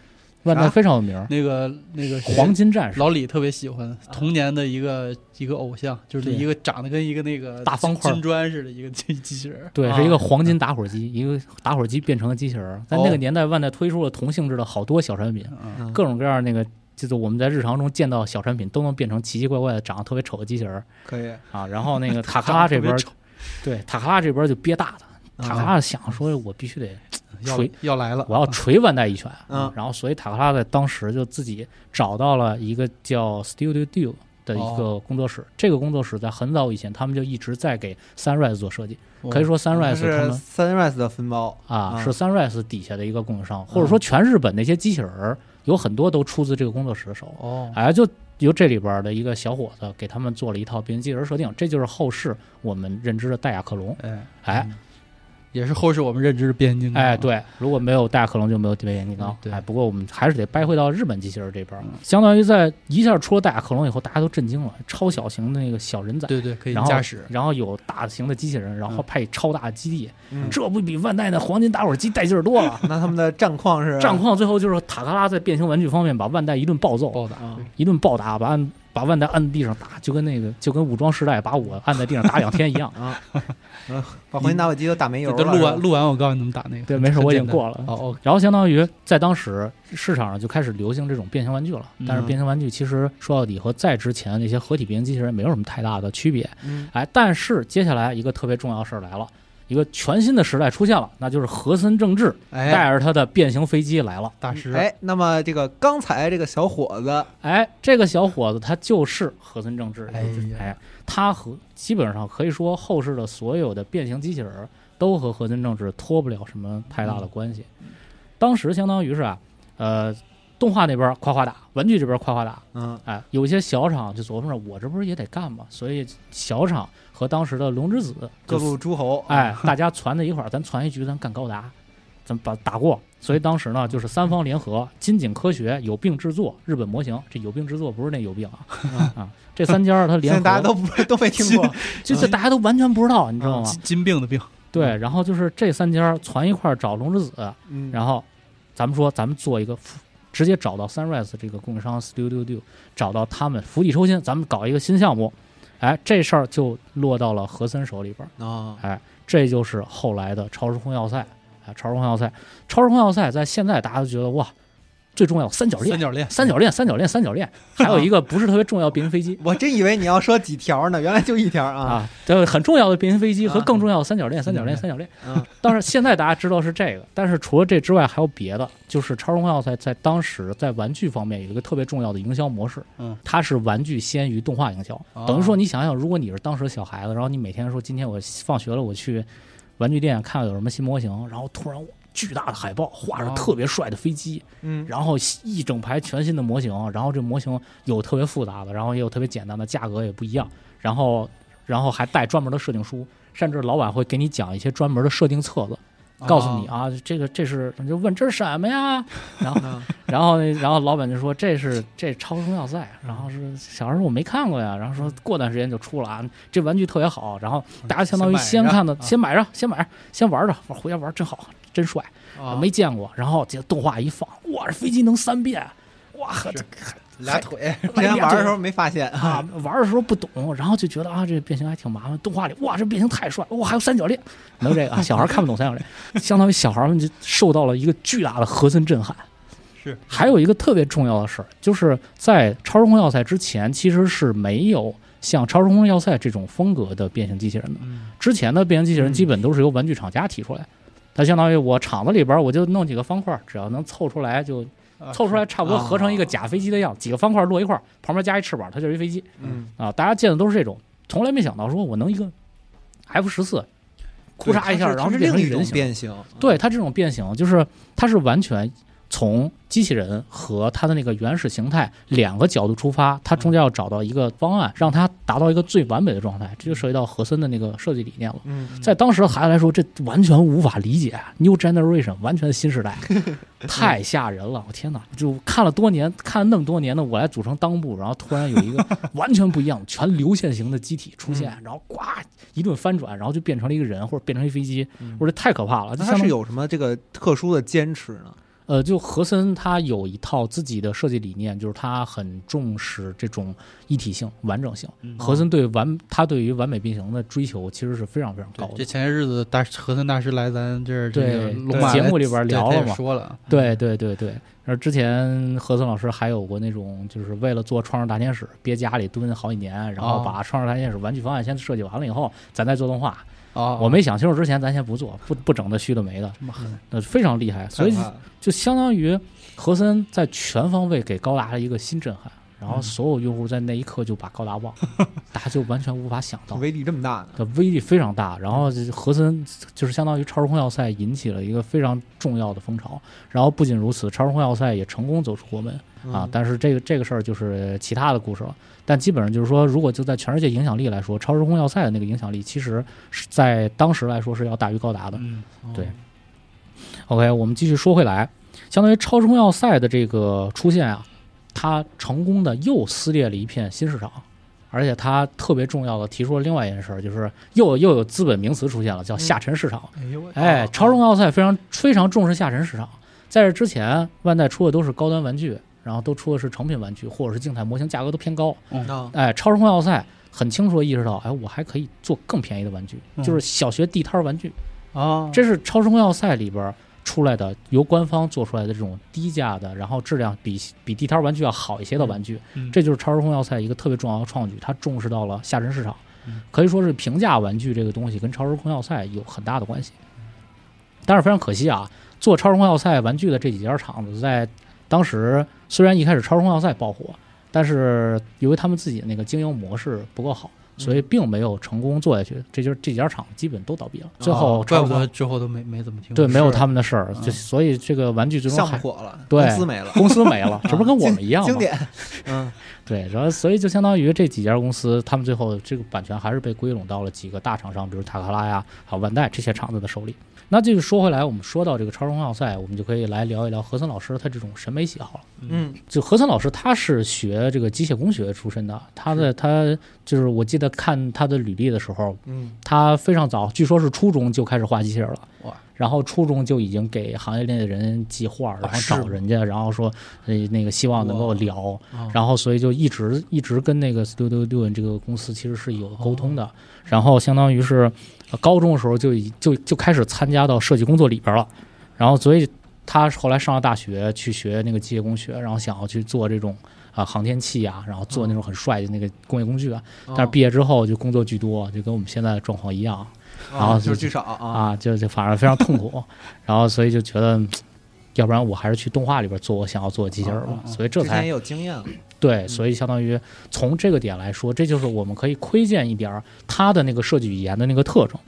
Speaker 4: 外漫非常有名儿，
Speaker 1: 那个那个
Speaker 4: 黄金战士
Speaker 1: 老李特别喜欢童年的一个一个偶像，就是
Speaker 4: 对
Speaker 1: 一个长得跟一个那个
Speaker 4: 大方块儿
Speaker 1: 金砖似的一个机机器人儿。
Speaker 4: 对，
Speaker 2: 啊
Speaker 4: 是一个
Speaker 1: 嗯
Speaker 4: 黄金打火机，一个打火机变成了机器人儿。在那个年代，万代推出了同性质的好多小产品，
Speaker 1: 哦嗯，
Speaker 2: 嗯
Speaker 4: 各种各样那个，就是我们在日常中见到小产品都能变成奇奇怪怪的、长得特别丑的机器人儿
Speaker 2: 可以
Speaker 4: 啊。然后
Speaker 1: [LAUGHS]
Speaker 4: 那个塔克拉这边儿
Speaker 1: 长得特，
Speaker 4: 对塔克拉这边儿就憋大的，塔克
Speaker 2: 啊
Speaker 4: 拉想说，我必须得
Speaker 1: 要
Speaker 4: 锤
Speaker 1: 要来了，
Speaker 4: 我要锤万代一拳。
Speaker 2: 嗯
Speaker 4: 然后所以塔克拉在当时就自己找到了一个叫 Studio Do 的一
Speaker 2: 哦
Speaker 4: 个工作室，这个工作室在很早以前他们就一直在给 Sunrise 做设计，
Speaker 1: 我
Speaker 4: 可以说 Sunrise
Speaker 2: 它
Speaker 4: 他
Speaker 2: 哦是
Speaker 4: 们。
Speaker 2: Sunrise 的分包
Speaker 4: 啊，
Speaker 2: 啊
Speaker 4: 是 Sunrise 底下的一个供应商，或
Speaker 2: 嗯
Speaker 4: 者说全日本那些机器人儿有很多都出自这个工作室的手。
Speaker 1: 哦，
Speaker 4: 哎，就由这里边儿的一个小伙子给他们做了一套变形机器人设定，这就是后世我们认知的戴亚克隆。
Speaker 1: 哎，
Speaker 4: 哎
Speaker 1: 也是后世我们认知的变形金啊刚。
Speaker 4: 哎，，对，如果没有戴亚克隆，就没有变形金刚
Speaker 1: 嗯。对嗯
Speaker 4: 哎，不过我们还是得掰回到日本机器人这边儿，相当于在一下出了戴亚克隆以后，大家都震惊了，超小型的那个小人仔。
Speaker 1: 对对，可以
Speaker 4: 然后
Speaker 1: 驾驶，。
Speaker 4: 然后有大型的机器人，然后
Speaker 1: 嗯
Speaker 4: 配超大的基地，
Speaker 2: 嗯
Speaker 4: 这不比万代的黄金打火机带劲儿
Speaker 1: [LAUGHS]
Speaker 4: 多
Speaker 1: 啊
Speaker 4: 了？
Speaker 2: 那他们的战况是
Speaker 4: 战况最后就是塔克拉在变形玩具方面把万代一顿暴揍，
Speaker 1: 暴打
Speaker 2: 啊。
Speaker 1: 对
Speaker 4: 一顿暴打，把按把万代按地上打，就跟那个就跟武装时代把我按在地上打两天一
Speaker 1: [LAUGHS]
Speaker 4: 样
Speaker 2: 啊，然后把黄金打火机都打没油
Speaker 1: 这
Speaker 2: 了。
Speaker 1: 录完
Speaker 4: 啊
Speaker 2: 是吧
Speaker 1: 录完，我告诉你怎么打那个。
Speaker 4: 对，没事，
Speaker 1: 很
Speaker 4: 我已
Speaker 1: 简
Speaker 4: 经
Speaker 1: 单
Speaker 4: 过了。
Speaker 1: 哦哦，
Speaker 4: 然后相当于在当时市场上就开始流行这种变形玩具了，但是
Speaker 2: 嗯
Speaker 4: 变形玩具其实说到底和再之前的那些合体变形机器人没有什么太大的区别。
Speaker 2: 嗯
Speaker 4: 哎，但是接下来一个特别重要的事儿来了，一个全新的时代出现了，那就是和森正治带
Speaker 1: 哎，
Speaker 4: 着他的变形飞机来了。
Speaker 1: 大师，
Speaker 2: 哎，那么这个刚才这个小伙子，
Speaker 4: 哎，这个小伙子他就是和森正治，
Speaker 1: 哎呀
Speaker 4: 哎，他和基本上可以说后世的所有的变形机器人儿都和和森正治脱不了什么太
Speaker 1: 嗯
Speaker 4: 大的关系。当时相当于是啊，呃，动画那边儿夸夸打，玩具这边儿夸夸打，
Speaker 2: 嗯
Speaker 4: 哎，有一些小厂就琢磨着我这不是也得干吗？所以小厂和当时的龙之子
Speaker 2: 各
Speaker 4: 就
Speaker 2: 路诸侯，
Speaker 4: 哎，大家攒在一块儿，咱攒一局，咱干高达，咱把打过。所以当时呢，就是三方联合，金井科学有病制作日本模型，这有病制作不是那有病啊 [LAUGHS] 啊，这三家儿它
Speaker 2: 嗯 [LAUGHS] 现
Speaker 4: 联
Speaker 2: 在大家
Speaker 4: 合，
Speaker 2: 都不都没听过，
Speaker 4: [LAUGHS]
Speaker 2: 嗯
Speaker 4: 就是大家都完全不知道，你知道吗？
Speaker 1: 金金病的病，
Speaker 4: 对，然后就是这三家儿攒一块儿找龙之子，
Speaker 2: 嗯
Speaker 4: 然后咱们说咱们做一个复。直接找到 Sunrise 这个供应商 Studio Do，找到他们釜底抽薪，咱们搞一个新项目，哎，这事儿就落到了和森手里边儿。
Speaker 2: 啊，
Speaker 4: 哎，这就是后来的超时空要塞啊！超时空要塞，超时空要塞在现在大家都觉得哇，最重要三角
Speaker 1: 三
Speaker 4: 恋，
Speaker 1: 角恋，
Speaker 4: 三角恋，三角恋，三角恋，还有一个不是特别重要的变形飞机
Speaker 2: 我真以为你要说几条呢，原来就一条 [LAUGHS] 啊，
Speaker 4: 啊，这很重要的变形飞机和
Speaker 2: 啊嗯
Speaker 4: 更重要的三角恋，三角恋，三角恋。当然，现在大家知道是这个，但是除了这之外还有别的，就是超时空要塞在当时在玩具方面有一个特别重要的营销模式，
Speaker 1: 嗯，
Speaker 4: 它是玩具先于动画营销，
Speaker 1: 哦
Speaker 4: 啊等于说你想想，如果你是当时小孩子，然后你每天说今天我放学了，我去玩具店看看有什么新模型，然后突然巨大的海报画着
Speaker 1: 哦
Speaker 4: 特别帅的飞机，
Speaker 2: 嗯
Speaker 4: 然后一整排全新的模型，然后这模型有特别复杂的，然后也有特别简单的，价格也不一样，然后然后还带专门的设定书，甚至老板会给你讲一些专门的设定册子。
Speaker 1: 哦
Speaker 4: 告诉你啊，这个这是你就问这是什么呀？然后
Speaker 2: 啊
Speaker 4: 然后那然后老板就说这是这超时空要塞，然后是小时候我没看过呀，然后
Speaker 1: 嗯
Speaker 4: 说过段时间就出了啊，这玩具特别好，然后大家相当于
Speaker 1: 先买
Speaker 4: 先
Speaker 1: 着
Speaker 4: 看的
Speaker 1: 啊
Speaker 4: 先买着，先买着，先玩着，玩回家玩真好，真帅，
Speaker 2: 哦
Speaker 1: 啊
Speaker 4: 没见过。然后这动画一放，哇，这飞机能三变，哇呵，这
Speaker 1: 俩腿，
Speaker 4: 哎
Speaker 2: 之前玩的时候没发现啊，
Speaker 4: 啊，玩的时候不懂，然后就觉得啊，这变形还挺麻烦。动画里哇，这变形太帅，哇，还有三角恋，没有这
Speaker 1: [LAUGHS]
Speaker 4: 个啊，小孩看不懂三角恋，相当于小孩们就受到了一个巨大的核心震撼。
Speaker 1: 是
Speaker 4: 还有一个特别重要的事儿，就是在《超时空要塞》之前，其实是没有像《超时空要塞》这种风格的变形机器人的。
Speaker 1: 嗯
Speaker 4: 之前的变形机器人基本都是由玩具厂家提出来，它相当于我厂子里边儿我就弄几个方块儿，只要能凑出来就
Speaker 1: 啊
Speaker 4: 凑出来，差不多合成一个假飞机的样子，几个方块摞一块儿，旁边加一翅膀，它就是一飞机
Speaker 2: 嗯
Speaker 4: 啊！大家见的都是这种，从来没想到说我能一个 F 十四，
Speaker 2: 对
Speaker 4: 库嚓一下，
Speaker 2: 它是
Speaker 4: 然后
Speaker 2: 它是
Speaker 4: 变
Speaker 2: 另
Speaker 4: 成
Speaker 2: 一
Speaker 4: 人
Speaker 2: 种
Speaker 4: 形，
Speaker 2: 变形，
Speaker 4: 对它这种变形，就是它是完全从机器人和它的那个原始形态两个角度出发，它中间要找到一个方案，让它达到一个最完美的状态，这就涉及到和森的那个设计理念了。
Speaker 2: 嗯
Speaker 4: 在当时的孩子来说，这完全无法理解，New 啊 Generation 完全新
Speaker 1: [LAUGHS]
Speaker 4: 时代，太吓人了！我天哪，就看了多年，看了那么多年的我来组成裆部，然后突然
Speaker 1: [LAUGHS]
Speaker 4: 有一个完全不一样、全流线型的机体出现，
Speaker 1: 嗯
Speaker 4: 然后呱一顿翻转，然后就
Speaker 1: 嗯
Speaker 4: 变成了一个人或者变成一飞机，我说这太可怕了！就
Speaker 2: 那他
Speaker 4: 相当
Speaker 2: 是
Speaker 4: 于
Speaker 2: 有什么这个特殊的坚持呢？
Speaker 4: 呃，就和森他有一套自己的设计理念，就是他很重视这种一体性、完整性。
Speaker 1: 嗯
Speaker 4: 和森对完他对于完美变形的追求其实是非常非常高
Speaker 1: 对，
Speaker 4: 的
Speaker 1: 这。前些日子大和森大师来咱这儿这个
Speaker 4: 对
Speaker 1: 龙马
Speaker 4: 节
Speaker 1: 来
Speaker 4: 目里边
Speaker 1: 对
Speaker 4: 聊
Speaker 1: 他
Speaker 4: 了
Speaker 1: 也
Speaker 4: 嘛
Speaker 1: 说了，
Speaker 4: 对对对对，然后之前何森老师还有过那种，就是为了做《创世大天使》，憋家里蹲好几年，然后
Speaker 1: 哦
Speaker 4: 把《创世大天使》玩具方案先设计完了以后，咱再做动画。
Speaker 1: 哦，
Speaker 4: 我没想清楚之前，咱先不做，不不整的虚的没的，
Speaker 1: 这么狠，
Speaker 4: 那非常厉害。所以
Speaker 2: 太可怕了
Speaker 4: 就相当于何森在全方位给高达了一个新震撼，然后所有用户在那一刻就把高达忘了，大家就完全无法想到。
Speaker 2: 威力这么大呢，
Speaker 4: 的威力非常大，然后这和森就是相当于超时空要塞引起了一个非常重要的风潮，然后不仅如此，超时空要塞也成功走出国门
Speaker 2: 嗯。
Speaker 4: 啊但是这个这个事儿就是其他的故事了。但基本上就是说，如果就在全世界影响力来说，超时空要塞的那个影响力，其实是在当时来说是要大于高达的。
Speaker 1: 嗯，哦
Speaker 4: 对 OK，我们继续说回来，相当于超时空要塞的这个出现啊，它成功的又撕裂了一片新市场，而且它特别重要的提出了另外一件事儿，就是又又有资本名词出现了，叫下沉市场。
Speaker 1: 哎呦喂，
Speaker 4: 哎，超时空要塞非常非常重视下沉市场，在这之前，万代出的都是高端玩具，然后都出的是成品玩具或者是静态模型，价格都偏高。
Speaker 2: 啊
Speaker 4: 哎，超时空要塞很清楚的意识到，哎，我还可以做更便宜的玩具，
Speaker 1: 嗯
Speaker 4: 就是小学地摊儿玩具。
Speaker 1: 哦，
Speaker 4: 这是《超时空要塞》里边儿出来的，由官方做出来的这种低价的，然后质量比比地摊玩具要好一些的玩具，
Speaker 1: 嗯
Speaker 4: 这就是《超时空要塞》一个特别重要的创举，它重视到了下沉市场
Speaker 1: 嗯，
Speaker 4: 可以说是平价玩具这个东西跟《超时空要塞》有很大的关系。但是非常可惜啊，做《超时空要塞》玩具的这几家厂子，在当时虽然一开始《超时空要塞》爆火，但是由于他们自己的那个经营模式不够好。所以并没有成功做下去，这就是这几家厂子基本都倒闭了。最后
Speaker 1: 哦
Speaker 4: 超
Speaker 1: 怪
Speaker 4: 时
Speaker 1: 不
Speaker 4: 空
Speaker 1: 得之后都没没怎么听过，
Speaker 4: 对，没
Speaker 2: 是
Speaker 4: 有他们的事儿，
Speaker 1: 嗯
Speaker 4: 就所以这个玩具最终
Speaker 2: 项目
Speaker 4: 还
Speaker 2: 火了，
Speaker 4: 对
Speaker 2: 公司没了，
Speaker 4: 公司没
Speaker 2: [LAUGHS]
Speaker 4: 了，这不是跟我们一样
Speaker 2: 经
Speaker 4: 吗？
Speaker 2: 典，嗯，
Speaker 4: 对，然后所以就相当于这几家公司，他们最后这个版权还是被归拢到了几个大厂商，比如塔克拉呀，还有万代这些厂子的手里。那就是说回来，我们说到这个超时空要塞，我们就可以来聊一聊何森老师他这种审美喜好了。
Speaker 2: 嗯，
Speaker 4: 就何森老师，他是学这个机械工学出身的，他的他就是我记得看他的履历的时候，
Speaker 2: 嗯，
Speaker 4: 他非常早，据说是初中就开始画机器人了。
Speaker 1: 哇！
Speaker 4: 然后初中就已经给行业内的人寄画儿，然后
Speaker 1: 是吗
Speaker 4: 找人家，然后说，呃，那个希望能够
Speaker 1: 哇
Speaker 4: 聊，
Speaker 1: 哦
Speaker 4: 然后所以就一直一直跟那个六六六这个公司其实是有沟通的。然后相当于是呃高中的时候就已就就开始参加到设计工作里边了，然后所以他后来上了大学去学那个机械工学，然后想要去做这种啊、航天器啊，然后做那种很帅的那个工业工具啊。
Speaker 2: 嗯哦
Speaker 4: 但是毕业之后就工作居多，就跟我们现在的状况一样
Speaker 2: 哦
Speaker 4: 然后
Speaker 2: 就是聚少啊，
Speaker 4: 啊，就就反而非常
Speaker 2: [LAUGHS]
Speaker 4: 痛苦。然后所以就觉得，嗯要不然我还是去动画里边做我想要做的机器人吧
Speaker 1: 嗯。嗯嗯
Speaker 4: 所以
Speaker 2: 之
Speaker 4: 这
Speaker 2: 哦前嗯
Speaker 4: 才
Speaker 2: 也有经验了，
Speaker 4: 对，所以相当于呃从这个点来说，这就是我们可以窥见一点儿他的那个设计语言的那个特征，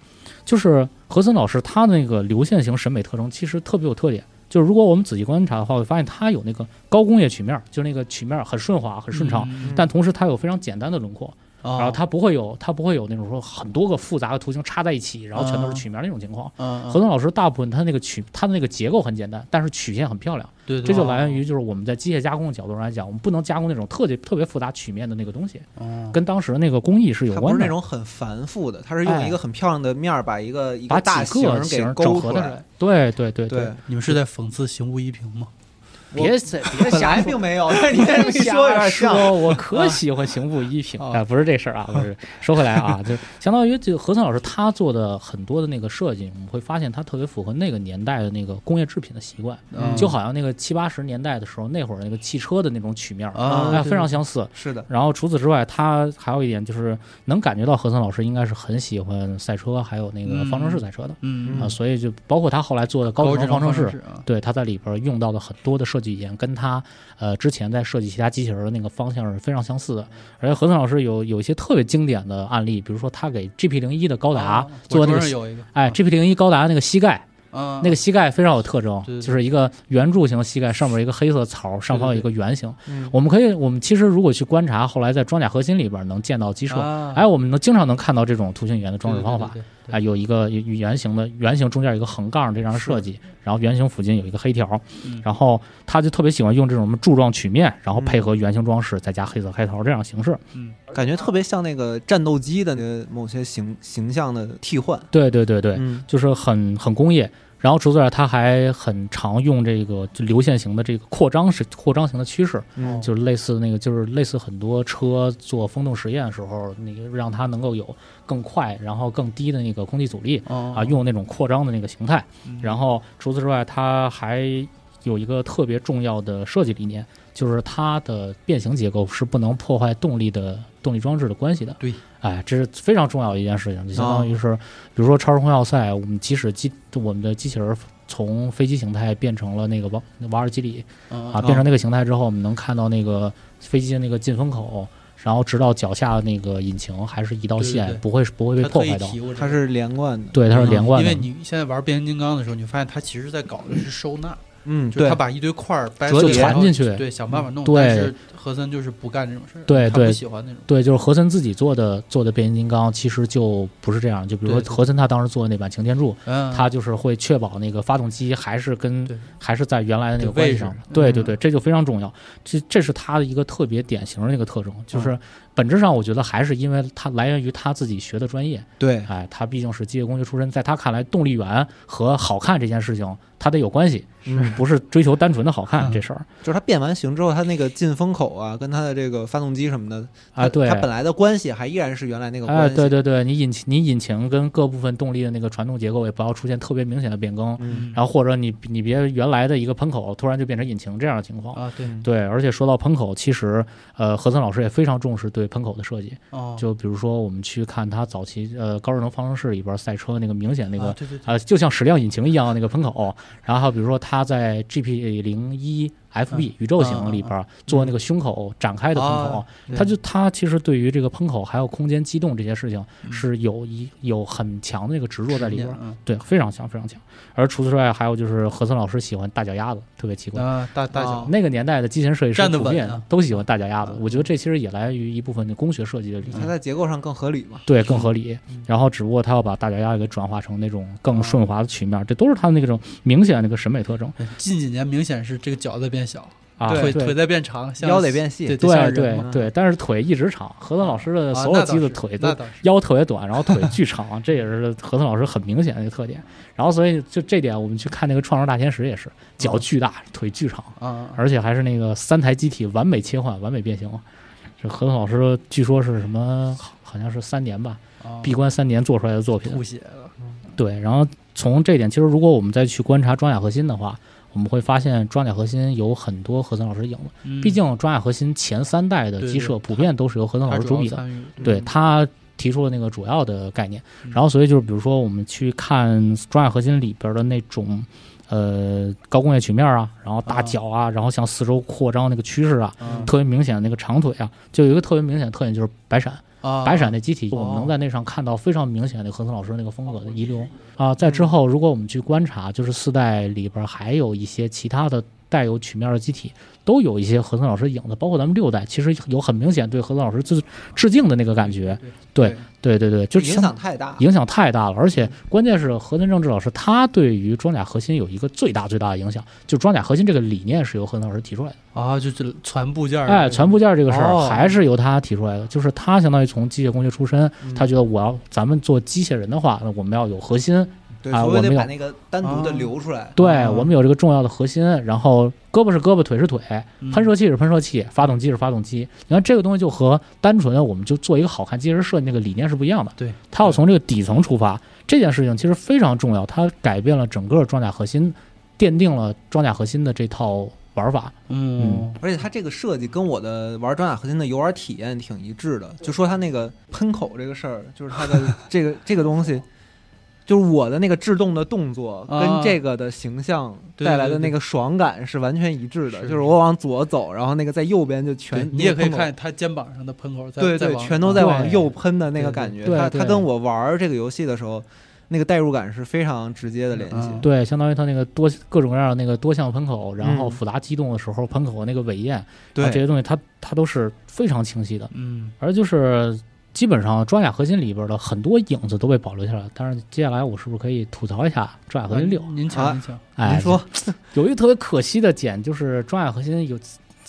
Speaker 4: 就是何森老师他的那个流线型审美特征其实特别有特点。就是如果我们仔细观察的话，会发现他有那个高工业曲面，就是那个曲面很顺滑、很顺畅，
Speaker 1: 嗯
Speaker 4: 但同时它有非常简单的轮廓，
Speaker 1: 哦
Speaker 4: 然后它不会有它不会有那种说很多个复杂的图形插在一起，然后全
Speaker 2: 啊
Speaker 4: 都是曲面那种情况。
Speaker 1: 嗯，
Speaker 4: 何
Speaker 1: 嗯
Speaker 4: 东老师大部分他那个曲，他的那个结构很简单，但是曲线很漂亮。
Speaker 2: 哦
Speaker 1: 对，对哦
Speaker 4: 这就来源于就是我们在机械加工的角度上来讲，我们不能加工那种特别特别复杂曲面的那个东西，
Speaker 1: 哦
Speaker 4: 跟当时的那个工艺是有
Speaker 2: 啊它不
Speaker 4: 关
Speaker 2: 是
Speaker 4: 的
Speaker 2: 那。种很繁复的，它是用
Speaker 4: 哎
Speaker 2: 一个很漂亮的面儿把一个一
Speaker 4: 把
Speaker 2: 个大
Speaker 4: 几
Speaker 2: 型
Speaker 4: 个
Speaker 2: 给
Speaker 4: 形整
Speaker 2: 勾
Speaker 4: 合
Speaker 2: 出
Speaker 4: 的
Speaker 2: 来
Speaker 4: 人，，对对对
Speaker 2: 对，，
Speaker 1: 你们是在讽刺行无一平吗？
Speaker 4: 别再别
Speaker 2: 本来
Speaker 4: 瞎
Speaker 2: 并没有， [LAUGHS]
Speaker 4: [LAUGHS]
Speaker 2: 但是你这么一说有点像，
Speaker 4: 说我可喜欢刑部一品
Speaker 1: 啊
Speaker 4: 哎，不是这事儿啊，不是。说回来啊， [LAUGHS] 就相当于这个何森老师他做的很多的那个设计，我们会发现他特别符合那个年代的那个工业制品的习惯，
Speaker 1: 嗯
Speaker 4: 就好像那个七八十年代的时候，那会儿那个汽车的那种曲面儿，
Speaker 1: 啊
Speaker 4: 哎，
Speaker 1: 对
Speaker 4: 非常相似。
Speaker 2: 是的，
Speaker 4: 然后除此之外，他还有一点就是能感觉到何森老师应该是很喜欢赛车，还有那个方程式赛车的、
Speaker 1: 嗯，
Speaker 4: 啊，所以就包括他后来做的高智能方程式，
Speaker 1: 啊，
Speaker 4: 对，他在里边用到的很多的设计语言，跟他呃之前在设计其他机器人的那个方向是非常相似的。而且何森老师有有一些特别经典的案例，比如说他给 GP 零一的高达
Speaker 1: 啊
Speaker 4: 做那
Speaker 1: 我桌
Speaker 4: 个
Speaker 1: 上
Speaker 4: 膝，
Speaker 1: 有一个，啊
Speaker 4: 哎，GP 零一高达那个膝盖，
Speaker 1: 嗯，
Speaker 4: 那个膝盖非常有特征
Speaker 1: 对对，对
Speaker 4: 就是一个圆柱形膝盖，上面有一个黑色槽，上方有一个圆形。
Speaker 2: 嗯
Speaker 4: 我们可以，我们其实如果去观察，后来在装甲核心里边能见到机设，
Speaker 1: 啊
Speaker 4: 哎，我们能经常能看到这种图形语言的装饰方法。，
Speaker 1: 对
Speaker 4: 啊、，有一个有圆形的圆形中间有一个横杠这样的设计，然后圆形附近有一个黑条，
Speaker 1: 嗯
Speaker 4: 然后他就特别喜欢用这种什么柱状曲面，然后
Speaker 2: 嗯
Speaker 4: 配合圆形装饰，再加黑色开头这样的形式。
Speaker 1: 嗯，
Speaker 2: 感觉特别像那个战斗机的那个某些形形象的替换，
Speaker 4: 对对对对，
Speaker 2: 嗯
Speaker 4: 就是很很工业。然后除此之外，它还很常用这个就流线型的这个扩张式扩张型的趋势，
Speaker 1: 哦
Speaker 2: 嗯
Speaker 4: 就是类似那个，就是类似很多车做风洞实验的时候，那个让它能够有更快，然后更低的那个空气阻力
Speaker 1: 哦
Speaker 4: 啊，用那种扩张的那个形态。
Speaker 1: 嗯
Speaker 4: 然后除此之外，它还有一个特别重要的设计理念，就是它的变形结构是不能破坏动力的动力装置的关系的。
Speaker 1: 对，啊
Speaker 4: 哎，这是非常重要的一件事情，就相当于是，比如说超时空要塞，我们即使机我们的机器人从飞机形态变成了那个瓦瓦尔基里
Speaker 1: 嗯
Speaker 4: 啊，变成那个形态之后，我们能看到那个飞机的那个进风口。然后直到脚下的那个引擎还是一道
Speaker 1: 对对
Speaker 4: 线，
Speaker 1: 对
Speaker 4: 不会不会被
Speaker 1: 它
Speaker 4: 破
Speaker 1: 特意
Speaker 4: 坏到。
Speaker 1: 提过这
Speaker 2: 它
Speaker 1: 个嗯
Speaker 2: 是连贯的，
Speaker 4: 对，它是连贯
Speaker 1: 因
Speaker 4: 的。
Speaker 1: 为你现在玩变形金刚的时候，你发现它其实在搞的是收纳，
Speaker 2: 嗯，
Speaker 1: 就是
Speaker 2: 对
Speaker 1: 它，把一堆块儿掰
Speaker 2: 折
Speaker 1: 碎
Speaker 2: 叠
Speaker 1: 然后
Speaker 4: 传进去
Speaker 1: 对，想办法弄。
Speaker 4: 对
Speaker 1: 但是何森就是不干这种事儿，
Speaker 4: 对
Speaker 1: 他不
Speaker 4: 对
Speaker 1: 喜欢那种。
Speaker 4: 对，就是和森自己做的做的变形金刚，其实就不是这样。就比如
Speaker 1: 对对
Speaker 4: 说和森他当时做的那版擎天柱，
Speaker 1: 嗯，
Speaker 4: 他就是会确保那个发动机还是跟
Speaker 1: 对
Speaker 4: 还是在原来的那
Speaker 1: 对
Speaker 4: 个关
Speaker 1: 位
Speaker 4: 系
Speaker 1: 置
Speaker 4: 上。对对
Speaker 2: 嗯
Speaker 4: 对，这就非常重要。这这是他的一个特别典型的一个特征，就是
Speaker 1: 嗯
Speaker 4: 本质上我觉得还是因为他来源于他自己学的专业。
Speaker 2: 对，
Speaker 4: 哎，他毕竟是机械工学出身，在他看来，动力源和好看这件事情，他得有关系，
Speaker 2: 嗯
Speaker 4: 不是追求单纯的好
Speaker 1: 嗯
Speaker 4: 看这事儿。
Speaker 2: 就是它变完形之后，它那个进风口啊，跟它的这个发动机什么的
Speaker 4: 啊，对，
Speaker 2: 它本来的关系还依然是原来那个关
Speaker 4: 哎，
Speaker 2: 系，
Speaker 4: 对对对，你引擎你引擎跟各部分动力的那个传动结构也不要出现特别明显的变更，
Speaker 2: 嗯
Speaker 4: 然后或者你你别原来的一个喷口突然就变成引擎这样的情况。
Speaker 1: 啊，对，
Speaker 4: 对，而且说到喷口，其实呃，何森老师也非常重视对喷口的设计。
Speaker 2: 啊
Speaker 1: 哦，
Speaker 4: 就比如说我们去看他早期呃高智能方程式里边赛车那个明显那个
Speaker 1: 啊对对对
Speaker 4: 啊、就像矢量引擎一样的那个喷口，然后还有比如说他在 GP 零一
Speaker 2: 嗯
Speaker 4: FB 宇宙型里边做那个胸口展开的喷口
Speaker 1: 啊，对
Speaker 4: 他就他其实对于这个喷口还有空间机动这些事情是有一有很强的那个执着在里边
Speaker 1: 嗯执，念
Speaker 4: 对，非常强非常强。而除此之外，还有就是何森老师喜欢大脚丫子，特别奇
Speaker 1: 嗯。
Speaker 4: 怪
Speaker 1: 啊，大大
Speaker 2: 哦
Speaker 1: 小
Speaker 4: 那个年代的机器人设计师
Speaker 1: 站得
Speaker 4: 普
Speaker 1: 稳
Speaker 4: 遍
Speaker 1: 啊
Speaker 4: 都喜欢大脚丫子
Speaker 1: 啊，
Speaker 4: 我觉得这其实也来源于一部分的工学设计的理
Speaker 2: 它
Speaker 4: 念，
Speaker 2: 在结构上更合理嘛，
Speaker 4: 对，更合理
Speaker 1: 嗯。啊
Speaker 4: 然后只不过他要把大脚丫给转化成那种更顺滑的曲面，这都是他那种明显的那个审美特征
Speaker 1: 嗯近几年明显是这个脚在变小，
Speaker 4: 啊。
Speaker 1: 腿
Speaker 4: 对
Speaker 1: 腿
Speaker 4: 对
Speaker 1: 在变长，像
Speaker 2: 腰得变细
Speaker 1: 对，就像
Speaker 4: 对
Speaker 1: 人嘛
Speaker 4: 对对，但是腿一直长。何森老师的
Speaker 1: 啊
Speaker 4: 所
Speaker 1: 那
Speaker 4: 有
Speaker 1: 倒
Speaker 4: 机子
Speaker 1: 是
Speaker 4: 腿都
Speaker 1: 那倒是
Speaker 4: 腰特别短，然后腿巨长，这也是何森老师很明显的一个特点。然后所以就这点，我们去看那个《创世大天使》也是，脚巨大，腿巨长，
Speaker 1: 啊，
Speaker 4: 而且还是那个三台机体完美切换、完美变形。这何森老师据说是什么，好好像是三年吧，
Speaker 1: 啊
Speaker 4: 闭关三年做出来的作品。
Speaker 1: 吐血了，
Speaker 4: 对，然后从这点，其实如果我们再去观察装甲核心的话，我们会发现装甲核心有很多何森老师的影子。
Speaker 1: 嗯
Speaker 4: 毕竟装甲核心前三代的
Speaker 1: 对
Speaker 4: 机设
Speaker 1: 对
Speaker 4: 普遍都是由何森老
Speaker 1: 他
Speaker 4: 师主
Speaker 1: 主
Speaker 4: 笔
Speaker 1: 要
Speaker 4: 的。
Speaker 1: 参与，
Speaker 4: 对
Speaker 2: 嗯
Speaker 4: 他提出了那个主要的概念。
Speaker 1: 嗯
Speaker 4: 然后，所以就是比如说我们去看《装甲核心》里边的那种。呃，高工业曲面啊，然后大
Speaker 1: 啊
Speaker 4: 脚啊，然后向四周扩张那个趋势啊，
Speaker 1: 嗯
Speaker 4: 特别明显的那个长腿啊，就有一个特别明显的特点就是白闪，
Speaker 1: 啊，
Speaker 4: 白闪那机体，
Speaker 1: 哦
Speaker 4: 我们能在那上看到非常明显的何森老师那个风格的遗留啊。在之后，如果我们去观察，就是四代里边还有一些其他的带有曲面的机体，都有一些何森老师的影子，包括咱们六代，其实有很明显对何森老师致致敬的那个感觉。
Speaker 1: 对
Speaker 4: 对对对对，就
Speaker 2: 就是影响太大，
Speaker 4: 影响太大了，而且关键是何森正治老师他对于装甲核心有一个最大最大的影响，就装甲核心这个理念是由何森老师提出来的。
Speaker 1: 啊，就这传部件儿，
Speaker 4: 哎，全部件儿这个事
Speaker 1: 哦
Speaker 4: 儿还是由他提出来的，就是他相当于从机械工学出身，
Speaker 1: 嗯
Speaker 4: 他觉得我要咱们做机械人的话，那我们要有核
Speaker 1: 哦
Speaker 4: 心，
Speaker 2: 对，
Speaker 4: 啊
Speaker 2: 所以
Speaker 4: 我
Speaker 2: 得
Speaker 4: 们
Speaker 2: 把
Speaker 4: 有
Speaker 2: 那个单独的
Speaker 1: 啊
Speaker 2: 留出来，
Speaker 4: 对
Speaker 1: 嗯
Speaker 4: 我们有这个重要的核心，然后胳膊是胳膊，腿是腿，
Speaker 1: 嗯
Speaker 4: 喷射器是喷射器，发动机是发动机。你看这个东西就和单纯的我们就做一个好看机器人设计那个理念是不一样的，
Speaker 1: 对，
Speaker 4: 他要从这个底层出发，这件事情其实非常重要，它改变了整个装甲核心，奠定了装甲核心的这套玩法。
Speaker 1: 嗯
Speaker 2: 而且它这个设计跟我的玩装甲核心的游玩体验挺一致的。就说它那个喷口这个事儿，就是它
Speaker 1: [LAUGHS]
Speaker 2: 的这个这个东西，就是我的那个制动的动作
Speaker 1: 啊
Speaker 2: 跟这个的形象
Speaker 1: 对
Speaker 2: 带来
Speaker 1: 对
Speaker 2: 的
Speaker 1: 对
Speaker 2: 那个爽感是完全一致的。
Speaker 1: 是
Speaker 2: 就是我往左走，然后那个在右边就
Speaker 1: 对
Speaker 2: 全
Speaker 1: 你也可以
Speaker 2: 那个喷口
Speaker 1: 看他肩膀上的喷口在
Speaker 2: 对
Speaker 1: 在
Speaker 2: 对，
Speaker 1: 往
Speaker 2: 全都在往
Speaker 4: 对
Speaker 2: 右喷的那个感觉。
Speaker 4: 对
Speaker 2: 它
Speaker 4: 对
Speaker 2: 它跟我玩这个游戏的时候，那个代入感是非常直接的联系。
Speaker 1: 嗯
Speaker 4: 对，相当于它那个多各种各样的那个多项喷口，然后
Speaker 2: 嗯
Speaker 4: 复杂机动的时候喷口那个尾焰，
Speaker 2: 对
Speaker 4: 啊这些东西它它都是非常清晰的。
Speaker 1: 嗯
Speaker 4: 而就是基本上装甲核心里边的很多影子都被保留下来。但是接下来我是不是可以吐槽一下装甲核心六？
Speaker 1: 您
Speaker 2: 啊
Speaker 1: 嗯瞧您瞧，
Speaker 4: 哎，
Speaker 2: 您说
Speaker 4: 有一个特别可惜的点，就是装甲核心有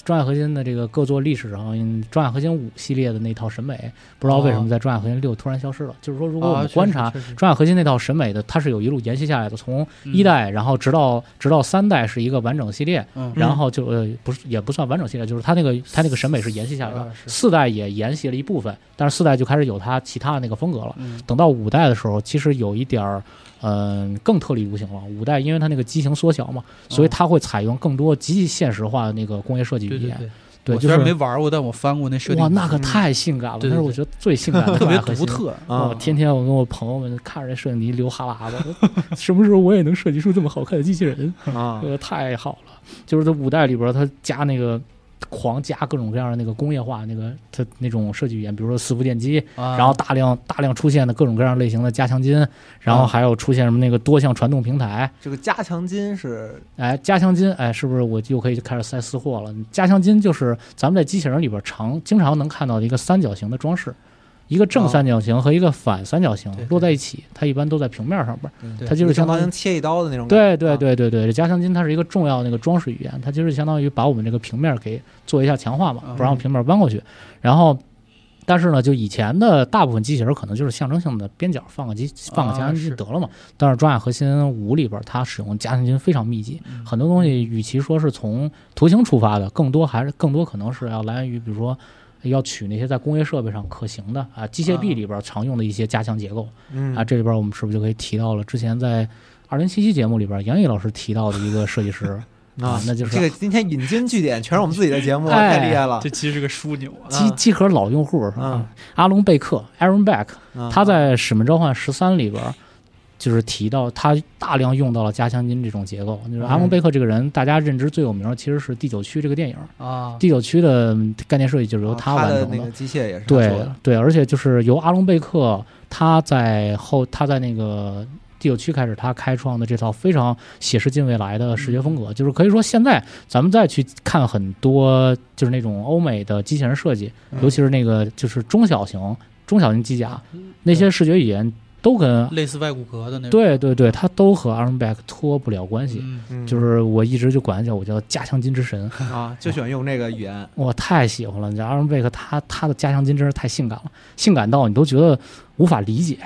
Speaker 4: 装甲核心的这个各作历史上，嗯装甲核心五系列的那套审美，不知道为什么在装甲核心六突然消失了。就是说，如果我
Speaker 1: 哦啊
Speaker 4: 们
Speaker 1: 确实
Speaker 4: 观察
Speaker 1: 确实
Speaker 4: 装甲核心那套审美的，它是有一路延续下来的，从
Speaker 1: 嗯
Speaker 4: 一代，然后直到直到三代是一个完整系列，
Speaker 1: 嗯
Speaker 4: 然后就呃不是也不算完整系列，就是它那个它那个审美是延续下来的
Speaker 1: 啊，是
Speaker 4: 四代也沿袭了一部分，但是四代就开始有它其他的那个风格了。
Speaker 1: 嗯
Speaker 4: 等到五代的时候，其实有一点儿，嗯、更特立独行了。五代因为它那个机型缩小嘛，
Speaker 1: 嗯
Speaker 4: 所以它会采用更多极其现实化的那个工业设计语
Speaker 1: 对对
Speaker 4: 言。
Speaker 1: 对，
Speaker 4: 对
Speaker 1: 我
Speaker 4: 就
Speaker 1: 虽然没
Speaker 4: 是
Speaker 1: 玩过，但我翻过那设定，嗯
Speaker 4: 哇，那可太性感了，
Speaker 1: 对对
Speaker 4: 那是我觉得最性感的
Speaker 1: 特别
Speaker 4: 玩核
Speaker 1: 独
Speaker 4: 心。
Speaker 1: 特，
Speaker 4: 哇
Speaker 2: 啊
Speaker 4: 我，天天我跟我朋友们看着这摄影机流哈喇子， [LAUGHS] 我什么时候我也能设计出这么好看的机器人？
Speaker 2: 啊
Speaker 4: [LAUGHS] 这，个太好了。就是它五代里边，它加那个狂加各种各样的那个工业化那个它那种设计语言，比如说伺服电机，
Speaker 1: 啊
Speaker 4: 然后大量大量出现的各种各样类型的加强筋，然
Speaker 1: 啊
Speaker 4: 后还有出现什么那个多项传动平台，
Speaker 2: 这个加强筋是
Speaker 4: 哎，加强筋，哎，是不是我就可以开始塞私货了？加强筋就是咱们在机器人里边常经常能看到的一个三角形的装饰。一个正
Speaker 2: 哦
Speaker 4: 三角形和一个反三角形
Speaker 1: 啊对对
Speaker 4: 落在一起，它一般都在平面上边。
Speaker 1: 对
Speaker 4: 它就是
Speaker 2: 相
Speaker 4: 相当
Speaker 2: 当
Speaker 4: 于
Speaker 2: 于切一刀的那种感
Speaker 4: 对
Speaker 2: 觉，
Speaker 4: 对
Speaker 2: 啊，
Speaker 4: 对对对，这加强筋它是一个重要的那个装饰语言，它就是相当于把我们这个平面给做一下强化嘛，不让
Speaker 1: 嗯
Speaker 4: 平面弯过去。然后，但是呢，就以前的大部分机器人可能就是象征性的边角放个机放个
Speaker 1: 啊
Speaker 4: 加强筋
Speaker 1: 是
Speaker 4: 得了嘛。但是《装甲核心五》里边，它使用加强筋非常密集，
Speaker 1: 嗯
Speaker 4: 很多东西与其说是从图形出发的，更多还是更多可能是要来源于比如说。要取那些在工业设备上可行的啊，机械臂
Speaker 1: 啊
Speaker 4: 里边常用的一些加强结构，
Speaker 2: 嗯
Speaker 4: 啊，这里边我们是不是就可以提到了之前在二零七七节目里边杨毅老师提到的一个设计师
Speaker 2: [LAUGHS]
Speaker 4: 啊
Speaker 2: 啊，，
Speaker 4: 那就是
Speaker 2: 这个今天引经据典，全是我们自己的节目，
Speaker 4: [LAUGHS] 哎
Speaker 2: 太厉害了
Speaker 1: 这其实是个枢纽啊，
Speaker 4: 机
Speaker 2: 啊
Speaker 4: 机核老用户是吧
Speaker 2: 啊
Speaker 4: 阿隆贝克 （Aaron Beck），！
Speaker 2: 啊
Speaker 4: 他在《使命召唤十三》里边。就是提到他大量用到了加强筋这种结构。就是阿隆
Speaker 2: 嗯
Speaker 4: 贝克这个人，大家认知最有名儿其实是《第九区》这个电影。 [LAUGHS]
Speaker 1: 啊
Speaker 4: 第九区的概念设计就是由
Speaker 2: 啊他
Speaker 4: 他完
Speaker 2: 的
Speaker 4: 成
Speaker 2: 那个机械也是他做
Speaker 4: 对
Speaker 2: 的
Speaker 4: 对，而且就是由阿隆贝克他在后他在那个第九区开始，他开创的这套非常写实近未来的视觉
Speaker 2: 嗯
Speaker 4: 风格，就是可以说现在咱们再去看很多就是那种欧美的机器人设计，
Speaker 2: 嗯
Speaker 4: 尤其是那个就是中小型中小型机甲
Speaker 2: 嗯
Speaker 4: 那些视觉语言都跟
Speaker 1: 类似外骨骼的那种，
Speaker 4: 对对对，它都和阿隆贝克脱不了关系。
Speaker 1: 嗯，
Speaker 2: 嗯
Speaker 4: 就是我一直就管它叫我叫加强金之神，
Speaker 2: 啊，就喜欢用这个语言，
Speaker 4: 我太喜欢了，你知道阿伦贝克他他的加强金真是太性感了，性感到你都觉得无法理解，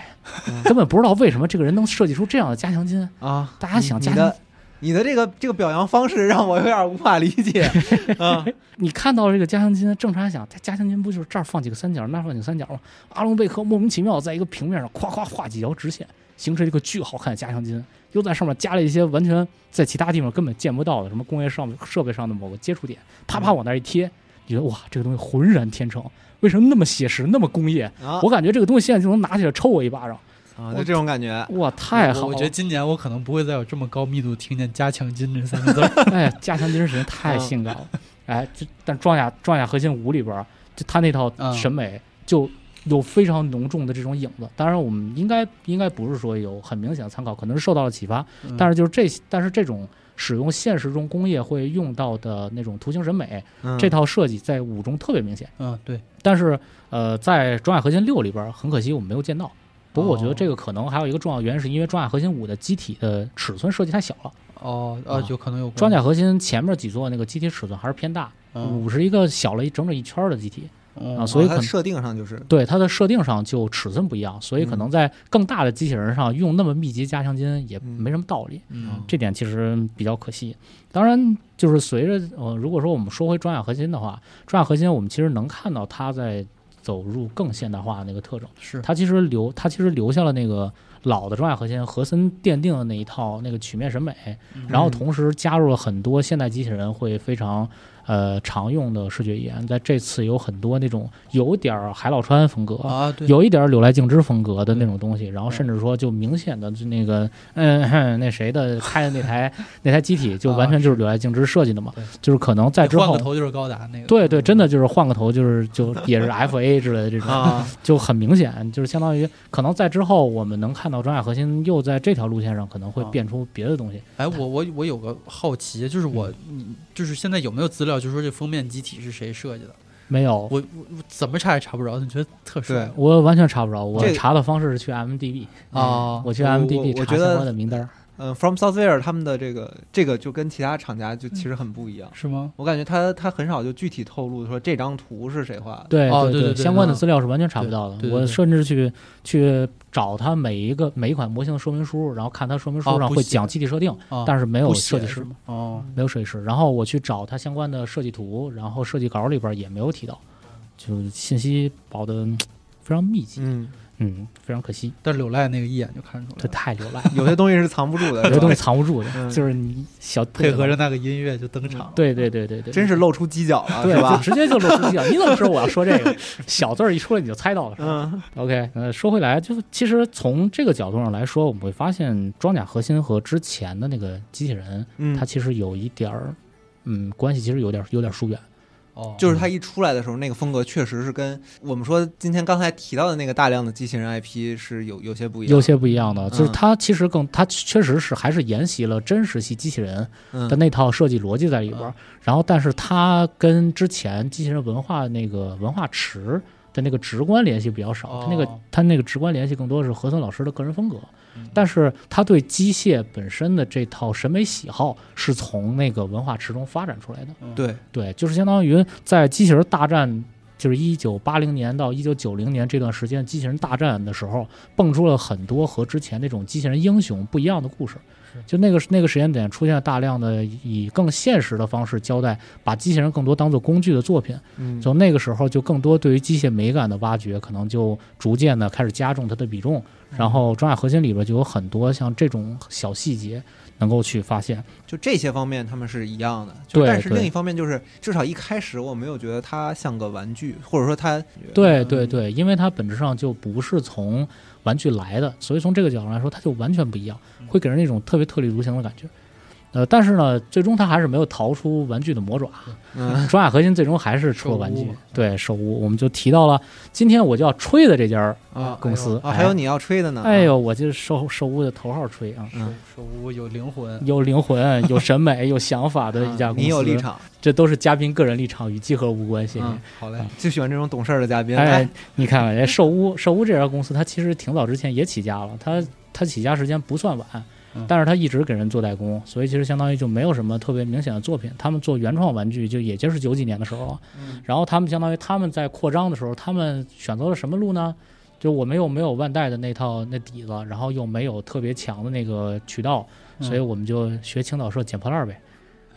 Speaker 2: 嗯
Speaker 4: 根本不知道为什么这个人能设计出这样的加强金。
Speaker 2: 啊，
Speaker 4: 大家想
Speaker 2: 你
Speaker 4: 加
Speaker 2: 你的你的这个这个表扬方式让我有点无法理
Speaker 4: [LAUGHS]
Speaker 2: 解啊
Speaker 4: 你看到这个加强金，正常想，加强金不就是这儿放几个三角，那儿放几个三角吗？阿隆贝克莫名其妙在一个平面上夸夸画几条直线，形成一个巨好看的加强金，又在上面加了一些完全在其他地方根本见不到的什么工业上设备上的某个接触点，啪啪往那儿一贴，你觉得哇，这个东西浑然天成，为什么那么写实，那么工业？
Speaker 2: 啊
Speaker 4: 我感觉这个东西现在就能拿起来抽我一巴掌，
Speaker 2: 啊，就这种感觉，
Speaker 4: 哇，太好了！
Speaker 1: 我我觉得今年我可能不会再有这么高密度听见“加强筋”这三个字儿。
Speaker 4: 哎，加强精神太性感了。
Speaker 1: 嗯
Speaker 4: 哎，这但装甲装甲核心五里边儿，就他那套
Speaker 1: 嗯
Speaker 4: 审美就有非常浓重的这种影子。当然，我们应该应该不是说有很明显的参考，可能是受到了启发。 [LAUGHS]
Speaker 1: 嗯
Speaker 4: 但是就是这，但是这种使用现实中工业会用到的那种图形审美，
Speaker 2: 嗯
Speaker 4: 这套设计在五中特别明显。
Speaker 1: 嗯，对，
Speaker 4: 但是呃，在《装甲核心六》里边儿，很可惜我们没有见到。不过我觉得
Speaker 1: 哦
Speaker 4: 这个可能还有一个重要原因，是因为《装甲核心五》的机体的尺寸设计太小了。
Speaker 1: 哦，啊，
Speaker 4: 啊
Speaker 1: 有可能有关
Speaker 4: 装甲核心前面几座那个机体尺寸还是偏大，
Speaker 1: 嗯
Speaker 4: 五十一个小了一整整一圈儿的机体
Speaker 1: 嗯
Speaker 4: 啊，所以
Speaker 2: 啊它
Speaker 4: 可能
Speaker 2: 设定上就是
Speaker 4: 对它的设定上就尺寸不一样，所以可能在更大的机器人上用那么密集加强筋也没什么道理，
Speaker 1: 嗯
Speaker 4: 这点其实比较可惜。当然，就是随着呃，如果说我们说回装甲核心的话，装甲核心我们其实能看到它在走入更现代化的那个特征。
Speaker 1: 是
Speaker 4: 它其实留它其实留下了那个老的装甲核心和森奠定的那一套那个曲面审美，
Speaker 1: 嗯
Speaker 4: 然后同时加入了很多现代机器人会非常呃常用的视觉语言，在这次有很多那种有点儿海老川风格。
Speaker 1: 啊，对，嗯
Speaker 4: 有一点儿柳来敬之风格的那种东西，然后甚至说就明显的就那个，嗯，哼那谁的开的那
Speaker 1: [LAUGHS]
Speaker 4: 台那台机体就完全就是柳来敬之设计的嘛
Speaker 1: 啊对，
Speaker 4: 就是可能在
Speaker 1: 你
Speaker 4: 之
Speaker 1: 换
Speaker 4: 后
Speaker 1: 个，头就是高达那个。嗯
Speaker 4: 对对，真的就是换个头就是
Speaker 1: [LAUGHS]
Speaker 4: 就也是 F A 之类的这种，
Speaker 2: 啊，
Speaker 4: 就很明显，就是相当于可能在之后，我们能看到装甲核心又在这条路线上可能会
Speaker 1: 啊
Speaker 4: 变出别的东西。
Speaker 1: 哎，我我我有个好奇，就是我
Speaker 4: 嗯
Speaker 1: 你就是现在有没有资料，就说这封面机体是谁设计的？
Speaker 4: 没有，
Speaker 1: 我我我怎么查也查不着，你觉得特帅
Speaker 2: 对
Speaker 4: 我完全查不着。我
Speaker 2: 这个
Speaker 4: 查的方式是去 MDB，
Speaker 1: 啊？
Speaker 4: 我去
Speaker 2: 我
Speaker 4: MDB
Speaker 2: 我
Speaker 4: 查
Speaker 2: 觉得
Speaker 1: 哦
Speaker 4: 相关的名单儿。
Speaker 2: 嗯，From Software 他们的这个这个就跟其他厂家就其实很不一样。
Speaker 1: 是吗？
Speaker 2: 我感觉他他很少就具体透露说这张图是谁画的。
Speaker 4: 对
Speaker 1: 哦对
Speaker 4: 对
Speaker 1: 对对
Speaker 4: 相关
Speaker 1: 嗯
Speaker 4: 的资料是完全查不到的。
Speaker 1: 对对对
Speaker 4: 我甚至去去找他每一个每一款模型的说明书，然后看他说明书
Speaker 1: 哦
Speaker 4: 上
Speaker 1: 不
Speaker 4: 会
Speaker 1: 写
Speaker 4: 讲机体设定，
Speaker 1: 啊，
Speaker 4: 但是没有
Speaker 1: 不写
Speaker 4: 设计师
Speaker 1: 是，吗哦，
Speaker 4: 没有设计师。然后我去找他相关的设计图，然后设计稿里边也没有提到，就信息保的非常密集，
Speaker 2: 嗯，
Speaker 4: 嗯，非常可惜，
Speaker 1: 但是柳赖那个一眼就看出来
Speaker 4: 这
Speaker 1: 了，
Speaker 4: 太流
Speaker 2: [LAUGHS]
Speaker 4: 赖了，
Speaker 2: 有些东西是藏不住的，
Speaker 4: 有些
Speaker 2: 是吧
Speaker 4: 东西藏不住
Speaker 2: 嗯
Speaker 4: 的，就是你小
Speaker 1: 配合着，那个音乐就登场了。
Speaker 4: 对对对对对，
Speaker 2: 真是露出犄角了，
Speaker 4: 对
Speaker 2: 是吧
Speaker 4: 就？直接就露出犄角，你怎么知道我要说这个？ [LAUGHS] 小字儿一出来你就猜到了，是吧？
Speaker 2: 嗯
Speaker 4: OK，呃，说回来，就是其实从这个角度上来说，我们会发现装甲核心和之前的那个机器人，
Speaker 2: 嗯
Speaker 4: 它，其实有一点儿，嗯，关系其实有点儿有点儿疏远。
Speaker 1: 哦，
Speaker 2: 就是他一出来的时候，那个风格确实是跟我们说今天刚才提到的那个大量的机器人 IP 是有有些不一样，
Speaker 4: 有些不一样的，就是
Speaker 2: 嗯
Speaker 4: 它其实更，它确实是还是沿袭了真实系机器人
Speaker 2: 嗯
Speaker 4: 的那套设计逻辑在里边儿。然后，但是它跟之前机器人文化那个文化池的那个直观联系比较少，它那个
Speaker 1: 哦
Speaker 4: 它那个直观联系更多是何森老师的个人风格。
Speaker 1: 嗯
Speaker 4: 但是他对机械本身的这套审美喜好是从那个文化池中发展出来的。
Speaker 2: 对，
Speaker 4: 对，就是相当于在机器人大战，就是一九八零年到一九九零年这段时间，机器人大战的时候，蹦出了很多和之前那种机器人英雄不一样的故事。就那个那个时间点，出现了大量的以更现实的方式交代，把机器人更多当做工具的作品。
Speaker 2: 嗯
Speaker 4: 从那个时候，就更多对于机械美感的挖掘，可能就逐渐的开始加重它的比重。然后，装甲核心里边就有很多像这种小细节能够去发现。
Speaker 2: 就这些方面他们是一样的，就
Speaker 4: 对
Speaker 2: 但是
Speaker 4: 对
Speaker 2: 另一方面就是至少一开始我没有觉得它像个玩具，或者说它
Speaker 4: 对
Speaker 2: 嗯
Speaker 4: 对对，因为它本质上就不是从玩具来的，所以从这个角度来说，它就完全不一样，
Speaker 2: 嗯
Speaker 4: 会给人那种特别特立独行的感觉。呃，但是呢，最终它还是没有逃出玩具的魔爪。 [LAUGHS]
Speaker 2: 嗯
Speaker 4: 装甲核心最终还是出了玩
Speaker 1: 手
Speaker 4: 具
Speaker 1: 污嘛，
Speaker 4: 对手污，我们就提到了今天我就要吹的这家儿
Speaker 2: 啊
Speaker 4: 公司。
Speaker 2: 啊，还有你要吹的呢，啊
Speaker 4: 哎，哎呦，我这手手污的头号吹啊，
Speaker 2: 嗯
Speaker 1: 手屋有灵魂，
Speaker 4: 有灵魂、有审美、有想法的一家公司。
Speaker 2: 哎你有立，场，
Speaker 4: 这都是嘉宾个人立场，与集合无关系。
Speaker 1: 啊
Speaker 2: 嗯，好
Speaker 4: 啊
Speaker 2: 嘞，就喜欢这种懂事儿的嘉宾，
Speaker 4: 哎
Speaker 2: 来，
Speaker 4: 你看看，这寿屋寿屋这家公司，它其实挺早之前也起家了，它它起家时间不算晚
Speaker 1: 嗯，
Speaker 4: 但是它一直给人做代工，所以其实相当于就没有什么特别明显的作品。他们做原创玩具，就也就是九几年的时候了。
Speaker 2: 嗯
Speaker 4: 然后他们相当于他们在扩张的时候，他们选择了什么路呢？就我们又没有万代的那套那底子，然后又没有特别强的那个渠道，
Speaker 1: 嗯
Speaker 4: 所以我们就学青岛社捡破
Speaker 2: [LAUGHS]
Speaker 4: 烂儿呗。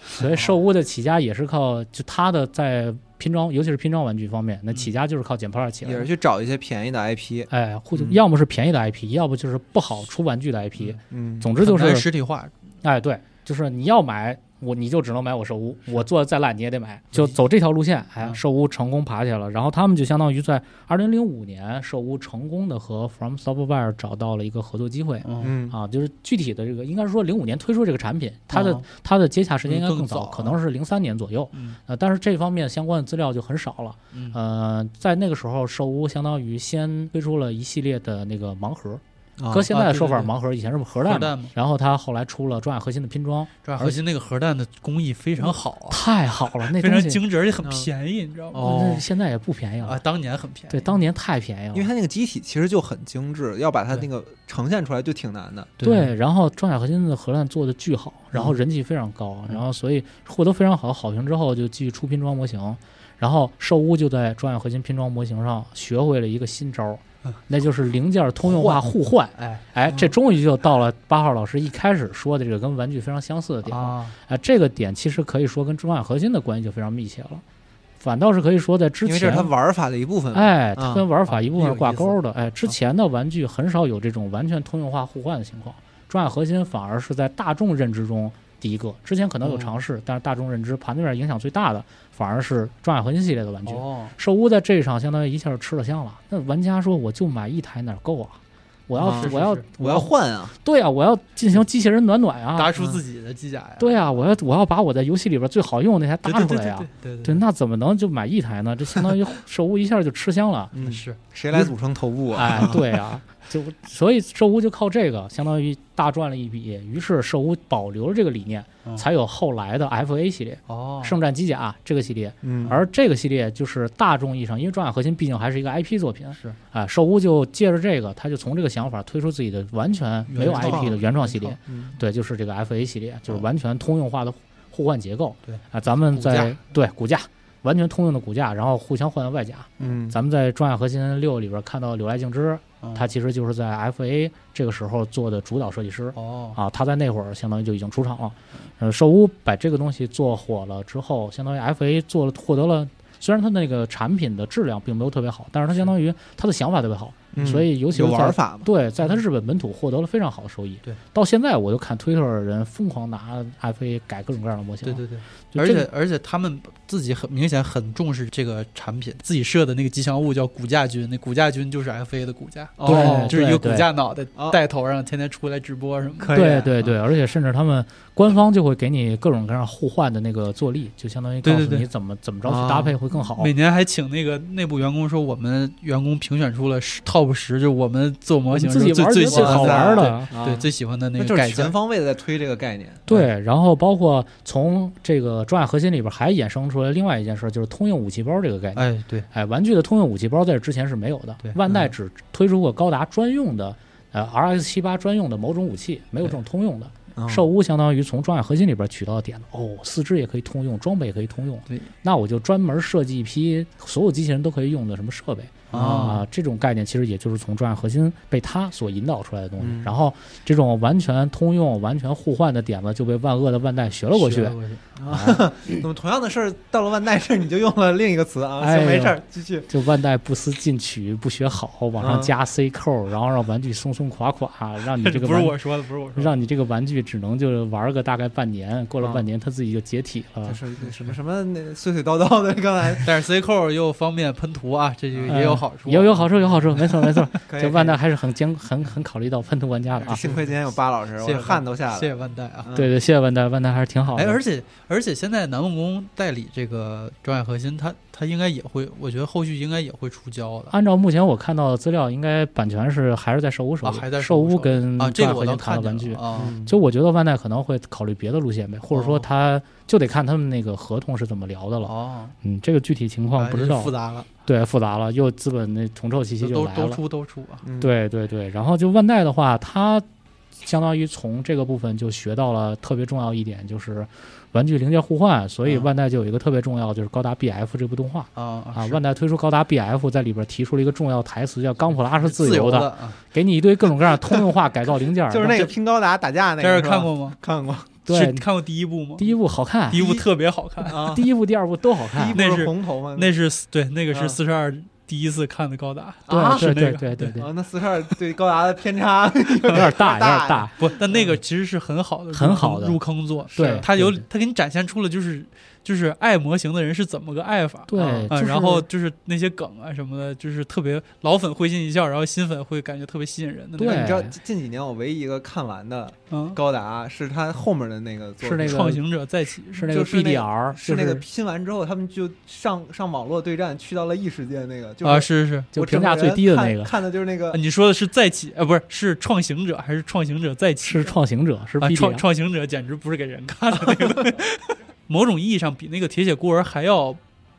Speaker 4: 所以寿屋的起家也是靠就他的在拼装，尤其是拼装玩具方面，那起家就是靠捡破烂儿起
Speaker 2: 嗯
Speaker 4: 来
Speaker 2: 也
Speaker 4: 的
Speaker 2: 是。去找一些便宜的 IP，
Speaker 4: 哎，或者
Speaker 2: 嗯
Speaker 4: 要么是便宜的 IP，、要不就是不好出玩具的 IP。
Speaker 2: 嗯，
Speaker 4: 总之就
Speaker 1: 很难
Speaker 4: 是，
Speaker 1: 实体化，
Speaker 4: 哎，对，就是你要买我，你就只能买我寿屋，我做的再烂你也得买，就走这条路线。哎，
Speaker 1: 嗯
Speaker 4: 寿屋成功爬起来了，然后他们就相当于在二零零五年，寿屋成功的和 From Software 找到了一个合作机会。
Speaker 1: 嗯，
Speaker 2: 嗯
Speaker 4: 啊，就是具体的这个，应该是说零五年推出这个产品，它的、
Speaker 1: 哦
Speaker 4: 它的接洽时间应该
Speaker 1: 嗯更
Speaker 4: 更早，
Speaker 1: 早
Speaker 4: 可能是零三年左右。
Speaker 1: 嗯
Speaker 4: 呃，但是这方面相关的资料就很少了。
Speaker 1: 嗯
Speaker 4: 呃，在那个时候，寿屋相当于先推出了一系列的那个盲盒，
Speaker 2: 啊
Speaker 4: 搁现在的说法
Speaker 1: 啊
Speaker 4: 是
Speaker 1: 对对
Speaker 4: 盲盒，以前是盒
Speaker 1: 核
Speaker 4: 弹嘛。
Speaker 1: 弹嘛，
Speaker 4: 然后他后来出了装甲核心的拼装，
Speaker 1: 抓核心那个核弹的工艺非常好啊，
Speaker 4: 太好了，那
Speaker 1: 非
Speaker 4: 东
Speaker 1: 常
Speaker 4: 西嗯
Speaker 1: 精致，而且很便宜，你知道吗？
Speaker 2: 哦
Speaker 4: 那现在也不便宜了。
Speaker 1: 啊，当年很便宜，
Speaker 4: 对，当年太便宜了。
Speaker 2: 因为它那个机体其实就很精致，要把它那
Speaker 4: 对
Speaker 2: 个呈现出来就挺难的。
Speaker 4: 对，然后装甲核心的核弹做的巨好，然后人气非常高，然
Speaker 2: 嗯
Speaker 4: 后所以获得非常好的好评之后，就继续出拼装模型。然后寿屋就在装甲核心拼装模型上学会了一个新招儿，
Speaker 2: 嗯
Speaker 4: 那就是零件通用化互
Speaker 2: 哦
Speaker 4: 换。
Speaker 1: 哎
Speaker 4: 哎，这终于就到了八号老师一开始说的这个跟玩具非常相似的点了。
Speaker 1: 啊，
Speaker 4: 哎，这个点其实可以说跟装甲核心的关系就非常密切了，反倒是可以说在之
Speaker 2: 因为这是它
Speaker 4: 前。
Speaker 2: 玩法的一部
Speaker 1: 嗯
Speaker 2: 分嘛。
Speaker 4: 哎，
Speaker 2: 啊
Speaker 4: 它跟玩法一部分是挂钩的。哎，之
Speaker 2: 啊
Speaker 4: 前的玩具很少有这种完全通用化互换的情况，装甲核心反而是在大众认知中第一个。之前可能有
Speaker 1: 嗯
Speaker 4: 尝试，但是大众认知盘子面影响最大的反而是装甲核心系列的玩具。
Speaker 1: 哦，
Speaker 4: 寿屋在这上相当于一下就吃了香了。那玩家说，我就买一台哪儿够啊？我要、
Speaker 2: 啊是
Speaker 1: 嗯是
Speaker 4: 我要
Speaker 1: 是嗯
Speaker 2: 我要换啊！
Speaker 4: 对啊，我要进行机器人暖暖啊！
Speaker 1: 搭出自己的机甲呀，
Speaker 4: 对啊，我要我要把我在游戏里边最好用的那台
Speaker 1: 对
Speaker 4: 搭出
Speaker 1: 对
Speaker 4: 来呀、啊
Speaker 1: 对对对
Speaker 4: 对，那怎么能就买一台呢？这相当于寿屋一下就吃香了。
Speaker 2: 嗯，
Speaker 1: 是 [LAUGHS]
Speaker 2: 谁来组成头部啊？
Speaker 4: 哎，对啊，就所以兽屋就靠这个，相当于大赚了一笔。于是兽屋保留了这个理念，
Speaker 1: 嗯
Speaker 4: 才有后来的 FA 系列、
Speaker 1: 哦，
Speaker 4: 圣战机甲这个系列。
Speaker 2: 嗯，
Speaker 4: 而这个系列就是大众意义上，因为《装甲核心》毕竟还是一个 IP 作品
Speaker 1: 是
Speaker 4: 啊，兽屋就借着这个，他就从这个想法推出自己的完全没有
Speaker 1: 原创
Speaker 4: IP 的原创系列。
Speaker 2: 嗯
Speaker 4: 对，就是这个 FA 系列，就是完全通用化的互互换结构。
Speaker 1: 对
Speaker 4: 啊，咱们
Speaker 1: 骨
Speaker 4: 在
Speaker 1: 架
Speaker 4: 对骨架完全通用的骨架，然后互相换的外甲。
Speaker 2: 嗯，
Speaker 4: 咱们在《装甲核心六》里边看到柳来敬之，
Speaker 1: 嗯
Speaker 4: 他其实就是在 FA 这个时候做的主导设计师
Speaker 1: 哦，
Speaker 4: 啊，他在那会儿相当于就已经出场了。呃，兽屋把这个东西做火了之后，相当于 FA 做了获得了。虽然它那个产品的质量并没有特别好，但是它相当于它的想法特别好，
Speaker 2: 嗯
Speaker 4: 所以尤其
Speaker 2: 有
Speaker 4: 是在
Speaker 2: 玩法嘛，
Speaker 4: 对，在他日本本土获得了非常好的收益。
Speaker 1: 对，
Speaker 4: 到现在我就看推特的人疯狂拿 FA 改各种各样的模型。
Speaker 1: 对对对，
Speaker 4: 就
Speaker 1: 而
Speaker 4: 这个
Speaker 1: 且而且他们自己很明显很重视这个产品，自己设的那个吉祥物叫骨架君，那骨架君就是 FA 的骨架，
Speaker 2: 哦
Speaker 4: 对
Speaker 1: 就是一个
Speaker 4: 对
Speaker 1: 骨架脑袋
Speaker 2: 哦
Speaker 1: 带头上，天天出来直播什么的。
Speaker 2: 可以，
Speaker 4: 嗯
Speaker 2: 啊
Speaker 4: 对对
Speaker 1: 嗯
Speaker 4: 对，而且甚至他们官方就会给你各种各样互换的那个坐力，就相当于告
Speaker 1: 对
Speaker 4: 诉
Speaker 1: 对对啊
Speaker 4: 你怎么怎么着去搭配会更好。
Speaker 1: 每年还请那个内部员工说，我们员工评选出了十 top 十，就是我们做模型
Speaker 4: 自己
Speaker 1: 时候
Speaker 4: 玩
Speaker 1: 最最
Speaker 4: 觉得
Speaker 1: 喜
Speaker 4: 最
Speaker 1: 欢
Speaker 4: 好
Speaker 1: 的
Speaker 4: 玩
Speaker 1: 对
Speaker 4: 的，啊
Speaker 1: 对最喜欢的那
Speaker 2: 那
Speaker 1: 个
Speaker 2: 就
Speaker 1: 改
Speaker 2: 是
Speaker 1: 件
Speaker 2: 全。方位的在推这个概念，
Speaker 4: 对，然后包括从这个《装甲核心》里边还衍生出来另外一件事，就是通用武器包这个概念。
Speaker 1: 哎，对，
Speaker 4: 哎，玩具的通用武器包在这之前是没有的
Speaker 1: 对，嗯
Speaker 4: 万代只推出过高达专用的，呃，RX 七八专用的某种武器，没有这种通用的。
Speaker 2: 嗯
Speaker 4: 兽屋相当于从装甲核心里边取到的点子，哦，四肢也可以通用，装备也可以通用。
Speaker 1: 对，
Speaker 4: 那我就专门设计一批所有机器人都可以用的什么设备
Speaker 1: 啊
Speaker 4: 这种概念其实也就是从装甲核心被它所引导出来的东西。
Speaker 2: 嗯
Speaker 4: 然后这种完全通用、完全互换的点子就被万恶的万代学了过去。
Speaker 1: 学去
Speaker 2: 怎么同样的事儿到了万代这儿你就用了另一个词啊？
Speaker 4: 哎
Speaker 2: 行，
Speaker 4: 呦
Speaker 2: 没事儿，继续。
Speaker 4: 就万代不思进取，不学好，往
Speaker 1: 啊
Speaker 4: 上加 C 扣，然后让玩具松松垮垮，
Speaker 1: [LAUGHS]
Speaker 4: 让你这个
Speaker 1: 不是
Speaker 4: 玩
Speaker 1: 我说的，不是我说的。啊
Speaker 4: 让你这个玩具只能就是玩个大概半年，过了半年它自己就解体了
Speaker 2: 就。是什么什么那碎碎叨叨的，刚
Speaker 4: [LAUGHS]
Speaker 2: 才
Speaker 1: 但是 C 扣又方便喷涂啊，这就也有好处，
Speaker 4: 嗯有有好处，有好处，没错
Speaker 1: [LAUGHS]
Speaker 4: 没错。
Speaker 2: 可以
Speaker 4: 就万代还是很坚很很考虑到喷涂玩家的
Speaker 2: 可以
Speaker 4: 啊。
Speaker 2: 幸亏今天有巴老师，
Speaker 1: 谢
Speaker 2: 我
Speaker 1: 谢
Speaker 2: 这汗都下来了。嗯
Speaker 1: 谢谢万代啊。
Speaker 4: 对对，谢谢万代，万代还是挺好的。
Speaker 1: 哎，而且而且现在南梦宫代理这个专业核心，它它应该也会，我觉得后续应该也会出胶的
Speaker 4: 按照目前我看到的资料，应该版权是还是在兽屋手
Speaker 1: 啊，
Speaker 4: 里，
Speaker 1: 还在
Speaker 4: 兽
Speaker 1: 手
Speaker 4: 屋
Speaker 1: 手
Speaker 4: 跟
Speaker 1: 啊，这个我
Speaker 4: 万代嗯核
Speaker 1: 倒
Speaker 4: 心谈
Speaker 1: 看
Speaker 4: 了
Speaker 1: 见
Speaker 4: 玩
Speaker 1: 了
Speaker 4: 具。
Speaker 1: 啊，
Speaker 2: 嗯，
Speaker 4: 就我觉得万代可能会考虑别的路线呗，或者说
Speaker 1: 哦
Speaker 4: 他就得看他们那个合同是怎么聊的了。
Speaker 1: 哦，
Speaker 4: 嗯，这个具体情况
Speaker 1: 哎
Speaker 4: 不知
Speaker 1: 这
Speaker 4: 道，
Speaker 1: 复杂了，
Speaker 4: 对复杂了，又资本那重臭气息就
Speaker 1: 都
Speaker 4: 来
Speaker 1: 都
Speaker 4: 了。
Speaker 1: 出都出啊，
Speaker 2: 嗯，。
Speaker 4: 对对对，然后就万代的话，它相当于从这个部分就学到了特别重要一点，就是玩具零件互换，所以
Speaker 1: 嗯
Speaker 4: 万代就有一个特别重要，就是高达 BF 这部动画。
Speaker 1: 啊
Speaker 4: 啊，
Speaker 1: 是
Speaker 4: 万代推出高达 BF，在里边提出了一个重要台词，叫“钢普拉是
Speaker 1: 自
Speaker 4: 由
Speaker 1: 的，啊
Speaker 4: 给你一堆各种各样通用化改造零件
Speaker 2: [LAUGHS]
Speaker 4: 儿
Speaker 2: 就是那
Speaker 4: 让
Speaker 2: 个拼高达打架那
Speaker 1: 在
Speaker 2: 个，是
Speaker 1: [LAUGHS] 这儿
Speaker 2: 吧
Speaker 1: 看过吗？
Speaker 2: 看过
Speaker 4: 对
Speaker 1: 是你看过第一部吗？
Speaker 4: 第一部好看
Speaker 1: 第，一部特别
Speaker 2: [LAUGHS]
Speaker 1: 好看，
Speaker 2: 啊。
Speaker 4: 第一部、第二部都好
Speaker 2: 第一部
Speaker 1: 哎
Speaker 4: 看。
Speaker 1: 那
Speaker 2: 是
Speaker 1: 是
Speaker 2: 红头吗？
Speaker 1: 那是对，那个是
Speaker 2: 嗯
Speaker 1: 四十二第一次看的高达，
Speaker 2: 啊
Speaker 4: 对
Speaker 1: 是
Speaker 4: 对
Speaker 1: 那个
Speaker 4: 对对对，
Speaker 2: 啊，那四十二对高达的偏
Speaker 1: [LAUGHS]
Speaker 2: 差有
Speaker 4: 有点大，有点
Speaker 2: 大。
Speaker 4: 大。
Speaker 1: 不，但那个其实是很好的入坑，
Speaker 4: 很好的
Speaker 1: 入坑作，
Speaker 2: 是
Speaker 4: 对，
Speaker 1: 它有
Speaker 4: 对
Speaker 1: 它给你展现出了就是就是爱模型的人是怎么个爱法，
Speaker 4: 对，
Speaker 1: 啊，
Speaker 4: 就是
Speaker 1: 然后就是那些梗啊什么的，就是特别老粉会心一笑，然后新粉会感觉特别吸引人的那种。
Speaker 4: 对
Speaker 2: 你知道近几年我唯一一个看完的
Speaker 1: 嗯，
Speaker 2: 高达是他后面的那个作品，
Speaker 4: 是那个
Speaker 1: 创行者再起
Speaker 4: 是那个
Speaker 2: 就是那
Speaker 4: BDR，
Speaker 2: 是
Speaker 4: 就
Speaker 2: 那个拼完之后，他们就上上网络对战，去到了异世界那个，就
Speaker 1: 啊，
Speaker 2: 是
Speaker 1: 是是
Speaker 4: 就
Speaker 2: 我整
Speaker 4: 评
Speaker 2: 个
Speaker 4: 价
Speaker 2: 人
Speaker 4: 最低的那
Speaker 2: 看
Speaker 4: 个
Speaker 2: 看的就是那个
Speaker 1: 啊，你说的是再起，呃，不是是创行者还是创行者再起？
Speaker 4: 是创行者，是
Speaker 1: 啊，
Speaker 4: BDR
Speaker 1: 创。创行者简直不是给人看的那个 [LAUGHS] 东西，某种意义上比那个铁血孤儿还要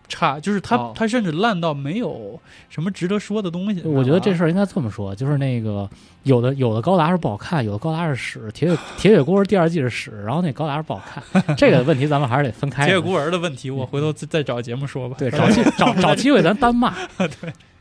Speaker 1: 差，就是它、
Speaker 2: 哦
Speaker 1: 它甚至烂到没有什么值得说的东西。
Speaker 4: 我觉得这
Speaker 1: 是
Speaker 4: 事儿应该这么说，就是那个有的有的高达是不好看，有的高达是屎，铁血铁血孤儿第二季是屎，然后那高达是不好看，这个问题咱们还是得分开
Speaker 1: 铁 [LAUGHS]
Speaker 4: 的。
Speaker 1: 血孤儿的问题，我回头再再找节目说吧。
Speaker 4: 嗯
Speaker 1: [LAUGHS]
Speaker 4: 对，找机找找机会咱单骂。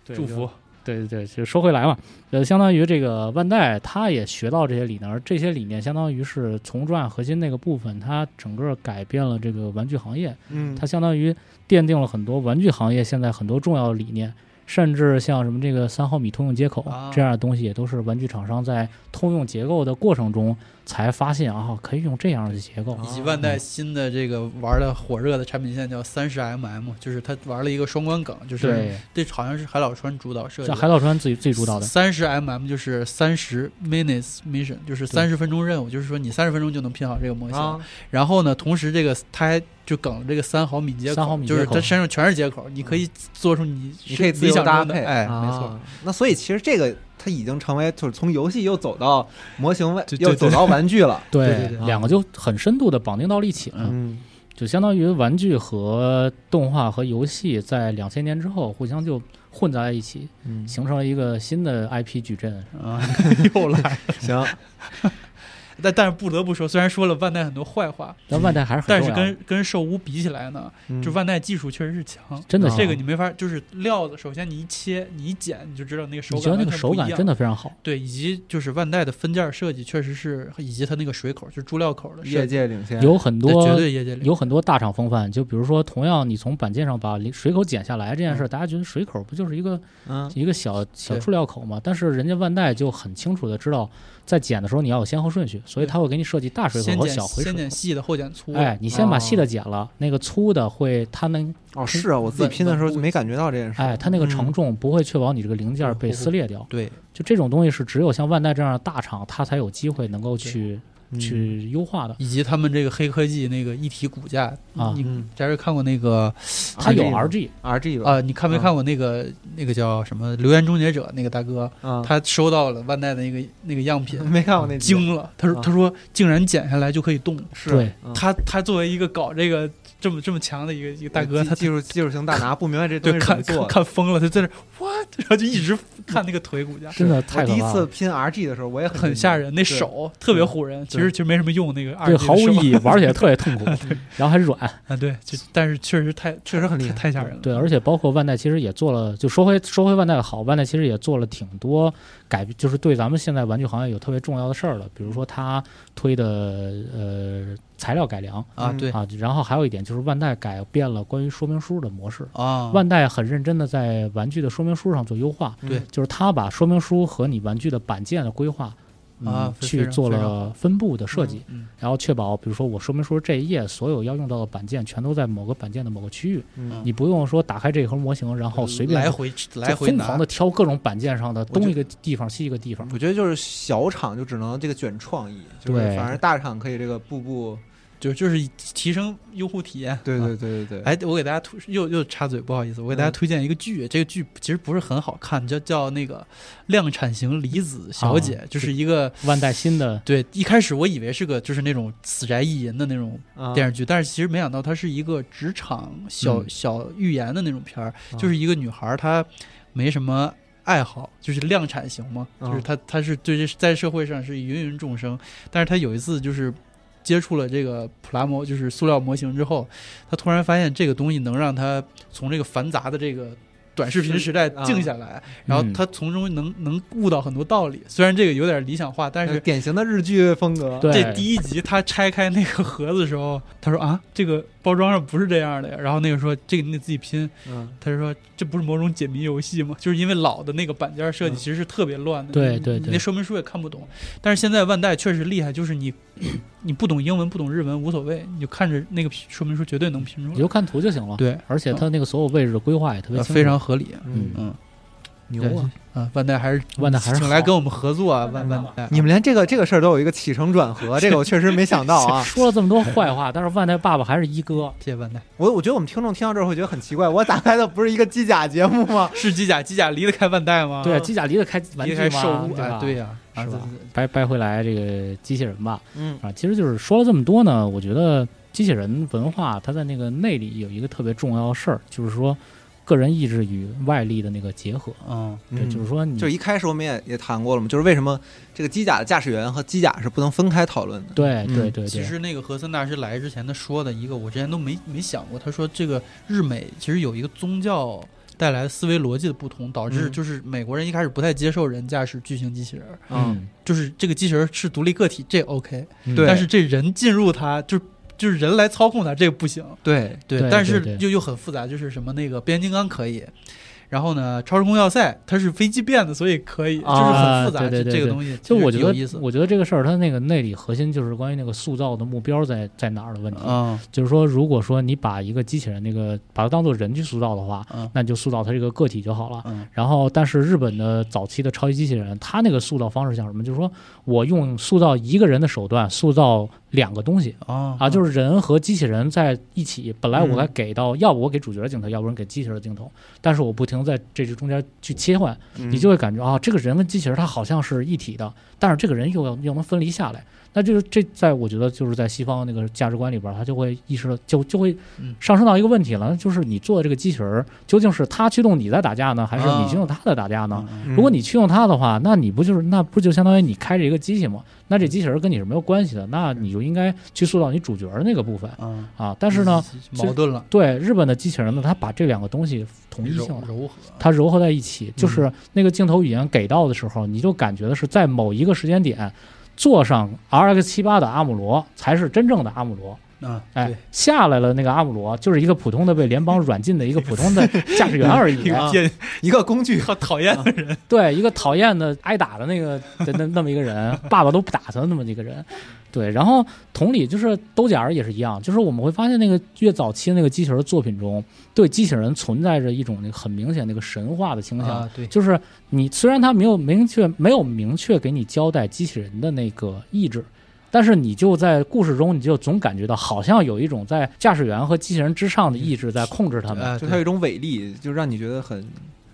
Speaker 4: 对
Speaker 1: 祝福。
Speaker 4: 对对对，就说回来嘛，呃，相当于这个万代他也学到这些理念，而这些理念相当于是从转核心那个部分，它整个改变了这个玩具行业，
Speaker 2: 嗯，
Speaker 4: 它相当于奠定了很多玩具行业现在很多重要的理念，甚至像什么这个三毫米通用接口、
Speaker 1: 啊
Speaker 4: 这样的东西，也都是玩具厂商在通用结构的过程中才发现啊，可以用这样的结构。
Speaker 1: 以及万代新的这个玩的火热的产品线叫三十 mm，就是他玩了一个双关梗，就是
Speaker 4: 对，
Speaker 1: 这好像是海老川主导设计
Speaker 4: 像
Speaker 1: 的。
Speaker 4: 海盗船自己自己主导的，
Speaker 1: 三十 mm 就是三十 minutes mission，就是三十分钟任务，就是说你三十分钟就能拼好这个模型。
Speaker 2: 啊，
Speaker 1: 然后呢，同时这个它还就梗了这个三毫米接口，
Speaker 4: 三毫米接
Speaker 1: 就
Speaker 4: 口嗯
Speaker 1: 是它身上全是接口，你可以做出你
Speaker 2: 你可以自
Speaker 1: 理
Speaker 2: 由
Speaker 1: 想
Speaker 2: 搭
Speaker 1: 中
Speaker 2: 配
Speaker 1: 的，哎，
Speaker 2: 啊
Speaker 1: 没错，。
Speaker 2: 那所以其实这个它已经成为就是从游戏又走到模型外，
Speaker 1: 对对
Speaker 2: 又走到玩具
Speaker 1: [LAUGHS]
Speaker 2: 了。
Speaker 4: 对
Speaker 1: 对对对
Speaker 4: 两个就很深度的绑定到了一起了，
Speaker 2: 嗯，
Speaker 4: 就相当于玩具和动画和游戏在两千年之后互相就混杂在一起，
Speaker 2: 嗯
Speaker 4: 形成了一个新的 IP 矩阵。
Speaker 1: 啊， [LAUGHS] 又来了。
Speaker 2: 行，
Speaker 1: 但但是不得不说，虽然说了万代很多坏话，
Speaker 4: 但万代还是很
Speaker 1: 但
Speaker 4: 重
Speaker 1: 是
Speaker 4: 要的
Speaker 1: 跟跟兽屋比起来呢，
Speaker 2: 嗯
Speaker 1: 就万代技术确实是强。
Speaker 4: 真的
Speaker 2: 啊
Speaker 4: 是
Speaker 1: 这个你没法，就是料子，首先你一切，你一剪，你就知道那个手
Speaker 4: 你
Speaker 1: 感
Speaker 4: 觉得那
Speaker 1: 完
Speaker 4: 个
Speaker 1: 全
Speaker 4: 手
Speaker 1: 不一
Speaker 4: 感
Speaker 1: 样
Speaker 4: 真的非常好，
Speaker 1: 对，以及就是万代的分件设计确实是，以及它那个水口，就是注料口的设
Speaker 2: 业
Speaker 1: 计，
Speaker 2: 界领先。
Speaker 4: 有很
Speaker 1: 对
Speaker 4: 多
Speaker 1: 绝对业界领先
Speaker 4: 有很多大厂风范，就比如说，同样你从板件上把水口剪下来这件事儿，大家觉得水口不就是一个
Speaker 2: 嗯，
Speaker 4: 一个小小
Speaker 1: 嗯对
Speaker 4: 出料口嘛？但是人家万代就很清楚的知道，在剪的时候你要有先后顺序，所以他会给你设计大水口
Speaker 1: 先
Speaker 4: 和
Speaker 1: 剪
Speaker 4: 小回水
Speaker 1: 先剪
Speaker 4: 口。
Speaker 1: 细的，后剪粗的。
Speaker 4: 哎，你先把
Speaker 2: 哦
Speaker 4: 细的剪了，那个粗的会它能
Speaker 2: 哦，是啊，我自己拼的时候就没感觉到这件事。
Speaker 4: 哎它那个承
Speaker 2: 嗯
Speaker 4: 重不会确保你这个零件被
Speaker 1: 嗯
Speaker 4: 撕裂掉。
Speaker 1: 对，
Speaker 4: 就这种东西是只有像万代这样的大厂，它才有机会能够去
Speaker 2: 嗯
Speaker 4: 去优化的。
Speaker 1: 以及他们这个黑科技那个一体骨架
Speaker 4: 啊
Speaker 1: 你
Speaker 2: 嗯
Speaker 1: 假如看过那个
Speaker 4: 它有
Speaker 2: RG
Speaker 4: RG，
Speaker 2: RG 吧？
Speaker 1: 啊？你看没看过那个那个叫什么《留言终结者》那个大哥？
Speaker 2: 啊，
Speaker 1: 他收到了万代的那个那个样品，
Speaker 2: 没看过那集
Speaker 1: 惊了。他说：“
Speaker 2: 啊
Speaker 1: 他说竟然剪下来就可以动。
Speaker 2: 是
Speaker 4: 对
Speaker 2: 嗯
Speaker 1: 他他作为一个搞这个这么这么强的一个一个大哥，
Speaker 2: 技
Speaker 1: 他
Speaker 2: 技术技术型大拿不明白这东
Speaker 1: 对
Speaker 2: 西怎
Speaker 1: 看
Speaker 2: 么
Speaker 1: 看
Speaker 2: 做的。
Speaker 1: 看疯了，他在那 what，然后就一直看那个腿骨架，
Speaker 4: 真的
Speaker 2: 我
Speaker 4: 太可
Speaker 2: 第一
Speaker 4: 怕
Speaker 2: 次
Speaker 4: 了。
Speaker 2: 拼 RG 的时候，我也很
Speaker 1: 很吓人。那
Speaker 2: 对
Speaker 1: 手特别唬人，其实其实没什么用，那个二
Speaker 4: 对，毫无意义，玩起来特
Speaker 2: [LAUGHS]
Speaker 4: 别痛苦，然后还软。
Speaker 1: 啊。对，就但是确实太
Speaker 2: 确实很厉害
Speaker 1: 太太吓人了。
Speaker 4: 对，而且包括万代其实也做了，就说回说回万代的好，万代其实也做了挺多改，就是对咱们现在玩具行业有特别重要的事儿了，比如说它推的呃材料改良
Speaker 1: 啊，对
Speaker 4: 啊，然后还有一点就是万代改变了关于说明书的模式。
Speaker 1: 啊，
Speaker 4: 万代很认真的在玩具的说明书上做优化，
Speaker 2: 嗯
Speaker 1: 对
Speaker 4: 就是它把说明书和你玩具的板件的规划，嗯，
Speaker 1: 啊非非
Speaker 4: 去
Speaker 1: 常
Speaker 4: 做
Speaker 1: 非常
Speaker 4: 了分布的设计，
Speaker 1: 嗯
Speaker 4: 然后确保，比如说我说明书这一页所有要用到的板件全都在某个板件的某个区域，
Speaker 2: 嗯
Speaker 4: 你不用说打开这一盒模型，然后哦随
Speaker 1: 嗯
Speaker 4: 便
Speaker 1: 来
Speaker 4: 就
Speaker 1: 回来回
Speaker 4: 疯
Speaker 1: 拿
Speaker 4: 狂的挑各种板件上的
Speaker 2: 我
Speaker 4: 东
Speaker 2: 就
Speaker 4: 一个地方西一个地方。
Speaker 2: 我觉得就是小厂就只能这个卷创意，就是
Speaker 4: 对
Speaker 2: 反正大厂可以这个步步，
Speaker 1: 就就是提升用户体验。
Speaker 2: 对
Speaker 1: 啊
Speaker 2: 对对对对，
Speaker 1: 哎，我给大家推又又插嘴，不好意思，我给大家
Speaker 2: 嗯
Speaker 1: 推荐一个剧，这个剧其实不是很好看，叫叫那个《量产型离子小姐》，
Speaker 4: 啊
Speaker 1: 就是一个
Speaker 4: 万代新的
Speaker 1: 对一开始我以为是个就是那种死宅意淫的那种
Speaker 2: 啊
Speaker 1: 电视剧，但是其实没想到它是一个职场小、
Speaker 4: 嗯
Speaker 1: 小寓言的那种片儿，
Speaker 2: 啊
Speaker 1: 就是一个女孩儿她没什么。爱好就是量产型嘛，
Speaker 2: 啊
Speaker 1: 就是她，她是对这在社会上是芸芸众生，但是她有一次就是接触了这个普拉模，就是塑料模型之后，她突然发现这个东西能让她从这个繁杂的这个短视频
Speaker 2: 是
Speaker 1: 时代
Speaker 2: 啊
Speaker 1: 静下来，然后
Speaker 4: 嗯
Speaker 1: 她从中能能悟到很多道理。虽然这个有点理想化，但是
Speaker 2: 典型的日剧风格，
Speaker 4: 对
Speaker 1: 这第一集他拆开那个盒子的时候，他说啊，这个包装上不是这样的呀。然后那个说这个你得自己拼，
Speaker 2: 嗯，
Speaker 1: 他就说这不是某种解谜游戏吗？就是因为老的那个板件设计
Speaker 2: 嗯
Speaker 1: 其实是特别乱的，
Speaker 4: 对
Speaker 1: 你
Speaker 4: 对
Speaker 1: 你
Speaker 4: 对
Speaker 1: 嗯那说明书也看不懂。但是现在万代确实厉害，就是你你不懂英文不懂日文无所谓，你就看着那个说明书绝对能拼
Speaker 4: 你
Speaker 1: 出来
Speaker 4: 就。看图就行了。，
Speaker 1: 对，
Speaker 4: 而且它那个所有位置的规划也特别
Speaker 1: 呃
Speaker 4: 清楚
Speaker 1: 非常合理。
Speaker 4: 嗯
Speaker 1: 嗯，
Speaker 4: 牛
Speaker 1: 对
Speaker 4: 啊！
Speaker 1: 啊，万代还是
Speaker 4: 万代还是
Speaker 1: 请来
Speaker 4: 好
Speaker 1: 跟我们合作啊，万万代。
Speaker 2: 你们连这个这个事儿都有一个起承转合，这个我确实没想到啊！
Speaker 4: [LAUGHS] 说了这么多坏话，但是万代爸爸还是一哥，
Speaker 1: 谢谢万代，
Speaker 2: 我我觉得我们听众听到这儿会觉得很奇怪，我打开的不是一个机甲节目吗？
Speaker 1: 是机甲，机甲离得开万代吗？
Speaker 4: 对，机甲离得开
Speaker 1: 啊
Speaker 4: 玩
Speaker 1: 离
Speaker 4: 具
Speaker 1: 得开
Speaker 4: 嘛
Speaker 1: 兽屋，
Speaker 4: 对吧？
Speaker 1: 哎，对呀，啊
Speaker 4: 是吧
Speaker 1: 对对对
Speaker 4: 掰掰回来这个机器人吧，
Speaker 2: 嗯
Speaker 4: 啊，其实就是说了这么多呢，我觉得机器人文化它在那个内里有一个特别重要的事儿，就是说个人意志与外力的那个结合。
Speaker 1: 嗯，
Speaker 4: 对，就是说你
Speaker 2: 就一开始我们也也谈过了嘛，就是为什么这个机甲的驾驶员和机甲是不能分开讨论的？
Speaker 4: 对
Speaker 2: 嗯
Speaker 4: 对对
Speaker 1: 其
Speaker 4: 对，
Speaker 1: 实那个何森大师来之前，他说的一个我之前都没没想过，他说这个日美其实有一个宗教带来的思维逻辑的不同，导致
Speaker 2: 嗯
Speaker 1: 就是美国人一开始不太接受人驾驶巨型机器人儿，
Speaker 2: 嗯，
Speaker 4: 嗯，
Speaker 1: 就是这个机器人儿是独立个体，这 OK，
Speaker 4: 嗯
Speaker 2: 对
Speaker 1: 但是这人进入它就。就是人来操控它，这个不行。
Speaker 2: 对，
Speaker 1: 对
Speaker 4: 对
Speaker 1: 但
Speaker 4: 对
Speaker 1: 是
Speaker 4: 对
Speaker 1: 又又很复杂，就是什么那个变形金刚可以，然后呢，超时空要塞它是飞机变的，所以可以，就是
Speaker 4: 啊
Speaker 1: 很复杂。
Speaker 4: 对对对
Speaker 1: 这个
Speaker 4: 对
Speaker 1: 东西
Speaker 4: 就我觉
Speaker 1: 有意
Speaker 4: 得
Speaker 1: 思，。
Speaker 4: 我觉得这个事儿它那个内里核心就是关于那个塑造的目标在在哪儿的问题。
Speaker 1: 嗯
Speaker 4: 就是说，如果说你把一个机器人那个把它当做人去塑造的话，
Speaker 1: 嗯
Speaker 4: 那你就塑造它这个个体就好了。
Speaker 1: 嗯
Speaker 4: 然后，但是日本的早期的超级机器人，它那个塑造方式像什么？就是说我用塑造一个人的手段塑造两个东西
Speaker 1: 啊
Speaker 4: 啊，就是人和机器人在一起。本来我
Speaker 2: 嗯
Speaker 4: 该给到，要不我给主角的镜头，要不然给机器人的镜头，但是我不停在这中间去切换，你
Speaker 2: 你
Speaker 1: 嗯
Speaker 4: 就会感觉啊，这个人跟机器人它好像是一体的，但是这个人又要又能分离下来。那就是这，在我觉得就是在西方那个价值观里边儿，他就会意识到，就就会
Speaker 1: 嗯
Speaker 4: 上升到一个问题了，那就是你做的这个机器人儿究竟是它驱动你在打架呢，还是
Speaker 1: 啊
Speaker 4: 你驱动它在打架呢？
Speaker 1: 嗯
Speaker 4: 如果你驱动它的话，那你不就是那不就相当于你开着一个机器吗？那这机器人跟你是没有关系的，那你就应该去塑造你主角儿那个部分
Speaker 1: 嗯，
Speaker 4: 啊。但是呢，
Speaker 1: 矛盾了，
Speaker 4: 对日本的机器人呢，它把这两个东西统一
Speaker 1: 柔
Speaker 4: 性了，
Speaker 1: 柔和，
Speaker 4: 它糅合在一
Speaker 2: 嗯
Speaker 4: 起，就是那个镜头语言给到的时候，你就感觉的是在某一个时间点，坐上 RX 七八的阿姆罗才是真正的阿姆罗。
Speaker 1: 啊，
Speaker 4: 哎
Speaker 1: 对，，
Speaker 4: 下来了那个阿姆罗就是一个普通的被联邦软禁的一个普
Speaker 2: [LAUGHS]
Speaker 4: 通的驾驶员而已，哎
Speaker 1: 啊
Speaker 2: 见一个工具，
Speaker 1: 讨
Speaker 4: 啊
Speaker 1: 厌的人，
Speaker 4: 对，一个讨厌的挨打的那个的那那么一个人，爸爸都不打他的那么一个人，对。然后同理，就是兜甲儿也是一样，就是我们会发现那个越早期那个机器人作品中，对机器人存在着一种那个很明显那个神话的倾向，
Speaker 1: 啊，对，
Speaker 4: 就是你虽然它没有明确没有明确给你交代机器人的那个意志，但是你就在故事中，你就总感觉到好像有一种在驾驶员和机器人之上的意志在控制他们。
Speaker 1: 啊，
Speaker 2: 就
Speaker 1: 对
Speaker 2: 它有一种伟力，就让你觉得很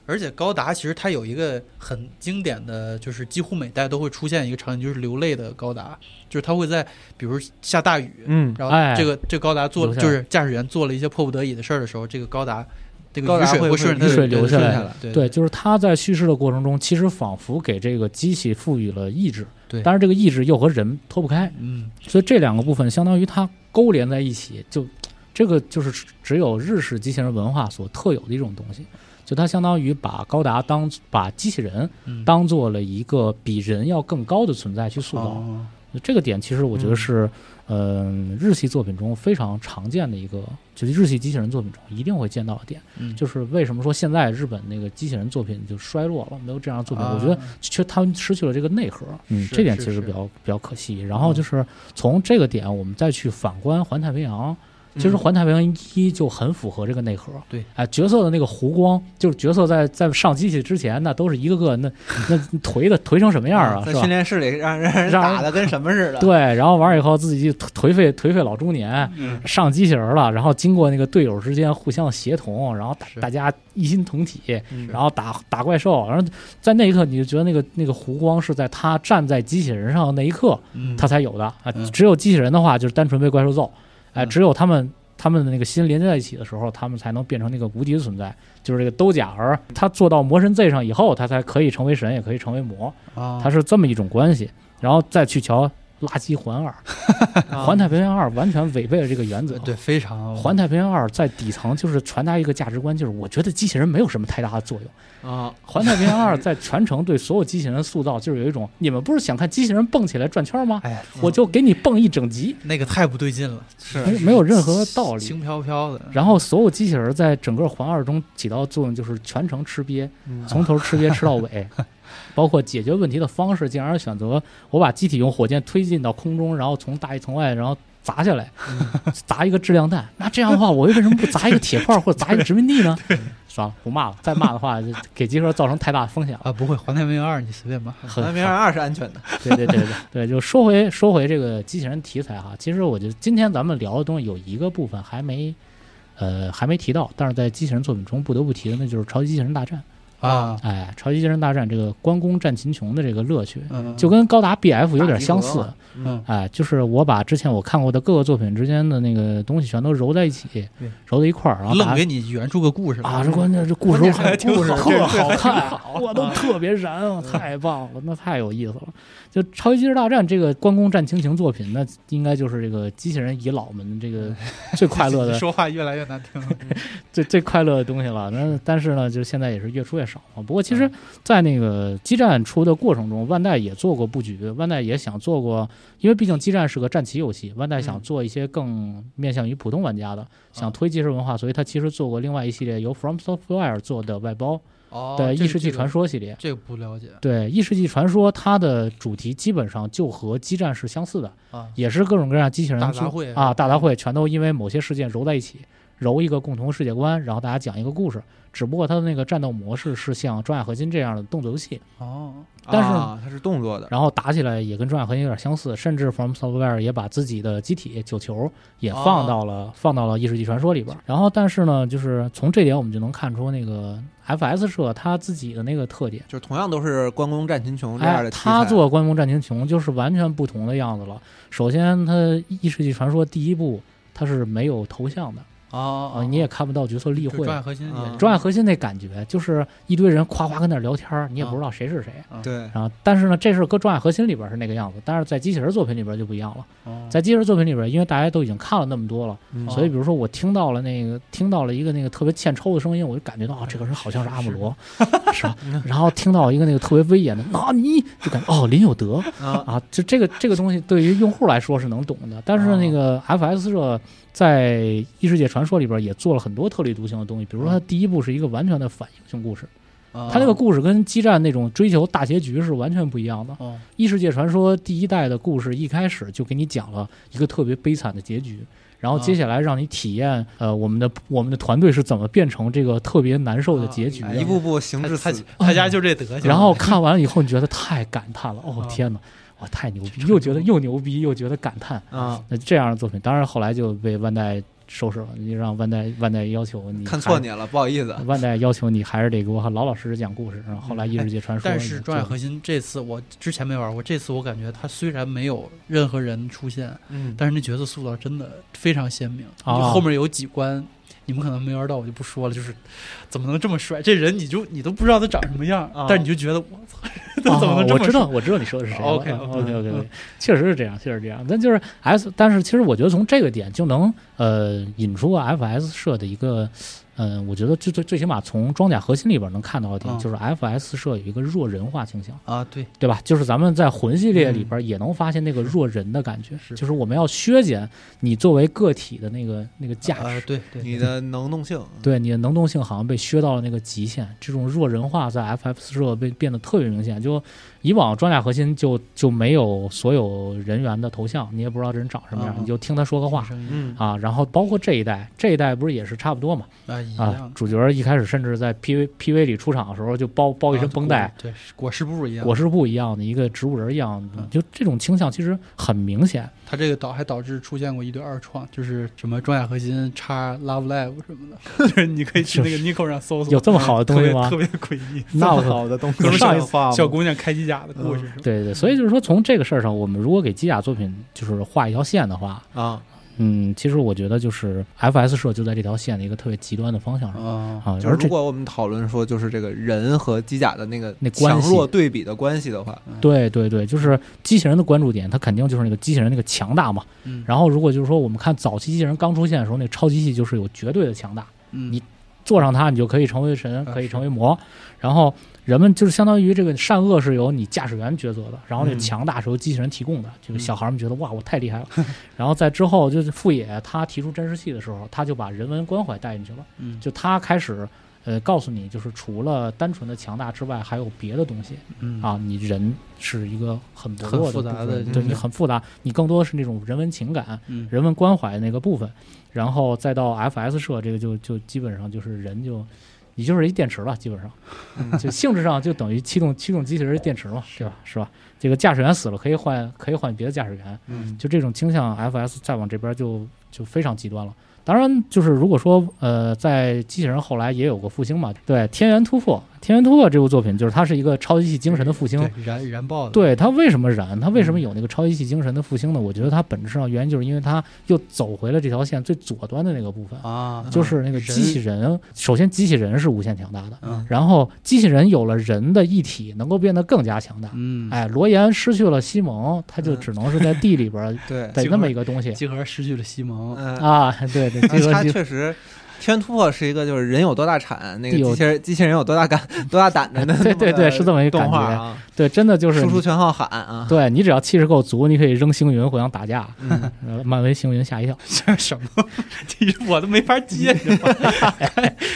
Speaker 1: 而且高达其实它有一个很经典的就是几乎每代都会出现一个场景，就是流泪的高达，就是它会在比如下大雨，
Speaker 2: 嗯
Speaker 1: 然
Speaker 4: 哎
Speaker 1: 后这个这高达做
Speaker 4: 留下来
Speaker 1: 就是驾驶员做了一些迫不得已的事儿的时候，这个高达这个
Speaker 2: 高
Speaker 1: 雨
Speaker 2: 达
Speaker 1: 水
Speaker 2: 会
Speaker 1: 会顺着它
Speaker 4: 雨水流下来
Speaker 1: 来，对
Speaker 4: 对，就是他在叙事的过程中，其实仿佛给这个机器赋予了意志，
Speaker 1: 对
Speaker 4: 但是这个意志又和人脱不开，
Speaker 1: 嗯，
Speaker 4: 所以这两个部分相当于它勾连在一起，就这个就是只有日式机器人文化所特有的一种东西，就它相当于把高达当把机器人
Speaker 1: 嗯
Speaker 4: 当做了一个比人要更高的存在去塑造，
Speaker 1: 哦
Speaker 4: 这个点其实我觉得是，嗯、日系作品中非常常见的一个，就是日系机器人作品中一定会见到的点。
Speaker 1: 嗯
Speaker 4: 就是为什么说现在日本那个机器人作品就衰落了，没有这样的作品，
Speaker 1: 啊
Speaker 4: 我觉得却他们失去了这个内核，嗯，
Speaker 1: 是
Speaker 4: 这点
Speaker 1: 是
Speaker 4: 其实
Speaker 1: 是
Speaker 4: 比较比较可惜。然后就是从这个点，我们再去反观《环太平洋》。其实
Speaker 2: 嗯
Speaker 4: 《环太平洋一》就很符合这个内核，
Speaker 1: 对，
Speaker 4: 哎，角色的那个弧光，就是角色在在上机器之前，那都是一个个那那颓的颓成什么样啊，
Speaker 2: 嗯在
Speaker 4: 是吧
Speaker 2: 训？练室里让让人
Speaker 4: 让
Speaker 2: 打的跟什么似的，
Speaker 4: 对，然后完了以后自己就颓废颓废老中年，上机器人了，然后经过那个队友之间互相协同，然后大
Speaker 1: 是
Speaker 4: 大家一心同体，
Speaker 2: 嗯，
Speaker 4: 然后打打怪兽，然后在那一刻你就觉得那个那个弧光是在他站在机器人上的那一刻
Speaker 1: 嗯
Speaker 4: 他才有的啊
Speaker 1: 嗯，
Speaker 4: 只有机器人的话就是单纯被怪兽揍，哎，
Speaker 1: 嗯
Speaker 4: 只有他们。他们的那个心连接在一起的时候，他们才能变成那个无敌的存在。就是这个兜甲儿，他做到魔神 Z 上以后，他才可以成为神，也可以成为魔，
Speaker 1: 啊
Speaker 4: 他是这么一种关系。然后再去瞧《垃圾环二》，《环太平洋二》完全违背了这个原则。
Speaker 1: 啊对非常
Speaker 4: 《环太平洋二》在底层就是传达一个价值观，就是我觉得机器人没有什么太大的作用。
Speaker 2: 啊，
Speaker 4: 《环太平
Speaker 2: [LAUGHS]
Speaker 4: 洋二》在全程对所有机器人的塑造，就是有一种你们不是想看机器人蹦起来转圈吗？
Speaker 1: 哎呀
Speaker 4: 我就给你蹦一整集，
Speaker 1: 那个太不对劲了，
Speaker 2: 是
Speaker 4: 没没有任何道理
Speaker 1: 轻。飘飘的，
Speaker 4: 然后所有机器人在整个环二中起到的作用就是全程吃瘪，
Speaker 2: 嗯
Speaker 4: 从头吃瘪吃到
Speaker 2: [LAUGHS]
Speaker 4: 尾，包括解决问题的方式，竟然选择我把机体用火箭推进到空中，然后从大气层外，然后砸下来，
Speaker 2: 嗯
Speaker 4: 砸一个质量弹。那这样的话，我为什么不砸一个铁块儿或者砸一个殖民地
Speaker 2: [LAUGHS]
Speaker 4: 呢？算了，不骂了，再骂的话就给机器人造成太大的风险了。
Speaker 1: 啊不会《环太平洋二》你随便吧，
Speaker 4: 很
Speaker 2: 环太平洋二是安全的，
Speaker 4: 对对对对对，就说回说回这个机器人题材哈，其实我觉得今天咱们聊的东西有一个部分还没，呃，还没提到，但是在机器人作品中不得不提的，那就是《超级机器人大战》。
Speaker 1: 啊
Speaker 4: 哎，《超级机器人大战》这个关公战秦琼的这个乐趣，
Speaker 1: 嗯
Speaker 4: 就跟高达 BF 有点相似。
Speaker 1: 嗯
Speaker 4: 哎，就是我把之前我看过的各个作品之间的那个东西全都揉在一起
Speaker 1: 对，
Speaker 4: 揉在一块儿，然后把
Speaker 1: 愣
Speaker 4: 它
Speaker 1: 给你圆出个故事来
Speaker 4: 啊，
Speaker 1: [LAUGHS]
Speaker 4: 这关键这故事
Speaker 2: 关键还挺
Speaker 4: 故事
Speaker 2: 好嗯
Speaker 4: 特好看，我都特别燃，啊太棒了，那太有意思了。就《超级机器人大战》这个关公战秦琼作品，那应该就是这个机器人遗老们这个最快乐的、
Speaker 1: 说话越来越难听了，
Speaker 4: [LAUGHS] 最最快乐的东西了。那但是呢，就现在也是越出越少嘛。不过其实，在那个激战出的过程中，万代也做过布局，万代也想做过，因为毕竟激战是个战棋游戏，万代想
Speaker 2: 嗯
Speaker 4: 做一些更面向于普通玩家的，想推即时文化，所以他其实做过另外一系列由 From Software 做的外包
Speaker 1: 哦
Speaker 4: 的
Speaker 1: 这
Speaker 4: 异世界
Speaker 1: 这个
Speaker 4: 传说系列。
Speaker 1: 这个不了解
Speaker 4: 对《异世纪传说》，它的主题基本上就和激战是相似的，
Speaker 1: 啊
Speaker 4: 也是各种各样机器人
Speaker 1: 大
Speaker 4: 去
Speaker 1: 杂烩
Speaker 4: 啊，大杂烩全都因为某些事件揉在一起，揉一个共同世界观，然后大家讲一个故事。只不过它的那个战斗模式是像《装甲合金》这样的动作游戏，
Speaker 1: 哦，
Speaker 4: 但是
Speaker 2: 啊它是动作的，
Speaker 4: 然后打起来也跟《装甲合金》有点相似，甚至 From Software 也把自己的机体九球也放到了、放到了《异世纪传说》里边。然后，但是呢，就是从这点我们就能看出那个 FS 社它自己的那个特点。
Speaker 2: 就是同样都是关公战秦琼这样
Speaker 4: 哎
Speaker 2: 的，题材。
Speaker 4: 他做《关公战秦琼》就是完全不同的样子了。首先，他《异世纪传说》第一部它是没有头像的
Speaker 1: 哦
Speaker 4: 啊、，你也看不到角色例
Speaker 1: 就
Speaker 4: 会
Speaker 1: 专。
Speaker 4: 啊
Speaker 1: 业核心也
Speaker 2: 嗯
Speaker 1: 是
Speaker 4: 专业核心那感觉就是一堆人夸夸跟那儿聊天儿，你也
Speaker 1: 啊
Speaker 4: 不
Speaker 2: 哦
Speaker 4: 知道谁是谁。
Speaker 2: 对，
Speaker 4: 然后，但是呢，这是搁《装甲核心》里边是那个样子，但是在机器人作品里边就不一样了。
Speaker 1: 哦
Speaker 4: 在机器人作品里边，因为大家都已经看了那么多了，
Speaker 2: 嗯
Speaker 4: 所以比如说我听到了那个听到了一个那个特别欠抽的声音，我就感觉到啊，这个人好像是阿姆罗，是吧？然后听到一个那个特别威严的纳尼，就感觉哦，林有德
Speaker 2: 啊
Speaker 4: 啊，就这个这个东西对于用户来说是能懂的，但是那个 FS 社在《异世界传说》里边也做了很多特立独行的东西，比如说它第一部是一个完全的反英雄故事，
Speaker 1: 哦
Speaker 4: 它那个故事跟激战那种追求大结局是完全不一样的。
Speaker 1: 哦
Speaker 4: 《异世界传说》第一代的故事一开始就给你讲了一个特别悲惨的结局，然后接下来让你体验，呃，我们的我们的团队是怎么变成这个特别难受的结局
Speaker 1: 啊
Speaker 2: 哎一
Speaker 4: 的。
Speaker 2: 步步行至
Speaker 1: 他
Speaker 2: 死，
Speaker 1: 他他家就这德行，
Speaker 4: 嗯然后看完了以后，你觉得太感叹了，哦
Speaker 1: 啊
Speaker 4: 天哪，哇太牛逼，又觉得又牛逼，又觉得感叹。
Speaker 2: 啊，
Speaker 4: 那这样的作品，当然后来就被万代收拾了，你让万代万代要求你
Speaker 2: 看错
Speaker 4: 你，
Speaker 2: 你了，不好意思。
Speaker 4: 万代要求你还是得给我老老实实讲故事。然后后来《异世界传说》
Speaker 1: 但
Speaker 4: 也
Speaker 1: 是《
Speaker 4: 做
Speaker 1: 装
Speaker 4: 了
Speaker 1: 甲核心》这次我之前没玩过，这次我感觉它虽然没有任何人出现，
Speaker 2: 嗯，
Speaker 1: 但是那角色塑造真的非常鲜明。
Speaker 4: 啊
Speaker 1: 就后面有几关你们可能没玩到，我就不说了。就是怎么能这么帅？这人你就你都不知道他长什么样，
Speaker 2: 啊
Speaker 1: 但你就觉得我操， [LAUGHS] 他怎么能
Speaker 4: 哦
Speaker 1: 这
Speaker 4: 我
Speaker 1: 么
Speaker 4: 知
Speaker 1: 帅？
Speaker 4: 道，我知道你说的是谁了。
Speaker 1: OK，
Speaker 4: OK OK，
Speaker 1: 嗯
Speaker 4: 确实是这样，确实是这样。但就是 S，但是其实我觉得从这个点就能呃引出 FS 社的一个，嗯、我觉得最最最起码从装甲核心里边能看到的点，
Speaker 1: 嗯
Speaker 4: 就是 FS 社有一个弱人化倾向，
Speaker 1: 啊，对，
Speaker 4: 对吧？就是咱们在魂系列里边也能发现那个弱人的感觉，
Speaker 1: 嗯是
Speaker 4: 就是我们要削减你作为个体的那个那个价值。
Speaker 1: 啊，对对，
Speaker 2: 你的能动性，
Speaker 1: 嗯
Speaker 4: 对你的能动性好像被削到了那个极限，这种弱人化在 FF 四社被变得特别明显。就以往装甲核心就就没有所有人员的头像，你也不知道这人长什么样，
Speaker 1: 嗯嗯
Speaker 4: 你就听他说个话
Speaker 1: 声音
Speaker 2: 嗯
Speaker 4: 啊。然后包括这一代，这一代不是也是差不多嘛？
Speaker 1: 啊，一
Speaker 4: 啊
Speaker 1: 样，，
Speaker 4: 主角一开始甚至在 PV PV 里出场的时候就包包一身
Speaker 1: 啊
Speaker 4: 绷带，
Speaker 1: 裹对，裹尸布一样。
Speaker 4: 裹尸布一样的一个植物人一样的
Speaker 1: 嗯，
Speaker 4: 就这种倾向其实很明显。
Speaker 1: 他这个导还导致出现过一对二创，就是什么装甲核心叉 Love Live 什么的， [LAUGHS] 就是你可以去那个 Nico 上搜索，啊
Speaker 4: 有这么好的东西吗啊
Speaker 1: 特别特别诡异。
Speaker 4: 那我可
Speaker 2: 好的东
Speaker 1: 可能
Speaker 2: 西，
Speaker 1: 上一
Speaker 2: 话
Speaker 1: 小姑娘开机甲的故事是吧？
Speaker 4: [LAUGHS] 对对，所以就是说从这个事儿上，我们如果给机甲作品就是画一条线的话，
Speaker 2: 啊，
Speaker 4: 嗯，其实我觉得就是 FS 社就在这条线的一个特别极端的方向上
Speaker 1: 啊，
Speaker 4: 啊，
Speaker 2: 哦就
Speaker 4: 而
Speaker 2: 是如
Speaker 4: 这
Speaker 2: 果我们讨论说，就是这个人和机甲的那个
Speaker 4: 那关
Speaker 2: 强
Speaker 4: 系
Speaker 2: 弱对比的关系的话，
Speaker 4: 对对对，就是机器人的关注点，它肯定就是那个机器人那个强大嘛。
Speaker 1: 嗯
Speaker 4: 然后如果就是说我们看早期机器人刚出现的时候，那超机器就是有绝对的强大，
Speaker 1: 嗯
Speaker 4: 你坐上它你就可以成为神，
Speaker 1: 啊
Speaker 4: 可以成
Speaker 1: 是
Speaker 4: 为魔。然后人们就是相当于这个善恶是由你驾驶员抉择的，然后那个
Speaker 2: 嗯
Speaker 4: 强大是由机器人提供的。这个
Speaker 1: 嗯
Speaker 4: 小孩们觉得哇，我太厉
Speaker 2: [LAUGHS]
Speaker 4: 害了。然后在之后就是富野他提出真实系的时候，他就把人文关怀带进去了。
Speaker 1: 嗯
Speaker 4: 就他开始呃告诉你，就是除了单纯的强大之外，还有别的东西
Speaker 1: 嗯
Speaker 4: 啊。你人是一个很薄弱
Speaker 1: 很复杂
Speaker 4: 的部
Speaker 1: 的
Speaker 4: 分，
Speaker 1: 这
Speaker 4: 对
Speaker 1: 种
Speaker 4: 你很复杂，你更多的是那种人文情感、
Speaker 1: 嗯
Speaker 4: 人文关怀那个部分，然后再到 FS 社这个就就基本上就是人就。你就是一电池了，基本上，
Speaker 1: 嗯
Speaker 4: [LAUGHS] 就性质上就等于驱动驱动机器人的电池嘛，对吧？是吧？这个驾驶员死了可以换可以换别的驾驶员，
Speaker 2: 嗯，
Speaker 4: 就这种倾向，FS 再往这边就就非常极端了。当然，就是如果说呃，在机器人后来也有过复兴嘛，对《天元突破》《天元突破》这部作品，就是它是一个超级系精神的复兴。
Speaker 1: 对燃燃爆的，
Speaker 4: 对它为什么燃？它为什么有那个超级系精神的复兴呢？我觉得它本质上原因就是因为它又走回了这条线最左端的那个部分，
Speaker 1: 啊，
Speaker 4: 就是那个机器人。首先，机器人是无限强大的，
Speaker 1: 嗯
Speaker 4: 然后机器人有了人的一体，能够变得更加强大。
Speaker 1: 嗯，
Speaker 4: 哎，罗岩失去了西蒙，他就
Speaker 2: 嗯
Speaker 4: 只能是在地里边儿
Speaker 2: 对，
Speaker 4: 得那么一个东西
Speaker 1: 集合失去了西蒙，
Speaker 2: 嗯， [LAUGHS]
Speaker 4: 啊，对对，
Speaker 2: 啊
Speaker 4: 集合
Speaker 2: 他
Speaker 4: 机
Speaker 2: 确实，天元突破是一个就是人有多大产，那个
Speaker 4: 有
Speaker 2: 机器人机器人有多大敢多大胆的那么
Speaker 4: 对对对
Speaker 2: 个
Speaker 4: 是这么一个感
Speaker 2: 动
Speaker 4: 觉
Speaker 2: 画啊，
Speaker 4: 对，真的就是
Speaker 2: 输出
Speaker 4: 你
Speaker 2: 全靠喊啊，
Speaker 4: 对你只要气势够足，你可以扔星云互相打架。
Speaker 2: 嗯，
Speaker 4: 呃漫威星云吓
Speaker 2: [LAUGHS]
Speaker 4: 一跳，
Speaker 1: [LAUGHS] 这是什么？ [LAUGHS] 这我都没法接。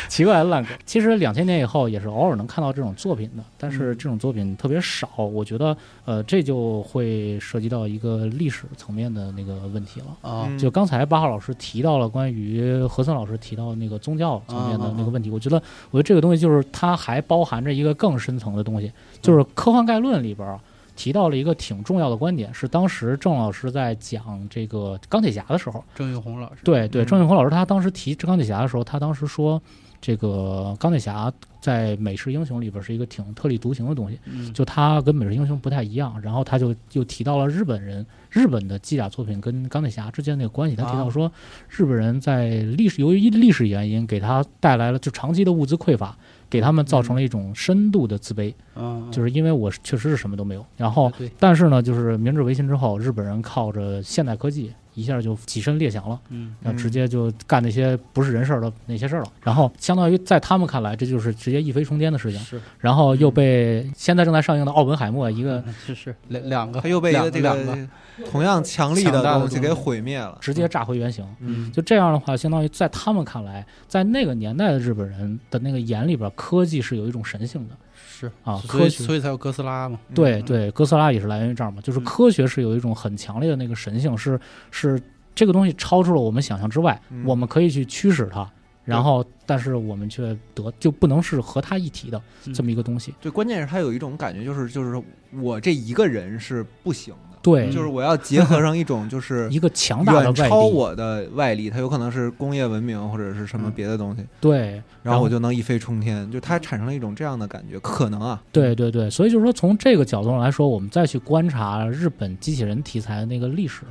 Speaker 4: 奇怪的烂梗。其实两千年以后也是偶尔能看到这种作品的，但是
Speaker 2: 嗯
Speaker 4: 这种作品特别少。我觉得呃，这就会涉及到一个历史层面的那个问题了。
Speaker 1: 啊
Speaker 2: 嗯
Speaker 4: 哦就刚才八号老师提到了关于何森老师提到那个宗教层面的那个问题，我觉得，我觉得这个东西就是它还包含着一个更深层的东西，就是《科幻概论》里边儿提到了一个挺重要的观点，是当时郑老师在讲这个钢铁侠的时候，
Speaker 1: 郑玉红老师，
Speaker 4: 对对，
Speaker 2: 嗯
Speaker 4: 郑永红老师他当时提钢铁侠的时候，他当时说这个钢铁侠在美式英雄里边是一个挺特立独行的东西，
Speaker 1: 嗯
Speaker 4: 就他跟美式英雄不太一样。然后他就又提到了日本人日本的机甲作品跟钢铁侠之间那个关系，他提到说日本人在历史由于历史原因给他带来了就长期的物资匮乏，给他们造成了一种深度的自卑，
Speaker 1: 嗯，
Speaker 4: 就是哦因为我是确实是什么都没有，然后
Speaker 1: 对，
Speaker 4: 但是呢，就是明治维新之后，日本人靠着现代科技一下就跻身列强了，
Speaker 1: 嗯
Speaker 4: 然后直
Speaker 2: 嗯
Speaker 4: 接就干那些不是人事儿的那些事儿了。然后相当于在他们看来，这就是直接一飞冲天的事情。
Speaker 1: 是
Speaker 4: 然后又
Speaker 2: 嗯
Speaker 4: 被现在正在上映的《奥本海默》一个
Speaker 1: 嗯是是两两个
Speaker 2: 他，又被一
Speaker 1: 两
Speaker 2: 个这
Speaker 1: 两
Speaker 4: 嗯
Speaker 1: 个
Speaker 2: 个同样强力
Speaker 1: 强大的
Speaker 2: 东西
Speaker 1: 东
Speaker 2: 给
Speaker 1: 西
Speaker 2: 毁灭了，
Speaker 4: 直接炸回原形。
Speaker 2: 嗯，
Speaker 4: 就这样的话，相当于在他们看来，在那个年代的日本人的那个眼里边，科技是有一种神性的。
Speaker 1: 是
Speaker 4: 啊
Speaker 1: 所以
Speaker 4: 科学
Speaker 1: 所以才有哥斯拉嘛，
Speaker 4: 对
Speaker 2: 嗯，
Speaker 4: 对，哥斯拉也是来源于这儿嘛，就是
Speaker 1: 嗯
Speaker 4: 科学是有一种很强烈的那个神性，是是这个东西超出了我们想象之外，
Speaker 2: 嗯
Speaker 4: 我们可以去驱使它，然后但是我们却得就不能是和它一体的
Speaker 2: 嗯
Speaker 4: 这么一个东西。
Speaker 2: 对，关键是他有一种感觉，就是就是我这一个人是不行的，
Speaker 4: 对，
Speaker 2: 就是我要结合上一种就是
Speaker 4: 一个强大的
Speaker 2: 远
Speaker 4: 外
Speaker 2: 超
Speaker 4: 力，
Speaker 2: 我的外力，它有可能是工业文明或者是什么
Speaker 1: 嗯
Speaker 2: 别的东西，
Speaker 4: 对，
Speaker 2: 然后
Speaker 4: 后
Speaker 2: 我就能一飞冲天，就它产生了一种这样的感觉，可能啊，
Speaker 4: 对对对，所以就是说，从这个角度上来说，我们再去观察日本机器人题材的那个历史，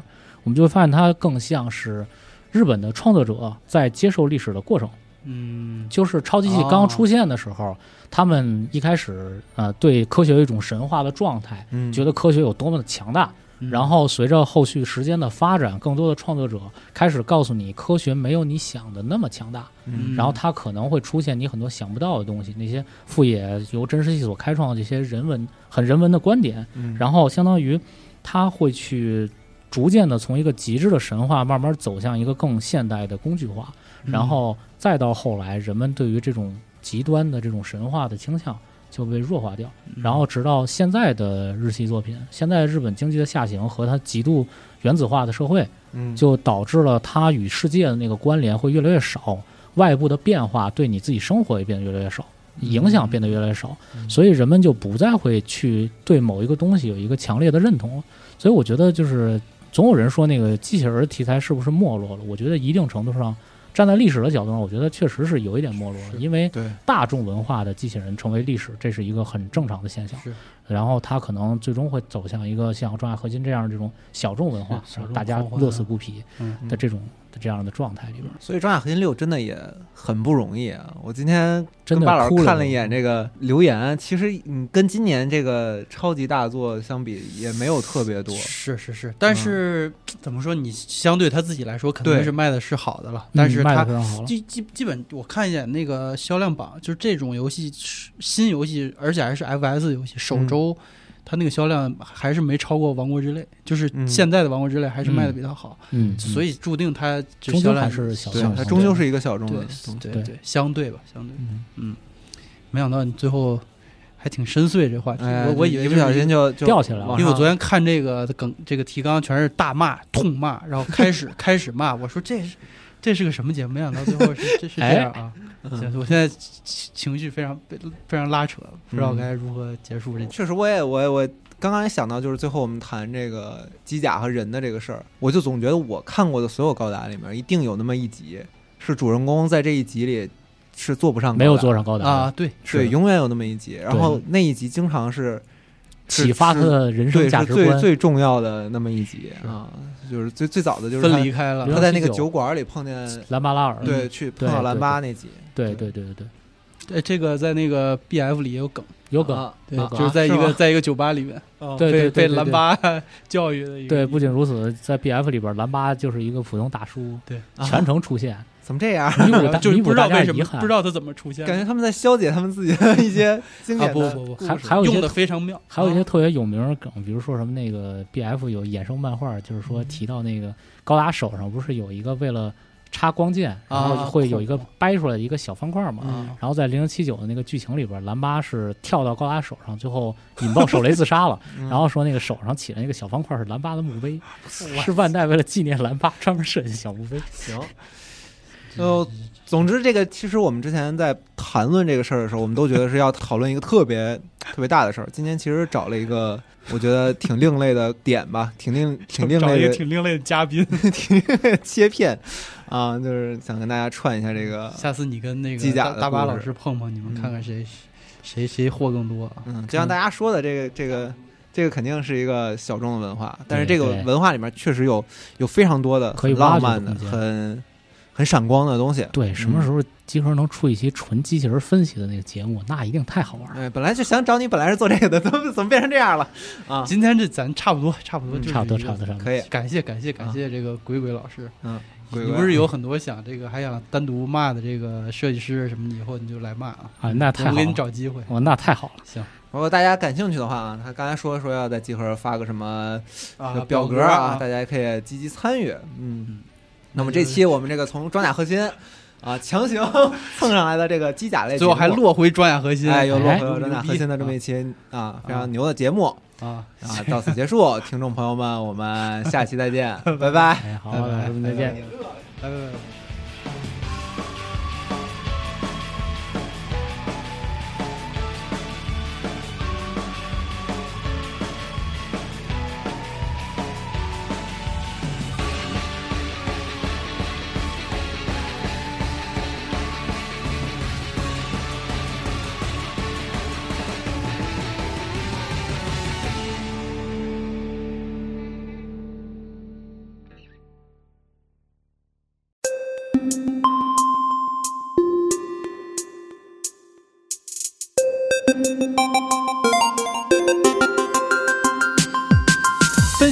Speaker 4: 我们就会发现它更像是日本的创作者在接受历史的过程。
Speaker 1: 嗯
Speaker 4: 就是超级系刚出现的时候，他们一开始呃对科学有一种神话的状态，
Speaker 2: 嗯，
Speaker 4: 觉得科学有多么的强大。
Speaker 1: 嗯
Speaker 4: 然后随着后续时间的发展，更多的创作者开始告诉你，科学没有你想的那么强大。
Speaker 2: 嗯
Speaker 1: 嗯
Speaker 4: 然后它可能会出现你很多想不到的东西，那些富野由真实系所开创的这些人文很人文的观点，
Speaker 2: 嗯，
Speaker 4: 然后相当于它会去逐渐的从一个极致的神话慢慢走向一个更现代的工具化，
Speaker 1: 嗯
Speaker 4: 然后再到后来人们对于这种极端的这种神话的倾向。就被弱化
Speaker 1: 嗯
Speaker 4: 掉，然后直到现在的日系作品，现在日本经济的下行和它极度原子化的社会，
Speaker 2: 嗯
Speaker 4: 就导致了它与世界的那个关联会越来越少，外部的变化对你自己生活也变得越来越少，影响变得越来越少，所以人们就不再会去对某一个东西有一个强烈的认同了。所以我觉得就是总有人说那个机器人题材是不是没落了？我觉得一定程度上。站在历史的角度上，我觉得确实是有一点没落了，因为
Speaker 2: 对，
Speaker 4: 大众文化的机器人成为历史，这是一个很正常的现象。
Speaker 1: 是
Speaker 4: 然后它可能最终会走向一个像《中亚核心》这样这种小众文化，
Speaker 1: 是小众
Speaker 4: 大家
Speaker 1: 狂欢啊
Speaker 4: 乐此不疲
Speaker 1: 嗯
Speaker 4: 的这种的这样的状态里边，
Speaker 2: 所以《装甲核心六》真的也很不容易啊！我今天跟
Speaker 4: 真的
Speaker 2: 巴老
Speaker 4: 哭
Speaker 2: 师
Speaker 4: 了嗯
Speaker 2: 看了一眼这个留言，其实嗯，跟今年这个超级大作相比，也没有特别多。
Speaker 1: 嗯是是是，
Speaker 4: 嗯
Speaker 1: 但是、怎么说？你相对他自己来说，肯
Speaker 2: 对
Speaker 1: 定是卖的是好的了。但是
Speaker 4: 嗯卖的
Speaker 1: 他
Speaker 4: 非常好了。
Speaker 1: 基基基本，我看一眼那个销量榜，就是这种游戏是新游戏，而且还是 FS 游戏，
Speaker 4: 嗯
Speaker 1: 首周、它那个销量还是没超过《王国之泪》，就是
Speaker 2: 嗯
Speaker 1: 现在的《王国之泪》还是卖的比它好，
Speaker 4: 嗯，
Speaker 1: 所
Speaker 4: 以
Speaker 1: 以注定它这
Speaker 4: 终
Speaker 1: 销
Speaker 4: 究
Speaker 1: 量
Speaker 4: 还是小
Speaker 2: 对
Speaker 4: 众，
Speaker 2: 它
Speaker 4: 的
Speaker 2: 终究是一个小众
Speaker 1: 对
Speaker 2: 的东西。
Speaker 1: 对
Speaker 4: 对
Speaker 1: 对，相对吧，相对。
Speaker 4: 嗯
Speaker 1: 没想到你最后还挺深邃这话题，
Speaker 2: 哎，
Speaker 1: 我我以为
Speaker 2: 一不
Speaker 1: 就是
Speaker 2: 小心就就
Speaker 4: 掉下来了
Speaker 2: 往
Speaker 1: 因为
Speaker 2: 上
Speaker 1: 我昨天看这个梗，这个提纲全是大骂、痛骂，然后开
Speaker 4: [LAUGHS]
Speaker 1: 始开始骂，我说这是这是个什么节目？没想到最后是这是
Speaker 4: 哎
Speaker 1: 这样啊！
Speaker 2: 嗯
Speaker 1: 行我现在情情绪非常被非常拉扯，不知
Speaker 4: 嗯
Speaker 1: 道该如何结束这。
Speaker 2: 确实，我也我也我刚刚也想到，就是最后我们谈这个机甲和人的这个事儿，我就总觉得我看过的所有高达里面，一定有那么一集是主人公在这一集里是做不上高达的
Speaker 4: 没有坐上高达
Speaker 1: 啊，，对，
Speaker 2: 对，
Speaker 4: 是
Speaker 2: 永远有那么一集，然后那一集经常是
Speaker 4: 启发他的人生
Speaker 2: 对
Speaker 4: 价
Speaker 2: 是
Speaker 4: 值
Speaker 2: 最
Speaker 4: 观。
Speaker 2: 最重要的那么一集
Speaker 1: 是
Speaker 2: 啊，就是最最早的就是
Speaker 1: 分离
Speaker 2: 他
Speaker 1: 开了
Speaker 4: 比如
Speaker 2: 他在那个
Speaker 4: 19
Speaker 2: 酒馆里碰见
Speaker 4: 兰巴拉尔，
Speaker 2: 对去碰
Speaker 4: 嗯对
Speaker 2: 到
Speaker 4: 对
Speaker 2: 兰巴那集，
Speaker 4: 对对对对对，
Speaker 1: 呃，这个在那个 B F 里也有梗，
Speaker 4: 有梗，
Speaker 2: 啊
Speaker 1: 对，
Speaker 2: 啊
Speaker 1: 就是在一个
Speaker 2: 是吗
Speaker 1: 在一个酒吧里面
Speaker 2: 哦
Speaker 4: 对
Speaker 1: 被被
Speaker 4: 对
Speaker 1: 蓝巴 [LAUGHS] 教育的一个
Speaker 4: 对，不仅如此，在 B F 里边，蓝巴就是一个普通大叔，
Speaker 1: 对
Speaker 2: 啊
Speaker 4: 全程出现，
Speaker 2: 怎么这样？啊
Speaker 4: 弥补
Speaker 1: [LAUGHS] 然后
Speaker 4: 大
Speaker 1: 就是
Speaker 4: 弥
Speaker 1: 不
Speaker 4: 补
Speaker 1: 知道
Speaker 4: 大家
Speaker 1: 为
Speaker 4: 的
Speaker 1: 什
Speaker 4: 遗
Speaker 1: 么，
Speaker 4: 憾
Speaker 1: 不知。道他怎么出现的，
Speaker 2: 感觉他们在消解他们自己的一些经典
Speaker 1: 啊不
Speaker 2: 的
Speaker 1: 不不
Speaker 2: 故
Speaker 4: 还
Speaker 2: 事
Speaker 4: 还有一
Speaker 1: 用
Speaker 4: 些
Speaker 1: 的非常妙，啊
Speaker 4: 还有一些特别有名的梗，比如说什么那个 B F 有衍生漫画，就是说提到那个高达手上不是有一个为了插光剑，然后
Speaker 1: 啊
Speaker 4: 会有一个掰出来一个小方块嘛。
Speaker 1: 嗯
Speaker 4: 然后在零零七九的那个剧情里边，蓝巴是跳到高达手上，最后引爆手雷自杀了。
Speaker 2: [LAUGHS] 嗯啊
Speaker 4: 然后说那个手上起了一个小方块是蓝巴的墓碑，是万代为了纪念蓝巴专门设计的小墓碑。
Speaker 2: 行。呃，总之，这个其实我们之前在谈论这个事儿的时候，我们都觉得是要讨论一个特别 [LAUGHS] 特别大的事儿。今天其实找了一个我觉得挺另类的点吧，挺
Speaker 4: [LAUGHS]
Speaker 2: 另挺另
Speaker 1: 找一
Speaker 2: 类
Speaker 1: 个
Speaker 2: [LAUGHS] 的
Speaker 1: 挺另类的嘉宾，
Speaker 2: 切片啊，就是想跟大家串一下这个。
Speaker 1: 下次你跟那
Speaker 2: 机
Speaker 1: 个
Speaker 2: 甲
Speaker 1: 大
Speaker 2: 的
Speaker 1: 大巴
Speaker 2: 故
Speaker 1: 老
Speaker 2: 事
Speaker 1: 师碰碰，你们
Speaker 2: 嗯
Speaker 1: 看看谁谁谁货更多啊？
Speaker 2: 嗯，就像大家说的，这个这个这个肯定是一个小众的文化，但是这个
Speaker 4: 对
Speaker 2: 文化里面确实有有非常多的
Speaker 4: 可以
Speaker 2: 很浪
Speaker 4: 挖
Speaker 2: 漫
Speaker 4: 掘的
Speaker 2: 的、
Speaker 4: 空间
Speaker 2: 很很闪光的东西。
Speaker 4: 对，什么时候集合能出一期纯机器人分析的那个节目，那一定太好玩了。
Speaker 2: 哎，本来就想找你，本来是做这个的，怎么怎么变成这样了啊？
Speaker 1: 今天这咱差不多，差不多
Speaker 2: 嗯
Speaker 1: 就是
Speaker 4: 差不多，
Speaker 1: 一个
Speaker 4: 差不多，差不多。
Speaker 2: 可以，
Speaker 1: 感谢感谢
Speaker 2: 啊
Speaker 1: 感谢这个鬼鬼老师，
Speaker 2: 嗯，
Speaker 1: 你不是有很多想这个还想单独骂的这个设计师什么，以后你就来骂啊，
Speaker 4: 啊，那
Speaker 1: 我
Speaker 4: 太好
Speaker 1: 们给
Speaker 4: 了
Speaker 1: 你。找机会。
Speaker 4: 哦，那太好了，
Speaker 1: 行
Speaker 2: 如果大家感兴趣的话啊，他刚才说说要在集合发个什么
Speaker 1: 啊
Speaker 2: 表格
Speaker 1: 格
Speaker 2: 啊，大家也可以积极参与。嗯
Speaker 1: 嗯，
Speaker 2: 那么这期我们这个从装甲核心啊强行 [LAUGHS] 蹭上来的这个机甲类节目，
Speaker 1: 最后还落回装甲核心，
Speaker 2: 哎，又落
Speaker 4: 哎
Speaker 2: 回了装甲核心的这么一期啊非常牛的节目
Speaker 1: 啊，
Speaker 2: 啊，到此结束，听众朋友们，我们下期再
Speaker 1: [LAUGHS]
Speaker 2: 见，拜拜。
Speaker 4: 哎，好，老师们再见。
Speaker 1: 拜拜拜拜。
Speaker 5: 分